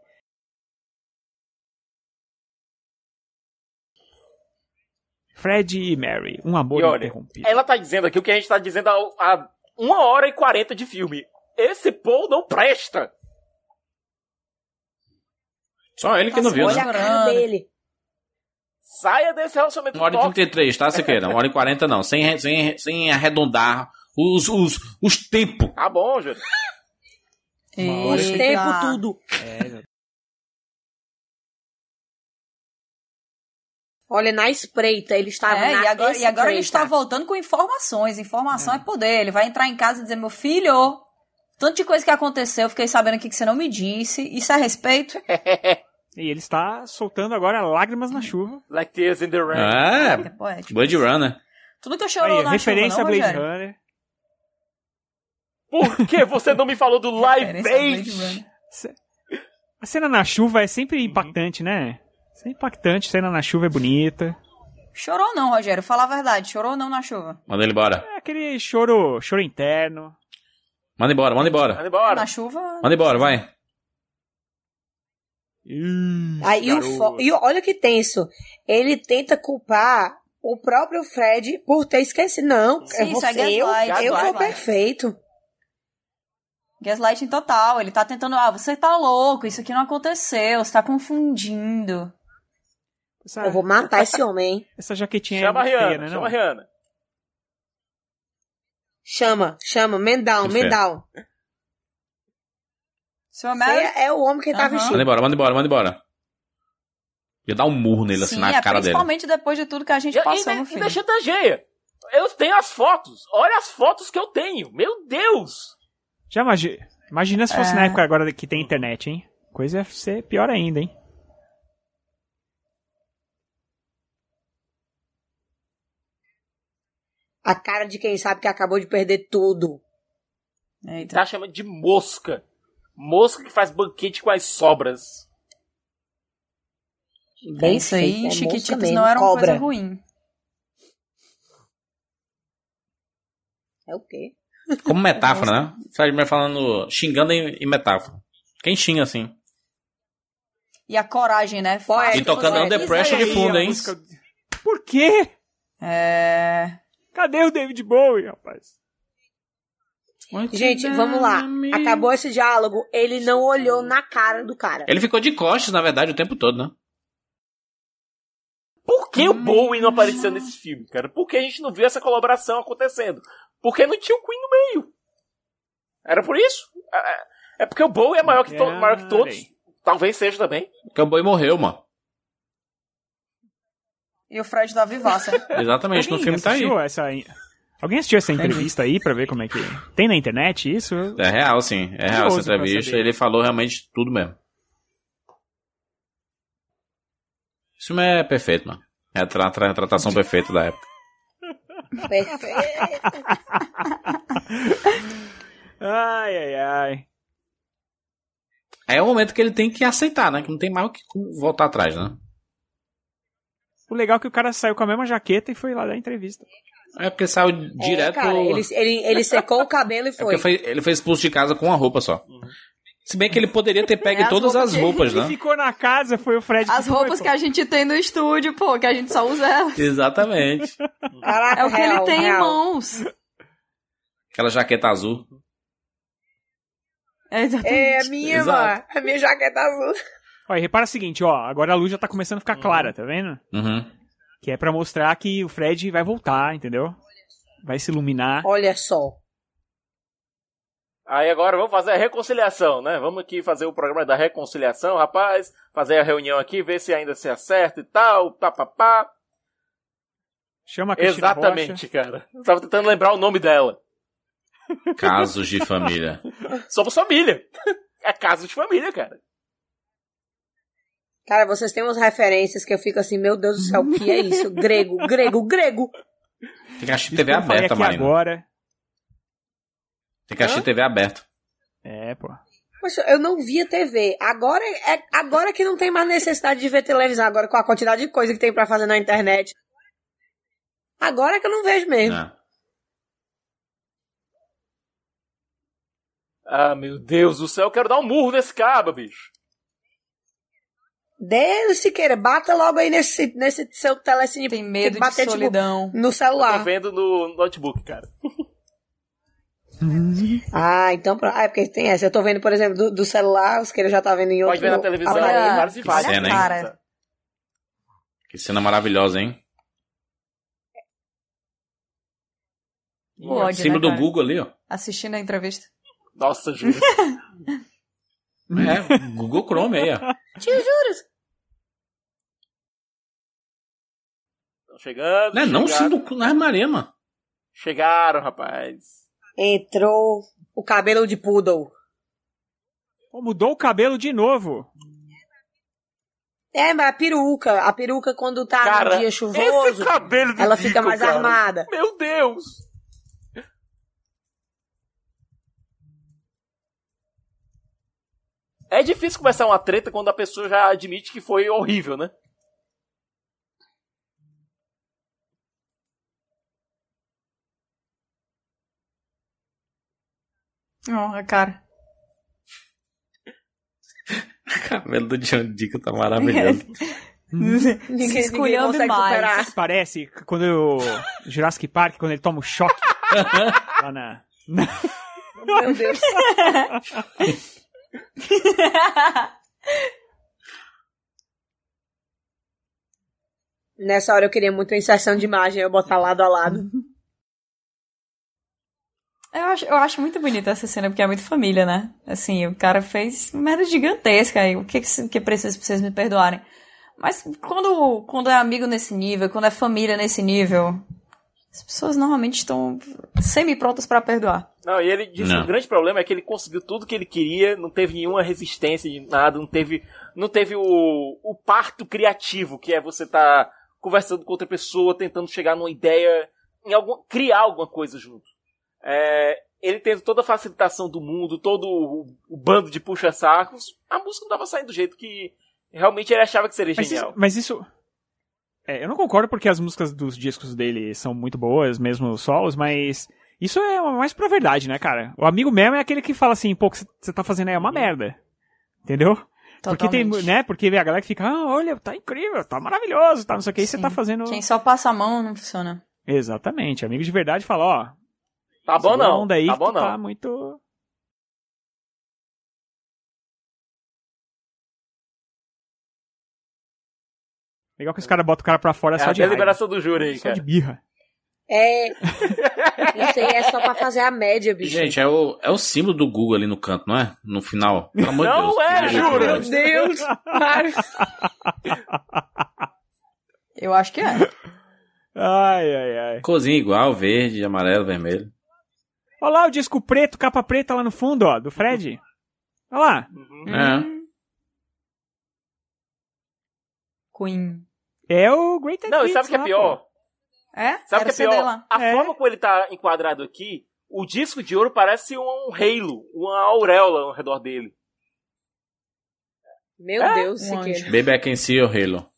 Fred e Mary, um amor E olha, interrompido. Ela tá dizendo aqui o que a gente tá dizendo há- há uma hora e 40 de filme. Esse Paul não presta. Só ele que não viu, Nossa, Olha né? a cara dele. Saia desse relacionamento Uma hora e tóxico. 33, tá, Siqueira? Uma hora e 40 não. Sem, sem, sem arredondar os, os, os tempos. Tá bom, Júlio. O tempo tudo. Olha, na espreita, ele estava É, na e agora, e agora ele está espreita. voltando com informações. Informação é. poder. Ele vai entrar em casa e dizer: Meu filho, tanto de coisa que aconteceu, eu fiquei sabendo aqui que você não me disse. Isso é respeito? E ele está soltando agora lágrimas na chuva. Like tears in the rain. É, É poético. Blade Runner. Tu nunca chorou Aí, na referência chuva, não, a Blade Rogério? Runner. Por que você não me falou do Live é Referência a Blade Aid? Runner. A cena na chuva é sempre impactante, né? Sempre impactante, cena na chuva é bonita. Chorou não, Rogério. Fala a verdade. Chorou não na chuva. Manda ele embora. É aquele choro, choro interno. Manda embora, manda embora. Vai embora. Na chuva. Manda embora, vai. Aí o fo- e olha que tenso. Ele tenta culpar o próprio Fred por ter esquecido. Não, Sim, é isso é você, eu, gaslight, eu sou gaslight. perfeito. Gaslighting total. Ele tá tentando. Ah, você tá louco. Isso aqui não aconteceu. Você tá confundindo. Essa, Eu vou matar esse homem. hein? essa jaquetinha Chama a é muito feia, Rihanna. né? chama Não? a Rihanna. Chama, chama, Mendal, Muito feio. Mendal. Seu Você Mary. é é o homem que ele tá Aham. vestido. Manda embora, manda embora, manda embora. Ia dar um murro nele, assim, Sim, na é, cara dele. principalmente depois de tudo que a gente E, passou e, no e filme. deixa tangeia. Eu tenho as fotos. Olha as fotos que eu tenho. Meu Deus. Já imagi- imagina se fosse É. na época agora que tem internet, hein? Coisa ia ser pior ainda, hein? A cara de quem sabe que acabou de perder tudo. Eita. Tá chamando de mosca. Mosca que faz banquete com as sobras. É Bem isso aí, feito, é mosca Chiquititas mesmo, não era uma cobra. coisa ruim. É o quê? Como metáfora, né? Fred Miller falando, xingando em, em metáfora. Quem xinga, assim? E a coragem, né? Poético, E tocando é Faça o que você Under Pressure quiser. de fundo, a hein? música- Por quê? É. Cadê o David Bowie, rapaz? Gente, vamos lá. Acabou esse diálogo, ele não olhou na cara do cara. Ele ficou de costas, na verdade, o tempo todo, né? Por que Hum. o Bowie não apareceu nesse filme, cara? Por que a gente não viu essa colaboração acontecendo? Porque não tinha o Queen no meio. Era por isso. É- é- É porque o Bowie é maior que, to- maior que todos. Olha Talvez seja também. Porque o boi morreu, mano. E o Fred da Vivaça. Exatamente, no Alguém filme tá aí. assistiu é? essa- Alguém assistiu essa entrevista aí pra ver como é que. Tem na internet isso? É real, sim. É real essa Curioso pra entrevista. saber. Ele falou realmente tudo mesmo. Esse filme é perfeito, mano. É a tra- tra- retratação perfeita da época. Perfeito. Ai, ai, ai. Aí É o momento que ele tem que aceitar, né? Que não tem mais o que como voltar atrás, né? O legal é que o cara saiu com a mesma jaqueta e foi lá dar entrevista. É porque saiu É, direto. cara, ele, ele, ele secou o cabelo e É porque foi. foi- ele foi expulso de casa com uma roupa só. Se bem que ele poderia ter pego É, as todas roupas as que- roupas, Quem né? ficou na casa foi o Fred. As roupas que a gente tem no estúdio, pô, que a gente só usa elas. Exatamente. Caraca, É o que real, ele tem em real. mãos. Aquela jaqueta azul. É É a exatamente. minha, Exato. mano. A minha jaqueta tá azul. Olha, repara o seguinte, ó. Agora a luz já tá começando a ficar clara, tá vendo? Uhum. Que é pra mostrar que o Fred vai voltar, entendeu? Vai se iluminar. Olha só. Aí agora vamos fazer a reconciliação, né? Vamos aqui fazer o programa da reconciliação, rapaz. Fazer a reunião aqui, ver se ainda se acerta e tal, papapá. Chama a Cristina Rocha. Exatamente, cara. Eu tava tentando lembrar o nome dela. Casos de família. Somos família. É caso de família, cara. Cara, vocês têm umas referências que eu fico assim, meu Deus do céu, o que é isso? Grego, grego, grego. Tem que assistir Isso TV que eu falei aberta, aqui Marina. agora. Tem que assistir TV aberta. É, pô. Poxa, eu não via TV. Agora é agora que não tem mais necessidade de ver televisão, agora com a quantidade de coisa que tem pra fazer na internet. Agora é que eu não vejo mesmo. Ah. Ah, meu Deus do céu, eu quero dar um murro nesse cabo, bicho. Deus, Siqueira, bata logo aí nesse, nesse seu telecine. Tem que medo de bater, tipo, solidão. no Ah. Tô celular. vendo no notebook, cara. Ah, então. pra- Ah, é porque tem essa. Eu tô vendo, por exemplo, do, do celular, os que ele já tá vendo em outro. Pode ver na televisão, aparelho. olha- vários e vários. cena, hein? Cara. Que cena maravilhosa, hein? O ódio, Símbolo né, do cara? Google ali, ó. Assistindo a entrevista. Nossa, juro. É, Google Chrome aí, ó. Tão chegando. Não é não, chegaram, sim, do na Marema. chegaram, rapaz. Entrou o cabelo de poodle. Pô, mudou o cabelo de novo. É, mas a peruca. A peruca, quando tá Cara, num dia Esse chuvoso, cabelo é de ela fica Deacon, mais cara. armada. Meu Deus! É difícil começar uma treta quando a pessoa já admite que foi horrível, né? Ó, a cara. O cabelo do John Dico tá maravilhoso. Ninguém, ninguém esculhamba consegue mais. superar. Parece que quando eu... Jurassic Park, quando ele toma o choque. lá na... Meu Deus. Nessa hora eu queria muito uma inserção de imagem, eu botar lado a lado. É, Eu acho, eu acho muito bonita essa cena, porque é muito família, né? Assim, o cara fez merda gigantesca aí. O que, que, se- que precisa pra vocês me perdoarem? Mas quando, quando é amigo nesse nível, quando é família nesse nível, as pessoas normalmente estão semi-prontas pra perdoar. Não, e ele disse Não. que o grande problema é que ele conseguiu tudo que ele queria, não teve nenhuma resistência de nada, não teve, não teve o, o parto criativo, que é você tá conversando com outra pessoa, tentando chegar numa ideia, em algum, criar alguma coisa junto. É, ele teve toda a facilitação do mundo, todo o, o bando de puxa-sacos, a música não tava saindo do jeito que realmente ele achava que seria Mas isso... genial. Mas isso... É, eu não concordo porque as músicas dos discos dele são muito boas, mesmo os solos, mas... Isso é mais pra verdade, né, cara? O amigo mesmo é aquele que fala assim, pô, o que você tá fazendo aí é uma merda. Entendeu? Porque tem, Totalmente. né? Porque a galera que fica, ah, olha, tá incrível, tá maravilhoso, tá não sei o que, e você Sim. tá fazendo. Quem só passa a mão não funciona. Exatamente, amigo de verdade fala, ó, Tá bom segura a não, onda aí tá que bom tu tá não. muito. Legal que os caras botam o cara pra fora É só a de raiva, deliberação do júri aí, só de cara. birra. É. Isso aí é só pra fazer a média, bicho. Gente, é o, é o símbolo do Google ali no canto, não é? No final. Pelo amor de Não Deus. é, Que juro. loucura. Meu Deus! Mário. Eu acho que é. Ai, ai, ai. Cozinha igual, verde, amarelo, vermelho. Olha lá o disco preto, capa preta lá no fundo, ó, do Fred. Olha lá. É. Queen. É o Great Hits Não, e sabe o que é lá, pior? pô. É? Era Sabe o que é pior? CD lá. A É. forma como ele tá enquadrado aqui, o disco de ouro parece um halo, uma auréola ao redor dele. Meu É, Deus, um Siqueira. Baby, I can see your halo.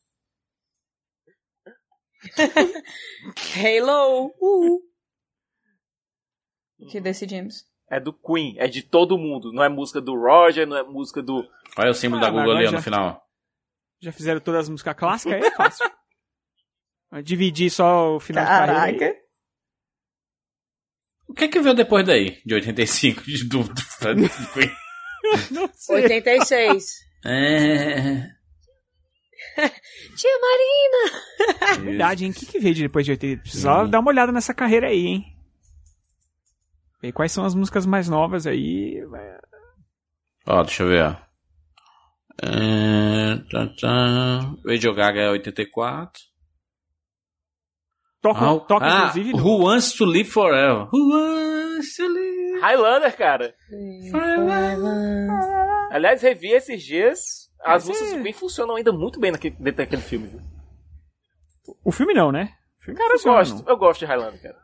Hello! Uhul. Que decidimos. É do Queen, é de todo mundo. Não é música do Roger, não é música do. Olha o símbolo Ah, da Google agora ali ó, já- no final. Já fizeram todas as músicas clássicas, aí é fácil. Vai Dividir só o final de carreira. aí. Caraca. O que é que veio depois daí, de 85, de do, do, do Queen? Não sei. 86. É. Tia Maria. É Verdade, hein? O que, que veio de depois de 80? Precisava dar uma olhada nessa carreira aí, hein? Ver quais são as músicas mais novas aí. vai- Ó, deixa eu ver, ó. É, tá, tá. Radio Gaga é 84. Toca, Ah, o- toca ah, inclusive. no- Who Wants to Live Forever? Who Wants to Live Highlander, cara. Aliás, revi esses dias. As Mas músicas é- do Queen funcionam ainda muito bem naquele, dentro daquele filme. viu? O filme não, né? O filme Cara, não eu funciona, gosto. Eu gosto de Highlander, cara.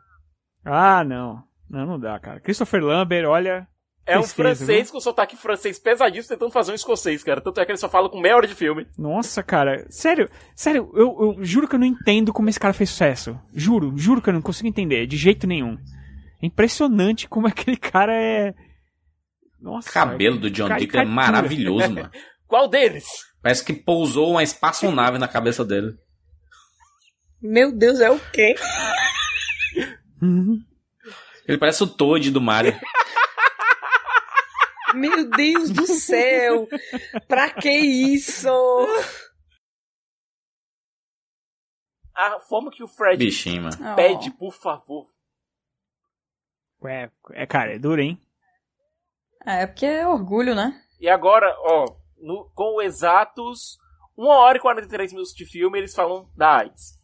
não. Ah, não. Não, não dá, cara. Christopher Lambert, olha. É um Tristeza, francês com sotaque francês pesadíssimo tentando fazer um escocês, cara. Tanto é que ele só fala com meia hora de filme. Nossa, cara. Sério, sério, eu, eu juro que eu não entendo como esse cara fez sucesso. Juro, juro que eu não consigo entender, de jeito nenhum. É impressionante como aquele cara é. Nossa. O cabelo do John Deacon é Caricatura. maravilhoso, mano. Qual deles? Parece que pousou uma espaçonave na cabeça dele. Meu Deus, é o quê? Uhum. Ele parece o Toad do É Mario. Meu Deus do céu! Pra que isso? A forma que o Fred Bichinho, mano. Oh. pede, por favor. É, é, cara, é duro, hein? É, porque é orgulho, né? E agora, ó, no- com exatos 1 hora e 43 minutos de filme, eles falam da AIDS.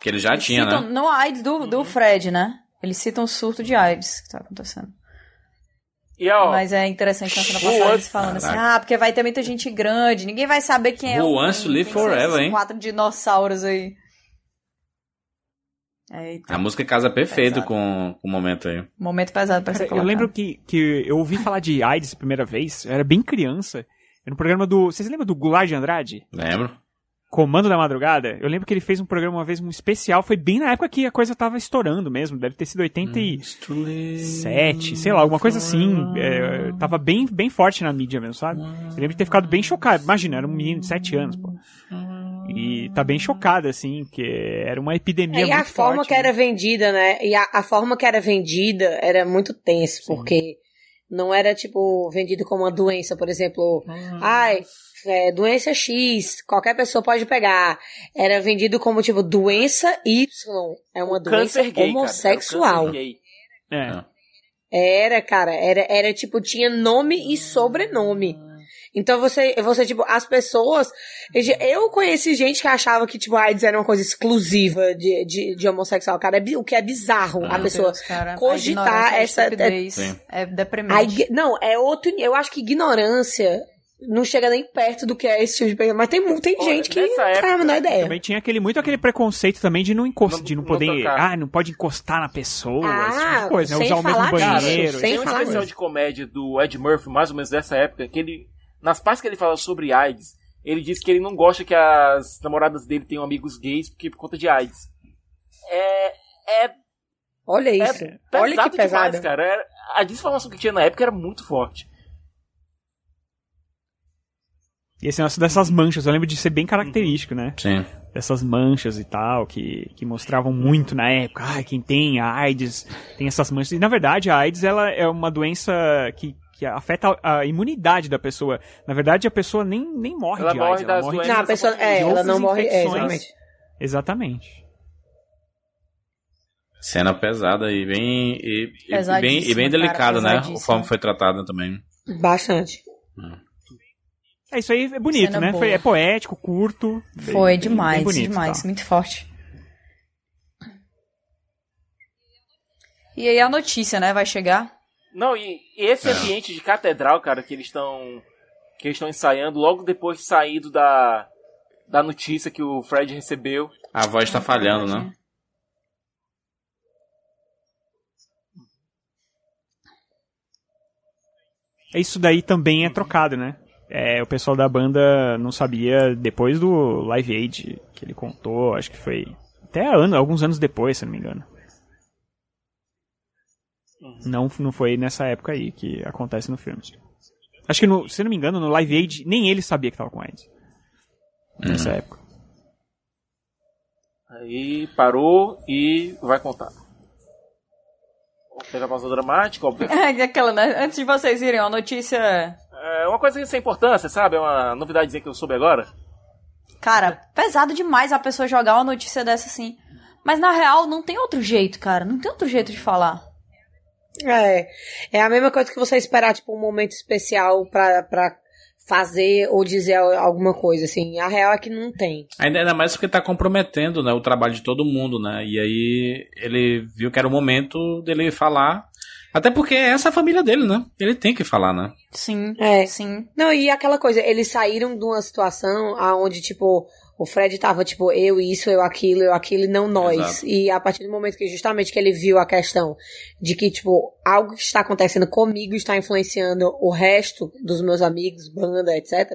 Que ele já Eles tinha, citam, né? Não a AIDS do, Uhum. do Fred, né? Eles citam o surto de AIDS que tá acontecendo. E ó, Mas é interessante na cena Boa. passada eles falando assim, Caraca. ah, porque vai ter muita gente grande, ninguém vai saber quem é Who o wants to quem- live quem são forever, esses hein? quatro dinossauros aí. É, Eita, A música casa é perfeito Exato. com, com o momento aí. momento pesado pra Cara, ser Tá eu colocado. lembro que, que eu ouvi falar de AIDS a primeira vez, eu era bem criança. Era um programa do. Vocês lembram do Goulart de Andrade? Lembro? Comando da Madrugada? Eu lembro que ele fez um programa uma vez, um especial. Foi bem na época que a coisa tava estourando mesmo. Deve ter sido 87, sei lá, alguma coisa assim. É, tava bem, bem forte na mídia mesmo, sabe? Eu lembro de ter ficado bem chocado. Imagina, era um menino de 7 anos, pô. E tá bem chocado, assim, que era uma epidemia é É, E muito a forma forte, que né? era vendida, né? E a, a forma que era vendida era muito tenso, porque não era, tipo, vendido como uma doença, por exemplo. Ah. Ai, é, doença X, qualquer pessoa pode pegar. Era vendido como, tipo, doença Y. É uma doença câncer gay, Cara, era homossexual. o câncer gay. É. Era, cara, era, era tipo, tinha nome e sobrenome. Então você, você, tipo, as pessoas. Eu conheci gente que achava que, tipo, AIDS era uma coisa exclusiva de, de, de homossexual, cara. é bi- O que é bizarro. Ah. a Meu pessoa. Deus, cara, a cogitar ignorância, a essa- estupidez Sim. É a deprimente. ig- não, é outro. Eu acho que ignorância não chega nem perto do que é esse tipo de coisa. Mas tem, mu- tem Olha, gente que nessa não faz a época, menor ideia. Também tinha aquele, muito aquele preconceito também de não encostar, Não- de não não poder. tocar. ah, não pode encostar na pessoa, esse tipo Ah, de coisa, né? sem Usar o mesmo falar disso, banheiro. sem Tem um falar especial nisso. de comédia do Ed Murphy, mais ou menos dessa época, que ele. Nas partes que ele fala sobre AIDS, ele diz que ele não gosta que as namoradas dele tenham amigos gays porque por conta de AIDS. É. É. Olha é isso. Olha que pesado. demais, cara. Era- a desinformação que tinha na época era muito forte. E esse negócio dessas manchas, eu lembro de ser bem característico, né? Sim. Dessas manchas e tal, que, que mostravam muito na época. Ah, quem tem a AIDS tem essas manchas. E na verdade, a AIDS ela é uma doença que, que afeta a, a imunidade da pessoa. Na verdade, a pessoa nem, nem morre Ela de morre AIDS, ela das morre doenças. Não, a pessoa. É, ela não morre. É, infecções. exatamente. Exatamente. Cena pesada e bem, e, e- e bem, e Pesadíssima, bem cara, delicada, né? O pesadíssima. forma foi tratada também. Bastante. É, isso aí é bonito, Cena né? boa. Foi, é poético, curto. bem- Foi bem- bem demais, bonito, demais, tá? muito forte. E aí a notícia, né, vai chegar. Não, e e esse ambiente de catedral, cara, que eles estão que eles estão ensaiando logo depois de saído da da notícia que o Fred recebeu. A voz tá falhando, né? É, Isso daí também é Uhum. trocado, né? É, o pessoal da banda não sabia depois do Live Aid que ele contou, acho que foi até ano, alguns anos depois, se não me engano. Uhum. Não, não foi nessa época aí que acontece no filme. Acho que, no, se não me engano, no Live Aid, nem ele sabia que tava com AIDS. Nessa época. Aí parou e vai contar. Teve a pausa dramática, óbvio. É Aquela, né? Antes de vocês irem, uma notícia. É uma coisa sem importância, sabe? É uma novidadezinha que eu soube agora. Cara, pesado demais a pessoa jogar uma notícia dessa assim. Mas na real, não tem outro jeito, cara. Não tem outro jeito de falar. É, é a mesma coisa que você esperar, tipo, um momento especial pra, pra fazer ou dizer al- alguma coisa, assim. A real é que não tem. Ainda, ainda mais porque tá comprometendo né, o trabalho de todo mundo, né? E aí ele viu que era o momento dele falar. Até porque essa é a família dele, né? Ele tem que falar, né? Sim, É. sim. Não, e aquela coisa, eles saíram de uma situação aonde, tipo, o Fred tava, tipo, eu isso, eu aquilo, eu aquilo, e não nós. Exato. E a partir do momento que justamente que ele viu a questão de que, tipo, algo que está acontecendo comigo está influenciando o resto dos meus amigos, banda, etc.,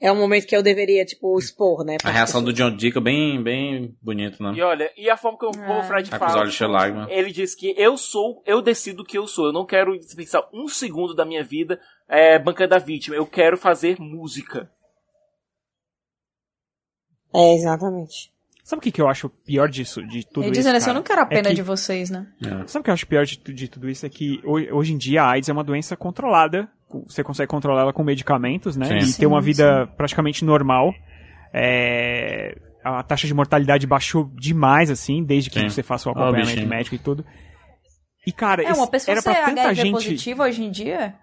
é um momento que eu deveria, tipo, expor, né? A pras reação do pessoas. John Dick é bem, bem bonito, né? E olha, e a forma que o Ah. Fred Tá com os fala. olhos cheios de lágrima. Ele diz que eu sou, eu decido o que eu sou. Eu não quero dispensar um segundo da minha vida é, banca da vítima. Eu quero fazer música. É, exatamente. Sabe o que, que eu acho pior disso, de tudo Ele isso? dizendo assim, eu cara? não quero a É pena que- de vocês, né? Sabe o que eu acho pior de, tu- de tudo isso? É que ho- hoje em dia a AIDS é uma doença controlada. Você consegue controlar ela com medicamentos, né? Sim. E Sim, ter uma vida praticamente normal. É, A taxa de mortalidade baixou demais, assim, desde que Sim. você faça o o acompanhamento bichinho. médico e tudo. E, cara, É, uma esse- pessoa era ser pra tanta HIV gente. positiva hoje em dia.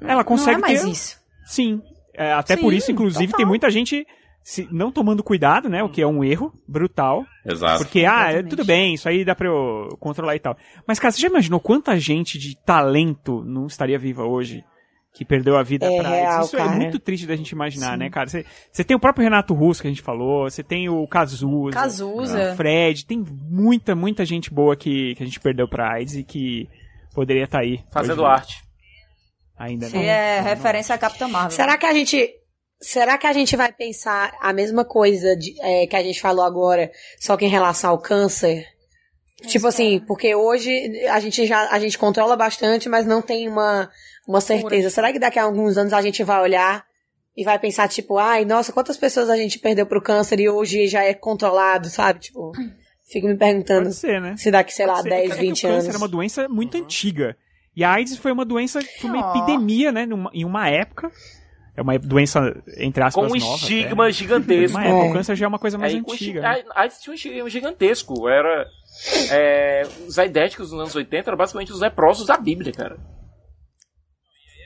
Ela consegue Não é mais ter- isso. Sim. É, até por Sim, isso, inclusive, tem total. muita gente se- não tomando cuidado, né? O que é um erro brutal. Exato. Porque, ah, é, Exatamente. tudo bem, isso aí dá pra eu controlar e tal. Mas, cara, você já imaginou quanta gente de talento não estaria viva hoje? Que perdeu a vida É pra real, AIDS? Isso cara. é muito triste da gente imaginar, Sim. né, cara? Você, você tem o próprio Renato Russo que a gente falou, você tem o Cazuza, o Ah, Cazuza. Fred, tem muita, muita gente boa que, que a gente perdeu pra AIDS e que poderia estar aí. Fazendo hoje, arte. Ainda, Que né? é Não, não. referência à Capitã Marvel. Será que a gente. Será que a gente vai pensar a mesma coisa de- é, que a gente falou agora, só que em relação ao câncer? É tipo assim, porque hoje a gente já a gente controla bastante, mas não tem uma, uma certeza. Será que daqui a alguns anos a gente vai olhar e vai pensar, tipo, ai, nossa, quantas pessoas a gente perdeu pro câncer e hoje já é controlado, sabe? Tipo, fico me perguntando Pode ser, né? se daqui, sei lá, Pode ser. 10, É que 20 o câncer anos. era uma doença muito antiga. E a AIDS foi uma doença, foi uma Ó. epidemia, né? numa- em uma época. É uma doença, entre aspas, Com um nova. estigma até, né? Em gigantesco. Uma época, É. o câncer já é uma coisa mais Aí, com antiga. esti- né? aí- aí tinha um estigma gigantesco. Era. é, os aidéticos dos anos 80 eram basicamente os leprosos da Bíblia, cara.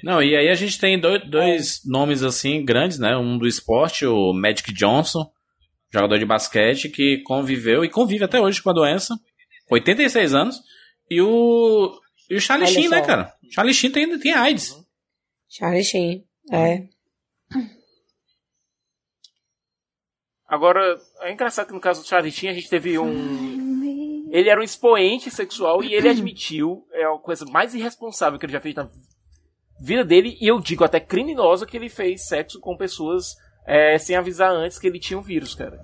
Não, e aí a gente tem É. dois, dois nomes assim grandes, né? Um do esporte, o Magic Johnson, jogador de basquete que conviveu e convive até hoje com a doença, com 86 anos, e o e o Charlie Olha Sheen, né, só. cara? Charlie Sheen tem, tem AIDS. Uhum. Charlie Sheen, é. Agora, é engraçado que no caso do Charlie Sheen, a gente teve um. Ele era um expoente sexual e ele admitiu, é a coisa mais irresponsável que ele já fez na vida dele, e eu digo até criminosa, que ele fez sexo com pessoas é, sem avisar antes que ele tinha um vírus, cara.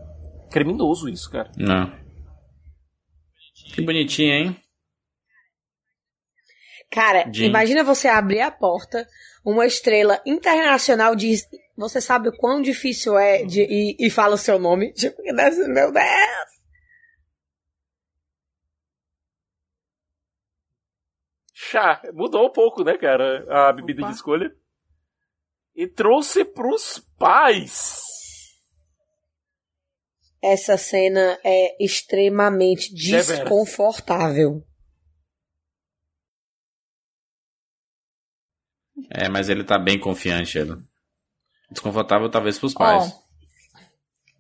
Criminoso isso, cara. Não. Que bonitinho, hein? Cara, Gente. imagina você abrir a porta, uma estrela internacional diz. Você sabe o quão difícil é de, Uhum. e, e fala o seu nome. Tipo, que deve ser- meu Deus! Chá. Mudou um pouco, né, cara? A bebida de escolha. E trouxe pros pais. Essa cena é extremamente Deveras. desconfortável. É, mas ele tá bem confiante, ele. Desconfortável talvez pros Ó, pais.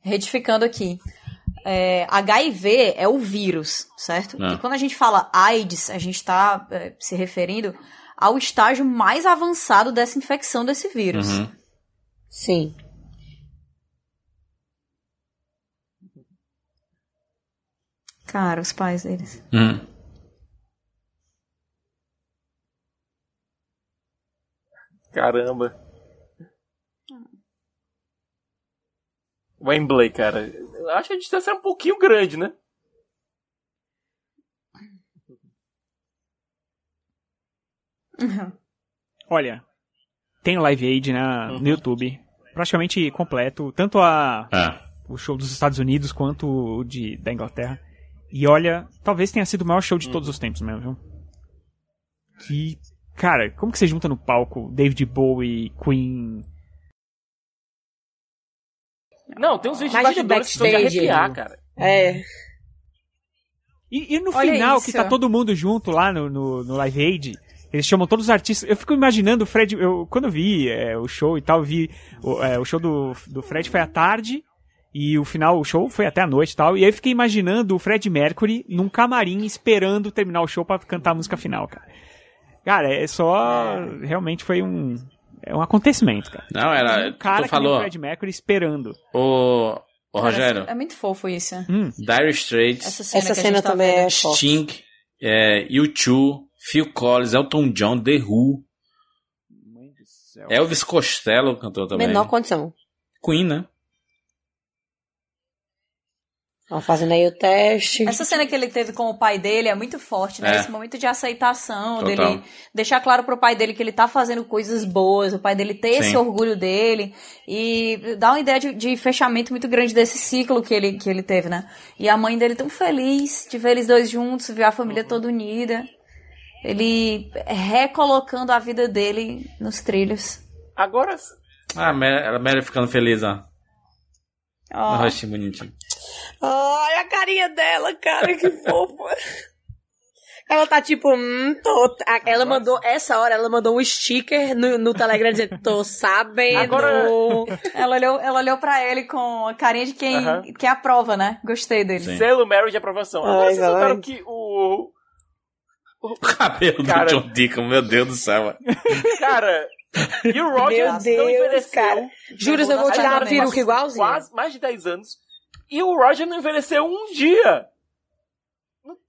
retificando aqui. É, HIV é o vírus, certo? É. E quando a gente fala AIDS, a gente está se referindo ao estágio mais avançado dessa infecção desse vírus. Uhum. Sim. Cara, os pais deles. Uhum. Caramba. Wembley, cara. Eu Acho que a distância é um pouquinho grande, né? Olha, tem o Live Aid na, Uhum. no YouTube, praticamente completo, tanto a, Ah. o show dos Estados Unidos quanto o de, da Inglaterra. E olha, talvez tenha sido o maior Hum. show de todos os tempos mesmo, viu? Que, cara, como que você junta no palco David Bowie, Queen... Não, tem uns vídeos de Imagina bastidores que são de backstage, arrepiar, né? cara. Uhum. É. E, e no Olha final, isso. que tá todo mundo junto lá no, no, no Live Aid, eles chamam todos os artistas. Eu fico imaginando o Fred. Eu, quando eu vi é, o show e tal, eu vi. O, é, o show do, do Fred foi à tarde. E o final, o show foi até a noite e tal. E aí eu fiquei imaginando o Fred Mercury num camarim esperando terminar o show pra cantar a música final, cara. Cara, é só. Realmente foi um. É um acontecimento, cara. Não, era. tu um cara que nem o falou. Fred Mercury esperando. Ô, ô Cara, Rogério, É muito fofo isso. Dire Straits, Essa cena, Essa que cena a gente tá também vendo. é forte. Sting, é, U2, Phil Collins, Elton John, The Who, Elvis Costello cantou também. Menor condição. Queen, né? Ó, fazendo aí o teste. Essa cena que ele teve com o pai dele é muito forte, né? É. Esse momento de aceitação, Total. dele deixar claro pro pai dele que ele tá fazendo coisas boas, o pai dele ter Sim. esse orgulho dele e dá uma ideia de, de fechamento muito grande desse ciclo que ele, que ele teve, né? E a mãe dele tão feliz de ver eles dois juntos, ver a família toda unida. Ele recolocando a vida dele nos trilhos. Agora, Ah, a Mary, a Mary ficando feliz, ó. Ó, Ah. Eu achei bonitinho. Ai, a carinha dela, cara, que fofa. Ela tá tipo, hum, tô. a- Ela mandou, essa hora, ela mandou um sticker no, no Telegram dizendo, tô sabendo. Agora- ela, olhou, ela olhou pra ele com a carinha de quem, Aham. quem aprova, né? Gostei dele. Sim. selo Mary de aprovação. Agora Ai, vocês notaram exatamente. que o. O cabelo Cara. do Ah, John Deacon, meu Deus do céu. mano. Cara, e o Rogers não Deus, envelheceu. cara. Juro, eu vou tirar a peruca igualzinha. Quase mais de 10 anos. E o Roger não envelheceu um dia.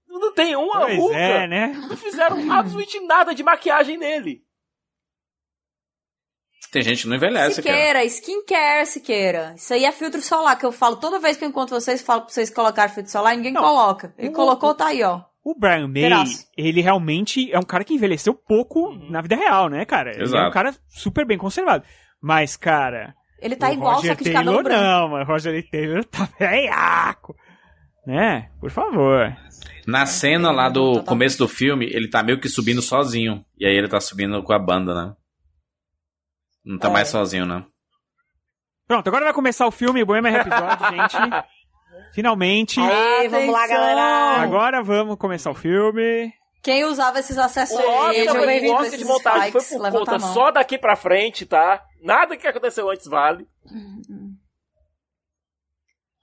Não, não tem uma Pois ruga. é, né? Não fizeram absolutamente nada de maquiagem nele. Tem gente que não É, envelhece, cara. Siqueira, skincare, Siqueira. Isso aí é filtro solar, que eu falo toda vez que eu encontro vocês, falo pra vocês colocarem filtro solar, ninguém Não. coloca. Ele Não. colocou, tá aí, ó. O Brian May, Terás. ele realmente é um cara que envelheceu pouco Uhum. na vida real, né, cara? Ele é Exato. um cara super bem conservado. Mas, cara, Ele tá o igual, Roger só que de Taylor né? cabelo branco. não, mas o Roger Taylor tá veiaco. Né? Por favor. Na cena lá do Total. começo do filme, ele tá meio que subindo sozinho. E aí ele tá subindo com a banda, né? Não tá É. mais sozinho, né? Pronto, agora vai começar o filme Bohemian Episódio, gente. Finalmente. Aê, vamos lá, Ah, Atenção! galera. Agora vamos começar o filme. Quem usava esses O acessórios? Oscar, Sejam o bem-vindos, Oscar de esses montagem foi spikes, por levanta conta a mão. só daqui pra frente, tá? Nada que aconteceu antes vale.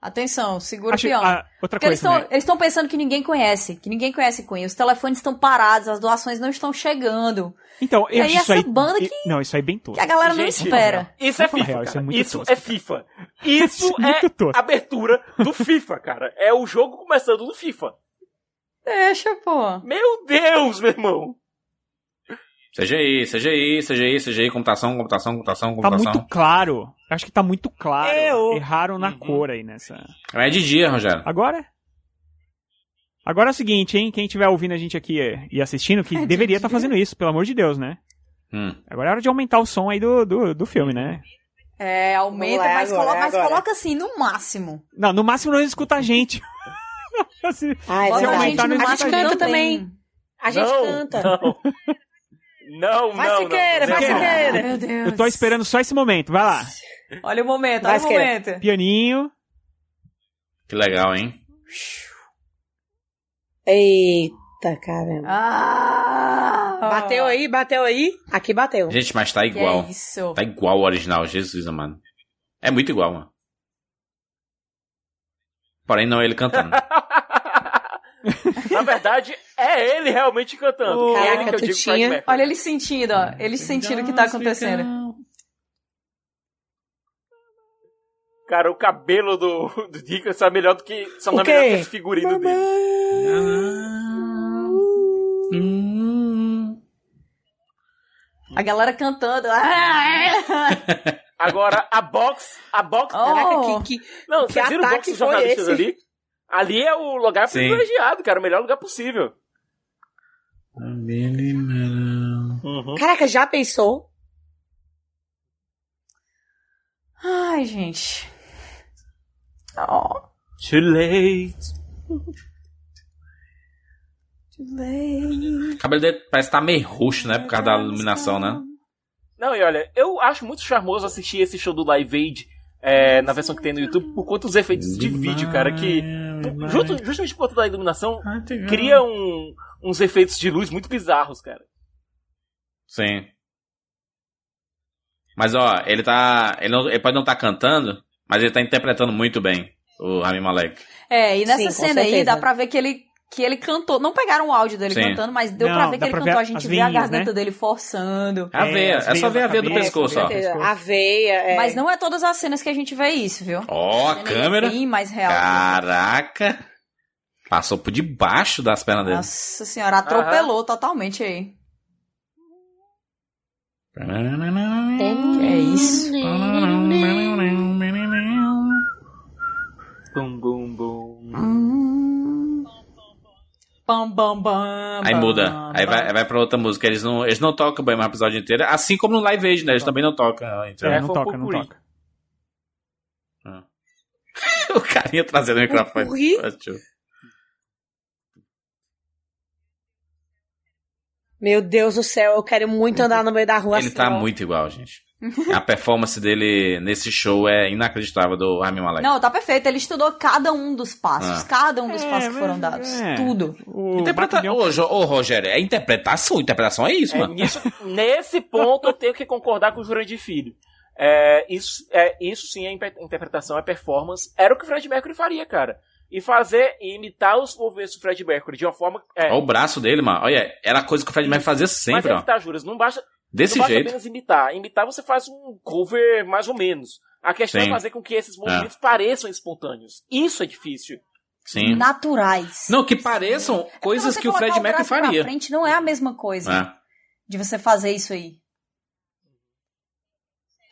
Atenção, segura Acho- o peão. ah, outra Porque eles coisa, estão né? pensando que ninguém conhece, que ninguém conhece Queen. Os telefones estão parados, as doações não estão chegando. Então, E eu aí acho isso essa aí... banda que- e- Não, isso aí é bem todo. Que a galera não Gente, espera. Isso é Vamos falar FIFA. real, isso é cara. muito Isso tosco. é FIFA. Isso Isso é muito é tosco. abertura do FIFA, cara. É o jogo começando no FIFA. Deixa, pô. Meu Deus, meu irmão. CGI, CGI, CGI, CGI, computação, computação, computação, Tá computação. muito claro. Eu Acho que tá muito claro. Eu. Erraram Uhum. na cor aí nessa. É de dia, Rogério. Agora? Agora é o seguinte, hein? Quem estiver ouvindo a gente aqui eh, e assistindo, que deveria estar fazendo isso, pelo amor de Deus, né? Hum. Agora é hora de aumentar o som aí do, do, do filme, né? É, aumenta, Vamos lá, mas, agora, coloca, mas agora. coloca assim, no máximo. Não, no máximo não escuta a gente. Assim, Se- Ah, é Bota a verdade. gente no A gente máximo canta também. A gente não, canta. Não. Não, Vai, não, Siqueira, não. vai, Não. Siqueira. Ah, Meu Deus. Eu tô esperando só esse momento, vai lá. Olha o momento, Vai, olha o Siqueira. momento. Pianinho. Que legal, hein? Eita, caramba. Ah! Bateu aí, bateu aí. Aqui bateu. Gente, mas tá Que igual. é isso. Tá igual ao original, Jesus, mano. É muito igual, mano. Porém, não é ele cantando. Na verdade, é ele realmente cantando. Caraca, é ele que eu tu digo tinha- Fred Olha eles sentindo, ó. Eles sentindo o que tá acontecendo. Cara, o cabelo do, do Dickinson é melhor do que. Só não O é melhor quê? do que esse figurino dele. A galera cantando. Ah! Agora, a box. A box. Oh. Caraca, que, que- não, que vocês viram o box ataque dos foi jornalistas esse? ali? Ali é o lugar Sim. privilegiado, cara. O melhor lugar possível. Uhum. Caraca, já pensou? Ai, gente. Oh, Too late. too late. O cabelo dele parece estar meio roxo, né? Por causa da iluminação, né? Não, e olha, eu acho muito charmoso assistir esse show do Live Aid é, na versão que tem no YouTube por conta dos efeitos de vídeo, cara, que por- junto- justamente por conta da iluminação tá cria um- uns efeitos de luz muito bizarros, cara. Sim. Mas ó, ele tá. Ele, não- ele pode não estar cantando, mas ele tá interpretando muito bem o Rami Malek. É, e nessa Sim, com cena aí certeza. dá pra ver que ele, que ele cantou. Não pegaram o áudio dele Sim. cantando, mas deu Não, pra ver que dá ele pra ver cantou. A as né? gente vê a veias, garganta dele forçando. A É, veia, as é só veias ver a da veia do cabeça, pescoço, ó. né? Pescoço. A veia, é. Mas não é todas as cenas que a gente vê isso, viu? Ó, A a cena aí é câmera. Bem mais real. Caraca! Passou por debaixo das pernas dele. Nossa senhora, atropelou totalmente aí. Que é isso? Bum, bum, bum. Bam, bam, bam. Aí bam, muda. Aí bam. vai, aí vai pra outra música. Eles não, eles não tocam bem o episódio inteiro. Assim como no Live Aid, né? Eles também não tocam. Então. É, foi não um toca, não popurrí. toca. o carinha trazendo o microfone. Popurrí? Ótimo. Meu Deus do céu, eu quero muito andar no meio da rua Ele assim, tá ó. muito igual, gente. A performance dele nesse show é inacreditável do Rami Malek. Não, tá perfeito. Ele estudou cada um dos passos. Ah. Cada um dos É, passos que foram mas- dados. é. Tudo. O Interpreta... Batalhão- Ô, Jo- ô, Rogério, é interpretação. Interpretação é isso, É, mano. nisso- nesse ponto eu tenho que concordar com o Jurandir Filho. É, isso, é, isso sim é impe- interpretação, é performance. Era o que o Fred Mercury faria, cara. E fazer, e imitar os movimentos do Fred Mercury de uma forma. É, Olha o braço dele, mano. Olha, era a coisa que o Fred Mercury fazia mas sempre, é que ó. tá, Juras. Não basta, Desse não basta jeito. apenas imitar. Imitar você faz um cover mais ou menos. A questão Sim. é fazer com que esses movimentos pareçam espontâneos. Isso é difícil. Sim. Naturais. Então, Não, que pareçam coisas É Você que o colocar Fred Mercury braço pra faria. frente não é a mesma coisa É. de você fazer isso aí.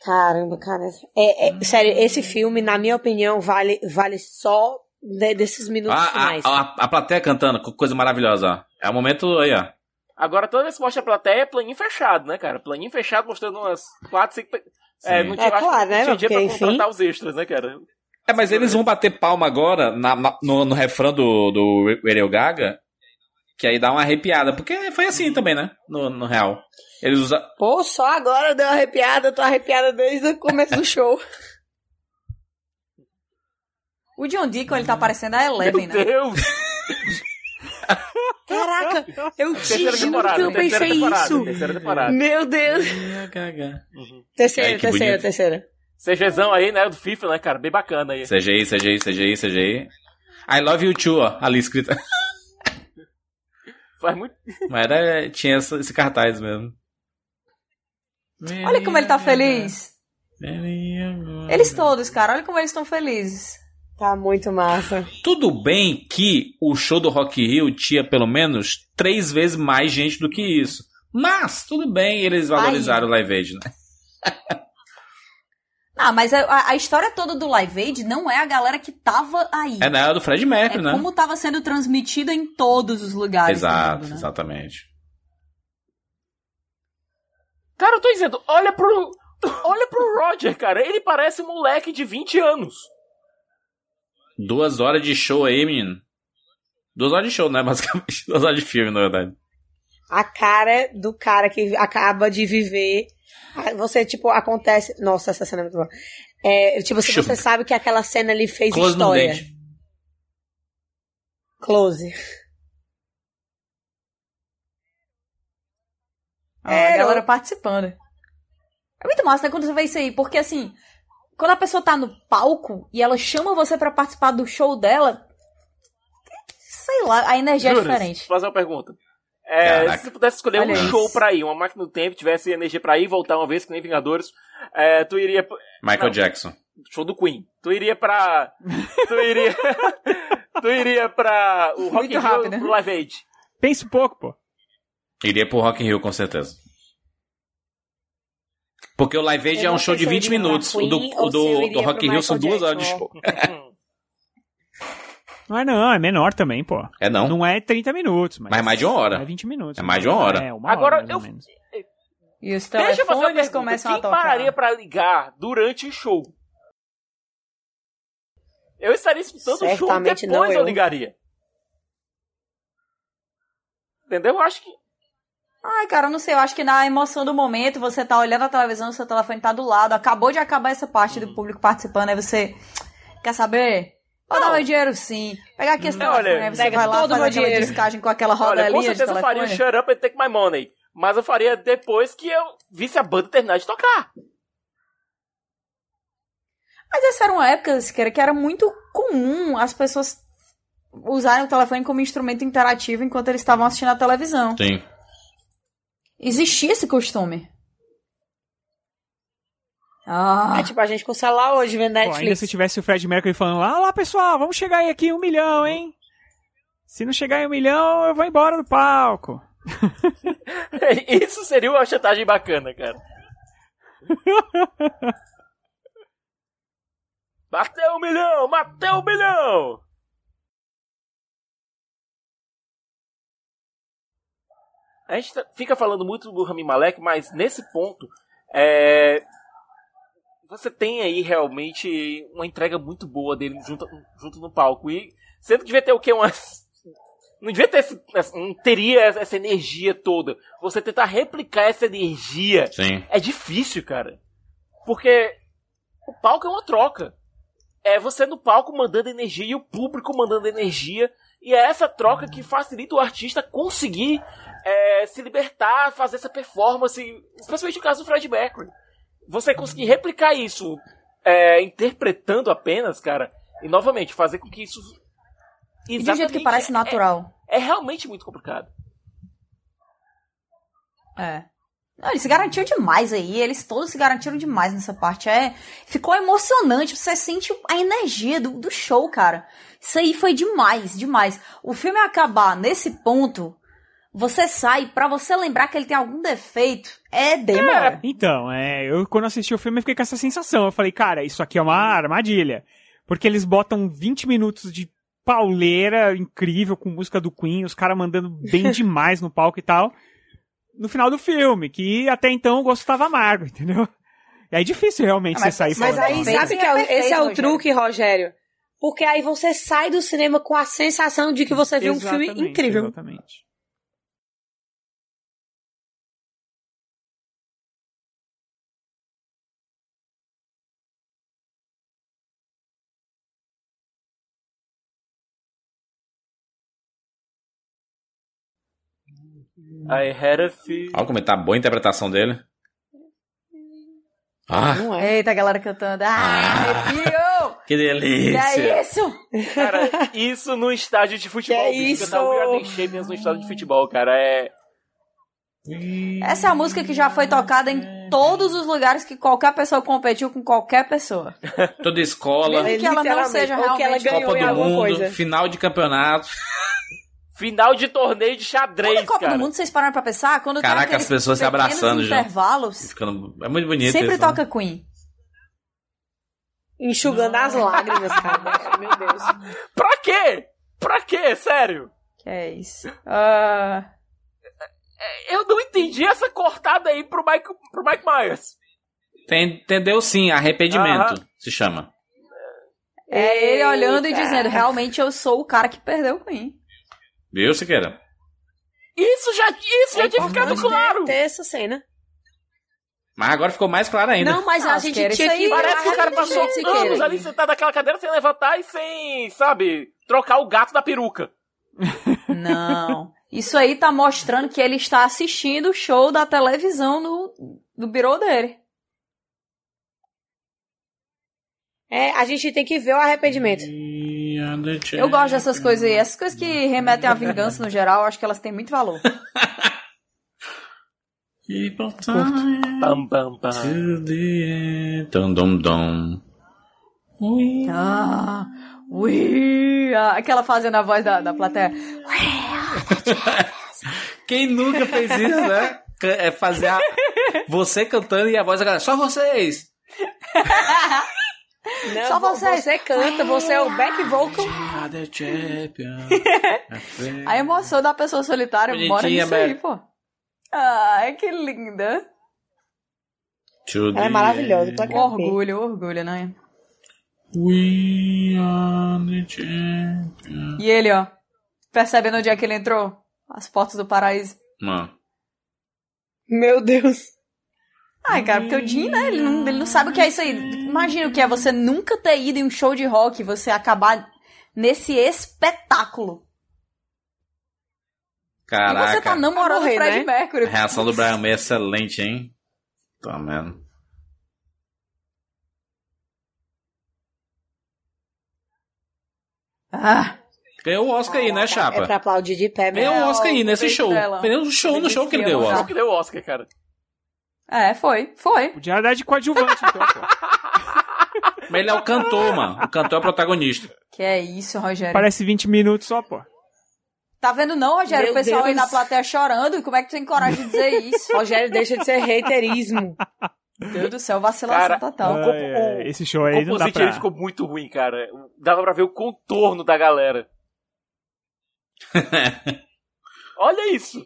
Caramba, cara. É, é, sério, esse filme, na minha opinião, vale, vale só de- desses minutos Ah, finais. a, a, a plateia cantando, co- coisa maravilhosa, ó. É o momento aí, ó. Agora, toda vez que mostra a plateia, é planinho fechado, né, cara? Planinho fechado mostrando umas 4, 5. Sim. não tinha, É, acho que claro, né, não tinha dia pra porque, enfim. contratar os extras, né, cara? É, mas eles vão bater palma agora na- na- no, no refrão do, do Radio Gaga, que aí dá uma arrepiada, porque foi assim Uhum. também, né? No, no real. Eles usam. Pô, só agora deu uma arrepiada, eu tô arrepiada desde o começo do show. O John Deacon, Uhum. ele tá parecendo a Eleven, Meu né? Deus! Caraca, eu te Terceira juro temporada, que eu terceira pensei temporada, isso. Terceira temporada. Meu Deus. Terceira, Ai, que terceira, bonito. terceira. CGzão aí, né? Do FIFA, né, cara? Bem bacana aí. CGI, CGI, CGI, CGI. I love you too, ó, ali escrita. Faz muito. Mas era, tinha essa- esse cartaz mesmo. Olha como ele tá feliz. Uhum. Eles todos, cara, olha como eles estão felizes. Tá muito massa. Tudo bem que o show do Rock in Rio tinha pelo menos três vezes mais gente do que isso. Mas, tudo bem, eles valorizaram o Live Aid, né? Ah, mas a, a história toda do Live Aid não é a galera que tava aí. É na era do Fred Mercury, É né? como tava sendo transmitida em todos os lugares. do Exato, mundo, né? exatamente. Cara, eu tô dizendo, olha pro. Olha pro Roger, cara. Ele parece um moleque de 20 anos. Duas horas de show aí, menino. Duas horas de show, né? Basicamente, duas horas de filme, na verdade. A cara do cara que acaba de viver. Você, tipo, acontece. Nossa, essa cena é muito boa. É, tipo, se Chupa. você sabe que aquela cena ali fez Close no história. dente. Close. Ah, a galera participando. É muito massa, né, quando você vê isso aí, porque assim, quando a pessoa tá no palco e ela chama você pra participar do show dela, sei lá, a energia é Juras, diferente. Vou fazer uma pergunta. É, Caraca. se você pudesse escolher Olha um isso. show pra ir, uma máquina do tempo, tivesse energia pra ir e voltar uma vez, que nem Vingadores, é, tu iria. pro- Michael Não. Jackson. Show do Queen. Tu iria pra. Tu iria. tu iria pra. O Rock Muito in Rio rápido. né? ou pro Live Aid. Pensa um pouco, pô. Iria pro Rock in Rio, com certeza. Porque o Live Aid Eu é um não show de sei se eu 20 iria pra minutos. O do, Queen o ou se eu do, iria do Rock pro in Rio são Michael duas horas de Jackson. show. Não é não, é menor também, pô. É não. Não é 30 minutos, mas... Mas é mais de uma hora. É 20 minutos. É mais de uma hora. É, uma Agora, hora mais ou eu- menos. E os Deixa eu fazer uma telefones pergunta. começam a Quem tocar. pararia pra ligar durante o show? Eu estaria escutando o show Certamente depois não eu. eu. ligaria. Entendeu? Eu acho que Ai, cara, eu não sei. Eu acho que na emoção do momento, você tá olhando a televisão, seu telefone tá do lado. Acabou de acabar essa parte Hum. do público participando. Aí você. Quer saber? Vou dar Não. meu dinheiro sim. Pegar aqui esse Não, telefone. olha, Aí você pega vai lá todo fazer meu aquela dinheiro. discagem com aquela roda Olha, ali com de certeza eu faria o telefone. Shut Up and Take My Money. Mas eu faria depois que eu visse a banda terminar de tocar. Mas essa era uma época, Siqueira, que era muito comum as pessoas usarem o telefone como instrumento interativo enquanto eles estavam assistindo a televisão. Sim. Existia esse costume. Ah, É tipo a gente com o celular hoje vendo Pô, ainda Netflix. se tivesse o Fred Mercury falando lá, lá pessoal, vamos chegar aí aqui em um milhão, hein? Se não chegar em um milhão, eu vou embora do palco. Isso seria uma chantagem bacana, cara. Bateu um milhão! Bateu um milhão! A gente tá- fica falando muito do Rami Malek, mas nesse ponto, é, você tem aí realmente uma entrega muito boa dele junto, junto no palco. E você não devia ter o quê? Umas. Não devia ter. esse- essa- Não teria essa energia toda. Você tentar replicar essa energia Sim. é difícil, cara. Porque o palco é uma troca. É você no palco mandando energia e o público mandando energia. E é essa troca que facilita o artista conseguir é, se libertar, fazer essa performance. Especialmente no caso do Fred Mercury. Você conseguir replicar isso é, interpretando apenas, cara. E novamente, fazer com que isso. e de um jeito que Exatamente, parece é- natural. É, é realmente muito complicado. É. Não, ele se garantiu demais aí. Eles todos se garantiram demais nessa parte. É, ficou emocionante. Você sente a energia do, do show, cara. Isso aí foi demais, demais. O filme acabar nesse ponto, você sai pra você lembrar que ele tem algum defeito. É demora. Então, é, eu quando assisti o filme eu fiquei com essa sensação. Eu falei, cara, isso aqui é uma armadilha. Porque eles botam 20 minutos de pauleira incrível com música do Queen, os caras mandando bem demais no palco e tal. No final do filme, que até então o gosto tava amargo, entendeu? E aí é difícil realmente Ah, você mas- sair Mas falando, aí, "Nossa, Perfeito, sabe que é o- perfeito, esse é o Rogério. truque, Rogério? Porque aí você sai do cinema com a sensação de que você viu um filme Exatamente, incrível. Exatamente. I had a feeling. Olha como tá boa a interpretação dele. Ah, Não é? Eita, galera cantando. Ah, arrepio! que Que é delícia. isso? Cara, isso no estádio é de futebol. Que bicho, cantar isso? We Are the Champions no estádio de futebol, cara. É. Essa é a música que já foi tocada em todos os lugares que qualquer pessoa competiu com qualquer pessoa. Toda escola, Mesmo que ela não Literalmente, seja ou que ela realmente ganhou Copa em do alguma Mundo, coisa. final de campeonato. Final de torneio de Quando é xadrez, a Copa cara. do Mundo, vocês pararam pra pensar? Quando Caraca, tem aqueles as pessoas se pequenos abraçando já. intervalos, Ficando- É muito bonito sempre isso, né? toca Queen. Enxugando as lágrimas, cara. Meu Deus. Pra quê? Pra quê? Sério? Que é isso. Ah, Eu não entendi essa cortada aí pro Mike, pro Mike Myers. Tem- Entendeu sim, arrependimento Aham. se chama. é ele olhando e Eita. dizendo, realmente eu sou o cara que perdeu o Queen. Viu, Siqueira? Isso já, isso É já tinha ficado né? Importante claro. Ter essa cena. Mas agora ficou mais claro ainda. Não, mas a Nossa, gente que era tinha isso que... aí. Parece que o cara passou Gente, anos Siqueira. ali sentado naquela cadeira sem levantar e sem, sabe, trocar o gato da peruca. Não. Isso aí tá mostrando que ele está assistindo o show da televisão no, no birô dele. É, a gente tem que ver o arrependimento. Eu gosto dessas coisas aí. Essas coisas que remetem à vingança no geral, eu acho que elas têm muito valor. Keep on Pam, pam, pam. to the end. Dum, dum, dum. Ui. Ah, ui, ah, aquela fazendo a voz da, da plateia. Quem nunca fez isso, né? Ca- É fazer a... você cantando e a voz da galera. Só vocês! Não, Só você. Você canta, você é o back vocal. Ah, A emoção da pessoa solitária Bonitinha, mora nisso aí, Bela. pô. Ai, que linda. Ela é maravilhosa. eu Tô aqui. Orgulho, orgulho, né? We are the champions. E ele, ó. Percebendo onde é que ele entrou? As portas do paraíso. Mano, Meu Deus. Ai, cara, porque o Jim, né? Ele não, ele não sabe o que é isso aí. Imagina o que é você nunca ter ido em um show de rock e você acabar nesse espetáculo. caraca. E você tá namorando Vai morrer, o Fred né? Mercury. A reação do Brian May é excelente, hein? Tá, mano. Ah, Ganhou o Oscar aí, né, É Chapa? pra aplaudir de pé Ganhou mesmo. o Oscar aí Não, nesse dei show. estrela. Ganhou um show no Dei show que ele deu o estrela, Oscar. que deu o Oscar, cara. é, foi, foi. Podia dar de coadjuvante, então, pô. Mas ele é o cantor, mano. O cantor é o protagonista. Que é isso, Rogério. Parece 20 minutos só, pô. Tá vendo não, Rogério? Meu o pessoal aí Deus. na plateia chorando. Como é que tu tem coragem de dizer isso? Rogério deixa de ser haterismo. Meu Deus do céu, vacilação Cara, total. compo- Ai, ai, Ah, o- Esse show O aí não dá composite pra... ele ficou muito ruim, cara. Dava pra ver o contorno da galera. Olha isso.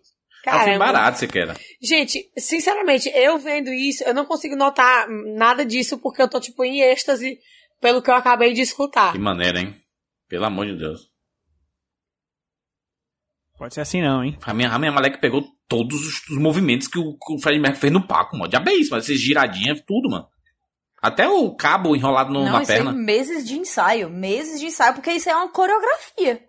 É um filme Caramba. barato, se queira. Gente, sinceramente, eu vendo isso, eu não consigo notar nada disso porque eu tô, tipo, em êxtase pelo que eu acabei de escutar. Que maneira, hein? Pelo amor de Deus. Pode ser assim não, hein? A minha, a minha Malek pegou todos os, os movimentos que o, que o Fred Mercury fez no Paco, mano. Já bem isso, mano. Essas giradinhas, tudo, mano. Até o cabo enrolado no- não, na isso aí, perna. meses de ensaio. Meses de ensaio, porque isso aí é uma coreografia.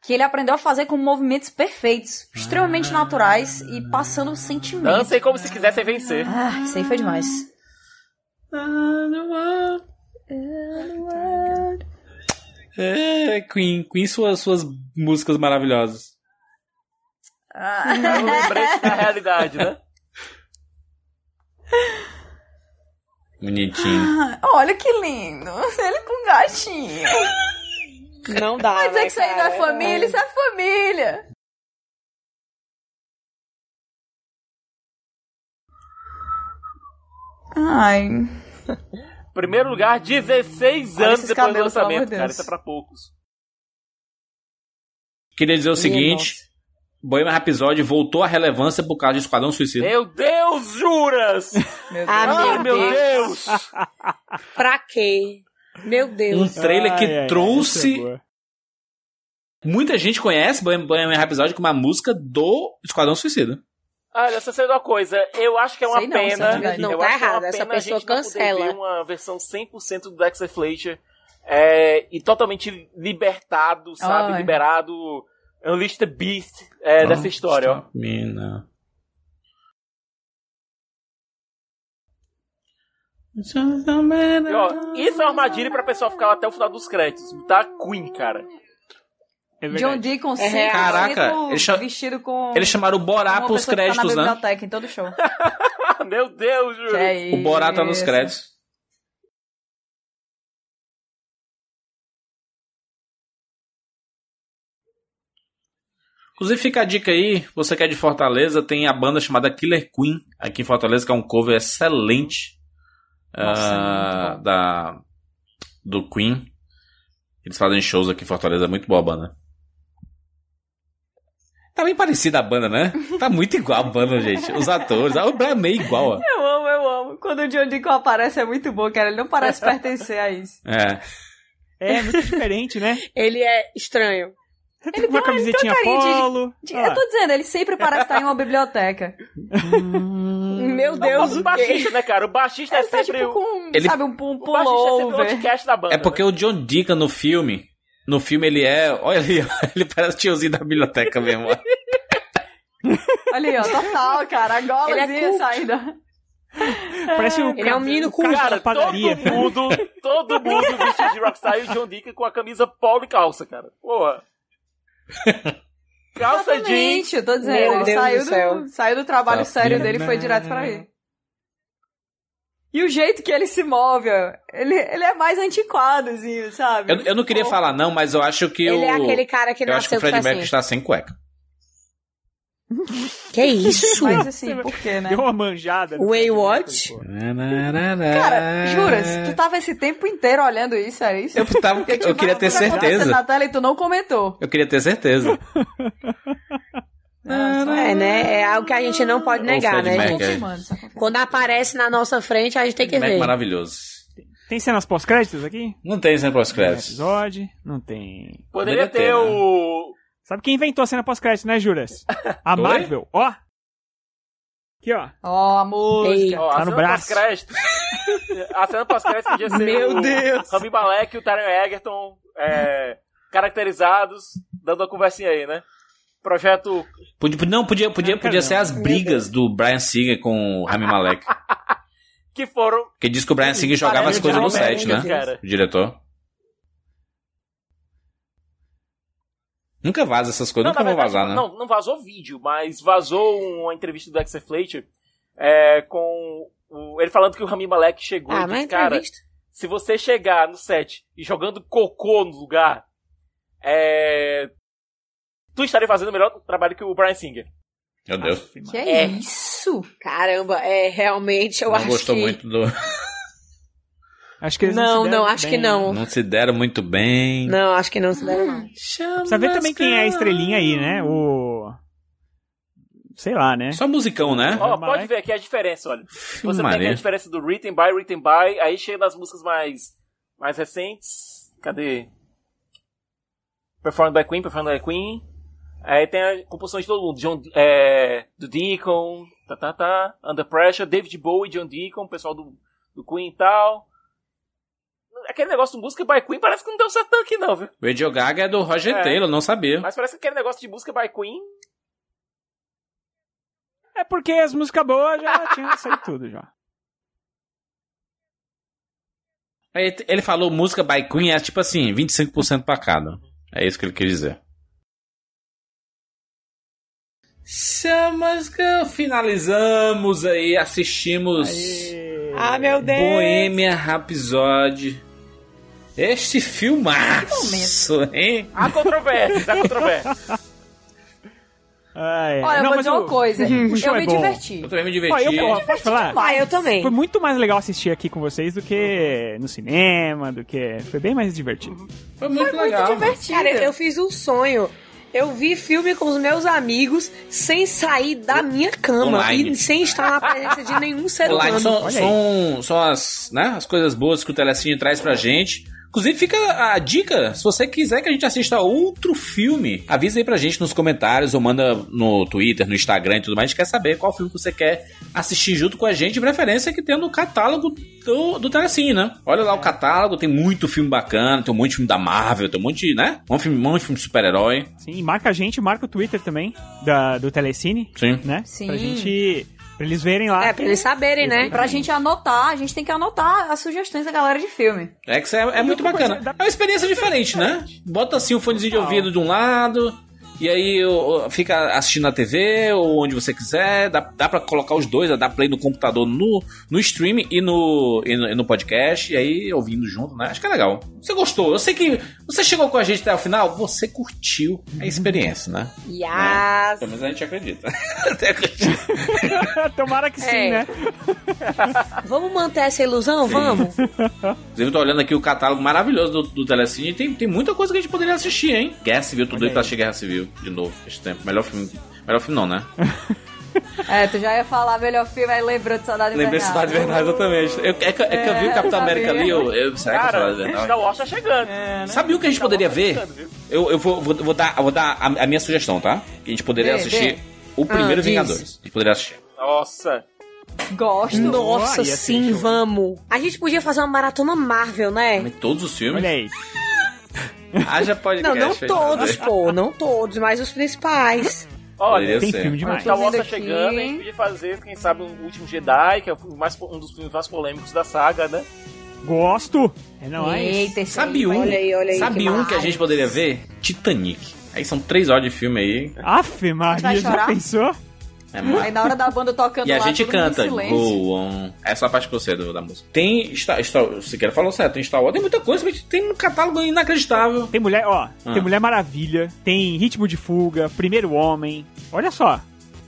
Que ele aprendeu a fazer com movimentos perfeitos, Ah. extremamente naturais e passando um sentimento. Dancem como se quisessem vencer. Ah, isso aí foi demais. É, Queen. Queen e suas, suas músicas maravilhosas. Ah, É um lembrete da realidade, né? Bonitinho. Ah. olha que lindo. Ele com gatinho. Não dá. Vai dizer né, que isso aí não cara? é família, isso é família. Ai. Primeiro lugar, 16 Olha anos esses depois do cabelos, pelo amor lançamento, de cara. Deus. Isso é pra poucos. Queria dizer o seguinte: Bohemian Rhapsody voltou à relevância por causa de Esquadrão Suicida. Meu Deus, juras! Meu Deus. Ah, Ai, meu Deus. Deus! Pra quê? Meu Um Deus. trailer que Ai, ai, ai, trouxe. isso é boa. Muita gente conhece Bohem- Bohemian Rhapsody como uma música do Esquadrão Suicida. Olha, só sei de uma coisa, eu acho que é uma Sei não, sei pena. de verdade. Não, eu tá acho que é uma errado, essa pena a pessoa gente não poder cancela. ver uma versão 100% do Dexter Fletcher é, e totalmente libertado, sabe? Ai. Liberado. Unleashed Beast é, dessa história, ó. Mina. E, ó. Isso é uma armadilha pra pessoa ficar até o final dos créditos. Tá Queen, cara. É John verdade. Deacon É sempre real. Caraca, sendo ele cha- vestido com Eles chamaram o Borá uma pros pessoa que tá créditos, na né? biblioteca em todo show. Ah, Meu Deus, Que Júlio. é O Borá tá nos isso. créditos. Inclusive fica a dica aí, você que é de Fortaleza, tem a banda chamada Killer Queen aqui em Fortaleza, que é um cover excelente Nossa, é ah, muito da do Queen. Eles fazem shows aqui em Fortaleza, é muito boa a banda. Tá bem parecida a banda, né? Tá muito igual a banda, gente. Os atores, ah, o Brian May é igual, ó. Eu amo, eu amo. Quando o John Deacon aparece é muito bom, cara. Ele não parece pertencer a isso. É. É, muito diferente, né? Ele é estranho. Ele tá com uma camisetinha carinha de- polo. Ah, Olha lá. Eu tô dizendo, ele sempre parece estar em uma biblioteca. Meu Deus, O o quê? baixista, né, cara? O baixista é Ele tá sempre tipo o. com, Ele- sabe, um, um O baixista é sempre o pullover. outcast da banda. É porque o John Deacon no filme, no filme ele é, olha ali, ele parece o tiozinho da biblioteca mesmo. ó. Olha aí, ó, total, cara. A Ele é golazinha culto. saindo. Parece um Ele é um menino com cara Cara, da padaria. todo mundo, todo mundo vestido de rockstar e o John Deacon com a camisa polo e calça, cara. Porra. Calça jeans. Exatamente, eu tô dizendo. Meu ele Deus saiu, do céu. saiu do trabalho Tá sério dele e foi direto pra ele. E o jeito que ele se move, ó, ele, ele é mais antiquadozinho, sabe? Eu, eu não queria falar não, mas eu acho que Ele o é aquele cara que eu acho que nasceu o Fred que tá Mercury assim. está sem cueca. Que isso? Mas assim, por quê, né? Deu uma manjada. no Way filme, Watch? pô. É. Cara, jura, se tu tava esse tempo inteiro olhando isso, era isso? Eu, tava, tipo, eu queria ter certeza. Na tela e tu não comentou. Eu queria ter certeza. É, né? É algo que a gente não pode negar, Fred né? Mercury. gente? Confirmando, só confirmando. Quando aparece na nossa frente, a gente tem que Mac ver. maravilhoso. Tem cenas pós-créditos aqui? Não tem sempre os No créditos. episódio? Não tem. Poderia Poderia ter, ter, né? o. Sabe quem inventou a cena pós-crédito, né, Juras? A Marvel, ó. Aqui, ó. Ó, a música. Ei, Ó, Tá a no cena braço. pós-crédito. a cena pós-crédito podia ser Meu o Deus. Rami Malek e o Taron Egerton é, caracterizados, dando a conversinha aí, né? Projeto Podia, não, podia, podia, Ah, podia caramba. ser as brigas do Brian Singer com o Rami Malek. que foram. Porque diz que o Brian Singer jogava as Parece coisas no John set, Mayer, né? cara. O diretor. Nunca vaza essas coisas, nunca na vão verdade, tipo, vazar, né? Não, não vazou vídeo, mas vazou uma entrevista do Dexter Fletcher é, com. o- ele falando que o Rami Malek é chegou Ah, e mas disse, cara, entrevista. se você chegar no set e jogando cocô no lugar, é. Tu estaria fazendo o melhor trabalho que o Brian Singer. Meu Deus. Que É. isso? Caramba, é realmente, eu não acho gostou que... muito do. Acho que eles Não, se não, deram acho bem. né? que não. Não se deram muito bem. Não, acho que não se deve mal. Precisa ver também quem é a estrelinha aí, né? O. Sei lá, né? Só musicão, né? Ó, Rami pode Malek. ver aqui a diferença, olha. Você tem aqui a Maria. diferença do Written by, Written by, aí chega nas músicas mais, mais recentes. Cadê? Performed by Queen, Performed by Queen. Aí tem a composição de todo mundo. John, é, do Deacon, tá, tá, tá. Under Pressure, David Bowie, John Deacon, pessoal do, do Queen e tal. Aquele negócio de música by Queen parece que não deu certo aqui não, viu? O Edio Gaga é do Roger É. Taylor, não sabia. Mas parece que aquele negócio de música by Queen É porque as músicas boas já tinham saído tudo já. Aí t- Ele falou música by Queen é tipo assim, 25% pra cada. É isso que ele quis dizer. Chamas que finalizamos aí, assistimos Ah, meu Deus. Bohemia Rhapsody. Este filmaço, hein? há controvérsias, há controvérsias. Ai, não, Olha, eu vou mas dizer o- uma coisa. Uhum. O show eu é me bom. diverti. Eu também me Ó, diverti. eu, ó, posso falar? Ah, eu também. Foi muito mais legal assistir aqui com vocês do que no cinema, do que. Foi bem mais divertido. Foi muito legal. mano. Cara, eu, eu fiz um sonho. Eu vi filme com os meus amigos sem sair da minha cama Online. e sem estar na presença de nenhum ser Online humano. são, Olha são, são as, né, as coisas boas que o Telecine traz pra gente. Inclusive, fica a dica: se você quiser que a gente assista outro filme, avisa aí pra gente nos comentários ou manda no Twitter, no Instagram e tudo mais. A gente quer saber qual filme que você quer assistir junto com a gente, de preferência que tenha no catálogo do, do Telecine, né? Olha lá o catálogo, tem muito filme bacana, tem um monte de filme da Marvel, tem um monte, de, né? Um filme, um monte de filme de super-herói. Sim, e marca a gente, marca o Twitter também, da, do Telecine, Sim. né? Sim. Pra gente. Pra eles verem lá. É, pra eles saberem, né? Pra gente anotar, a gente tem que anotar as sugestões da galera de filme. É que isso é, é muito bacana. É uma experiência diferente, né? Bota assim o fonezinho de ouvido de um lado, e aí ó, ó, fica assistindo na TV ou onde você quiser. Dá, dá pra colocar os dois, dá play no computador, no, no streaming e no, e no, e no podcast, e aí ouvindo junto, né? Acho que é legal. Você gostou? Eu sei que você chegou com a gente até o final, você curtiu a experiência, né? Yas. Pelo menos a gente acredita. Até acredito. Tomara que sim, É. né? Vamos manter essa ilusão? Vamos? Inclusive, eu tô olhando aqui o catálogo maravilhoso do, do Telecine. Tem, tem muita coisa que a gente poderia assistir, hein? Guerra Civil, tudo aí pra assistir Guerra Civil de novo. Esse tempo. Melhor filme. Melhor filme não, né? É, tu já ia falar melhor filme, aí lembrou de Saudade Lembrei Invernal. Cidade Invernal, exatamente. Eu, é, que, é que eu vi o É, Capitão sabia. América ali, eu. eu será que é Cara, Cidade Invernal? Star Wars tá chegando. Sabe o que a gente poderia ver? Eu, eu vou, vou, vou dar, vou dar a, a minha sugestão, tá? Que a gente poderia Vê, assistir o primeiro diz. Vingadores. A gente poderia assistir. Nossa. um Gosto. Nossa, Olha, sim, sim, show. vamos. A gente podia fazer uma maratona Marvel, né? Mas Todos os filmes. Olha aí. Haja Não, podcast. não aí pra todos, ver. pô. Não todos, mas os principais. Olha, Eu Tem sei. filme o demais. Star Wars Tô tá vendo aqui. chegando, a gente podia fazer, quem sabe, o Último Jedi, que é o mais, um dos filmes mais polêmicos da saga, né? Gosto! É nóis. Eita, esse Sabe aí um? vai- Olha aí, olha aí. Sabe um que a gente poderia ver? Titanic. Aí são três horas de filme aí. Aff, Vai Maria, já chorar? pensou? É mais. Aí na hora da banda tocando E a lá, gente todo mundo em canta. silêncio. Go on. Essa é a parte que eu sei do- da música. Tem Star, Star, Siqueira falou certo, tem Star Wars, tem muita coisa, mas tem um catálogo inacreditável. Tem mulher, ó, Ah. tem Mulher Maravilha, tem Ritmo de Fuga, Primeiro Homem. Olha só,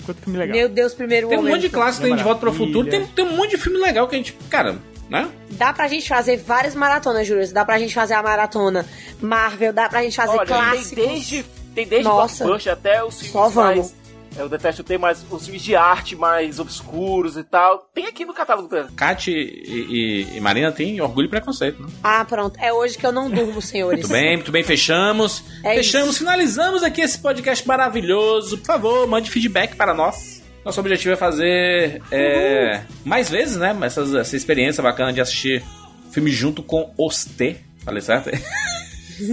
quanto filme legal. Meu Deus, primeiro Tem um momento. monte de clássico, tem De Volta para o Futuro, tem, tem um monte de filme legal que a gente. Cara, né? Dá pra gente fazer várias maratonas, Júlio. Dá pra gente fazer a maratona Marvel, dá pra gente fazer Olha, clássicos. tem desde, tem desde Nossa. Blockbuster até os filmes Só vamos. mais... é, Eu detesto ter mais os filmes de arte mais obscuros e tal. Tem aqui no catálogo da Kat e, e- e Marina tem orgulho e preconceito, né? Ah, pronto. É hoje que eu não durmo, senhores. Muito bem, muito bem, fechamos. É fechamos, finalizamos aqui esse podcast maravilhoso. Por favor, mande feedback para nós. Nosso objetivo é fazer é, mais vezes, né? Essas, essa experiência bacana de assistir filme junto com os T. Falei certo?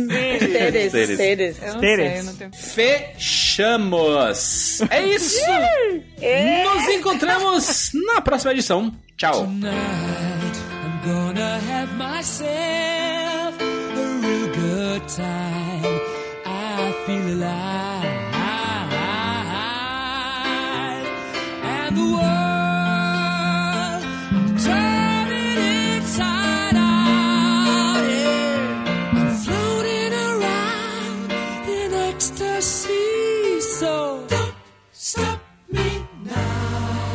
Teres, Teres. teres. Eu não Teres. sei, eu não tenho. Fechamos! É isso! Nos encontramos na próxima edição. Tchau! Tonight, I'm gonna have myself a real good time. I feel alive. And the world, I'm turning inside out. Yeah. I'm floating around in ecstasy. So don't stop me now.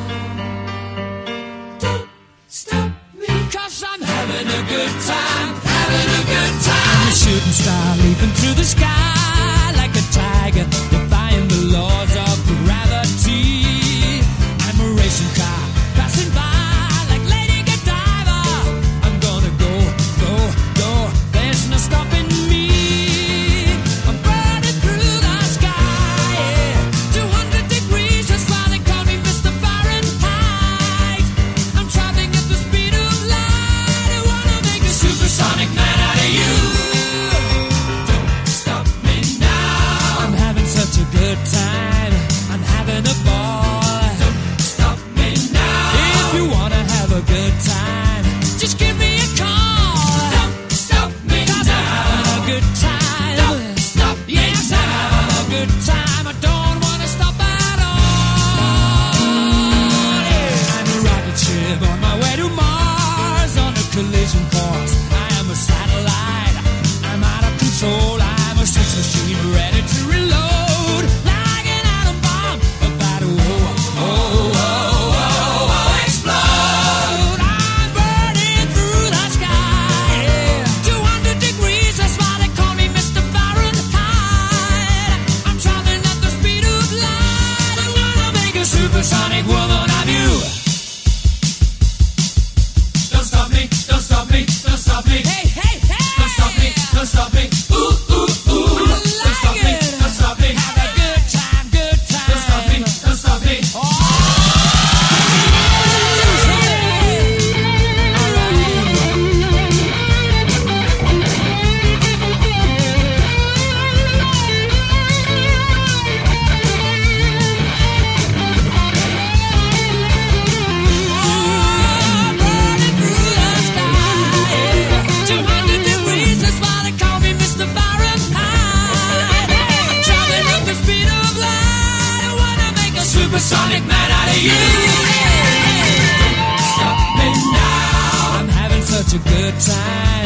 Don't stop me, cause I'm having a good time, having a good time. I'm a shooting star leaping through the sky like a tiger, defying the laws of gravity. I'm a racing car passing by like Lady Godiva. I'm gonna go, go, go, there's no stopping me. I'm burning through the sky, yeah. 200 degrees, that's why they call me Mr. Fahrenheit. I'm traveling at the speed of light. I wanna make a supersonic man out of you. Don't stop me now. I'm having such a good time. I'm having a ball. Don't stop me now. If you wanna have a good time, just give me a call. Don't stop me now. I'm having a good time. Don't stop me yes, now. I'm having a good time. I don't wanna stop at all. Yeah. I'm a rocket ship on my way to Mars on a collision course. I am a satellite. I'm out of control. I'm a sex machine ready to reload. Like an atom bomb about to oh, oh, oh, oh, oh, oh, explode. I'm burning through the sky. Yeah. 200 degrees, that's why they call me Mr. Fahrenheit. I'm traveling at the speed of light. I'm gonna make a supersonic woman of you. Don't stop me, don't stop me, don't stop me. Hey, hey, hey! Don't stop me, don't stop me. Ooh, ooh, ooh. don't stop me, don't stop me. Have a good time, good time. Oh. Don't stop me, don't stop me. Sonic man out of you. Don't stop me now. I'm having such a good time.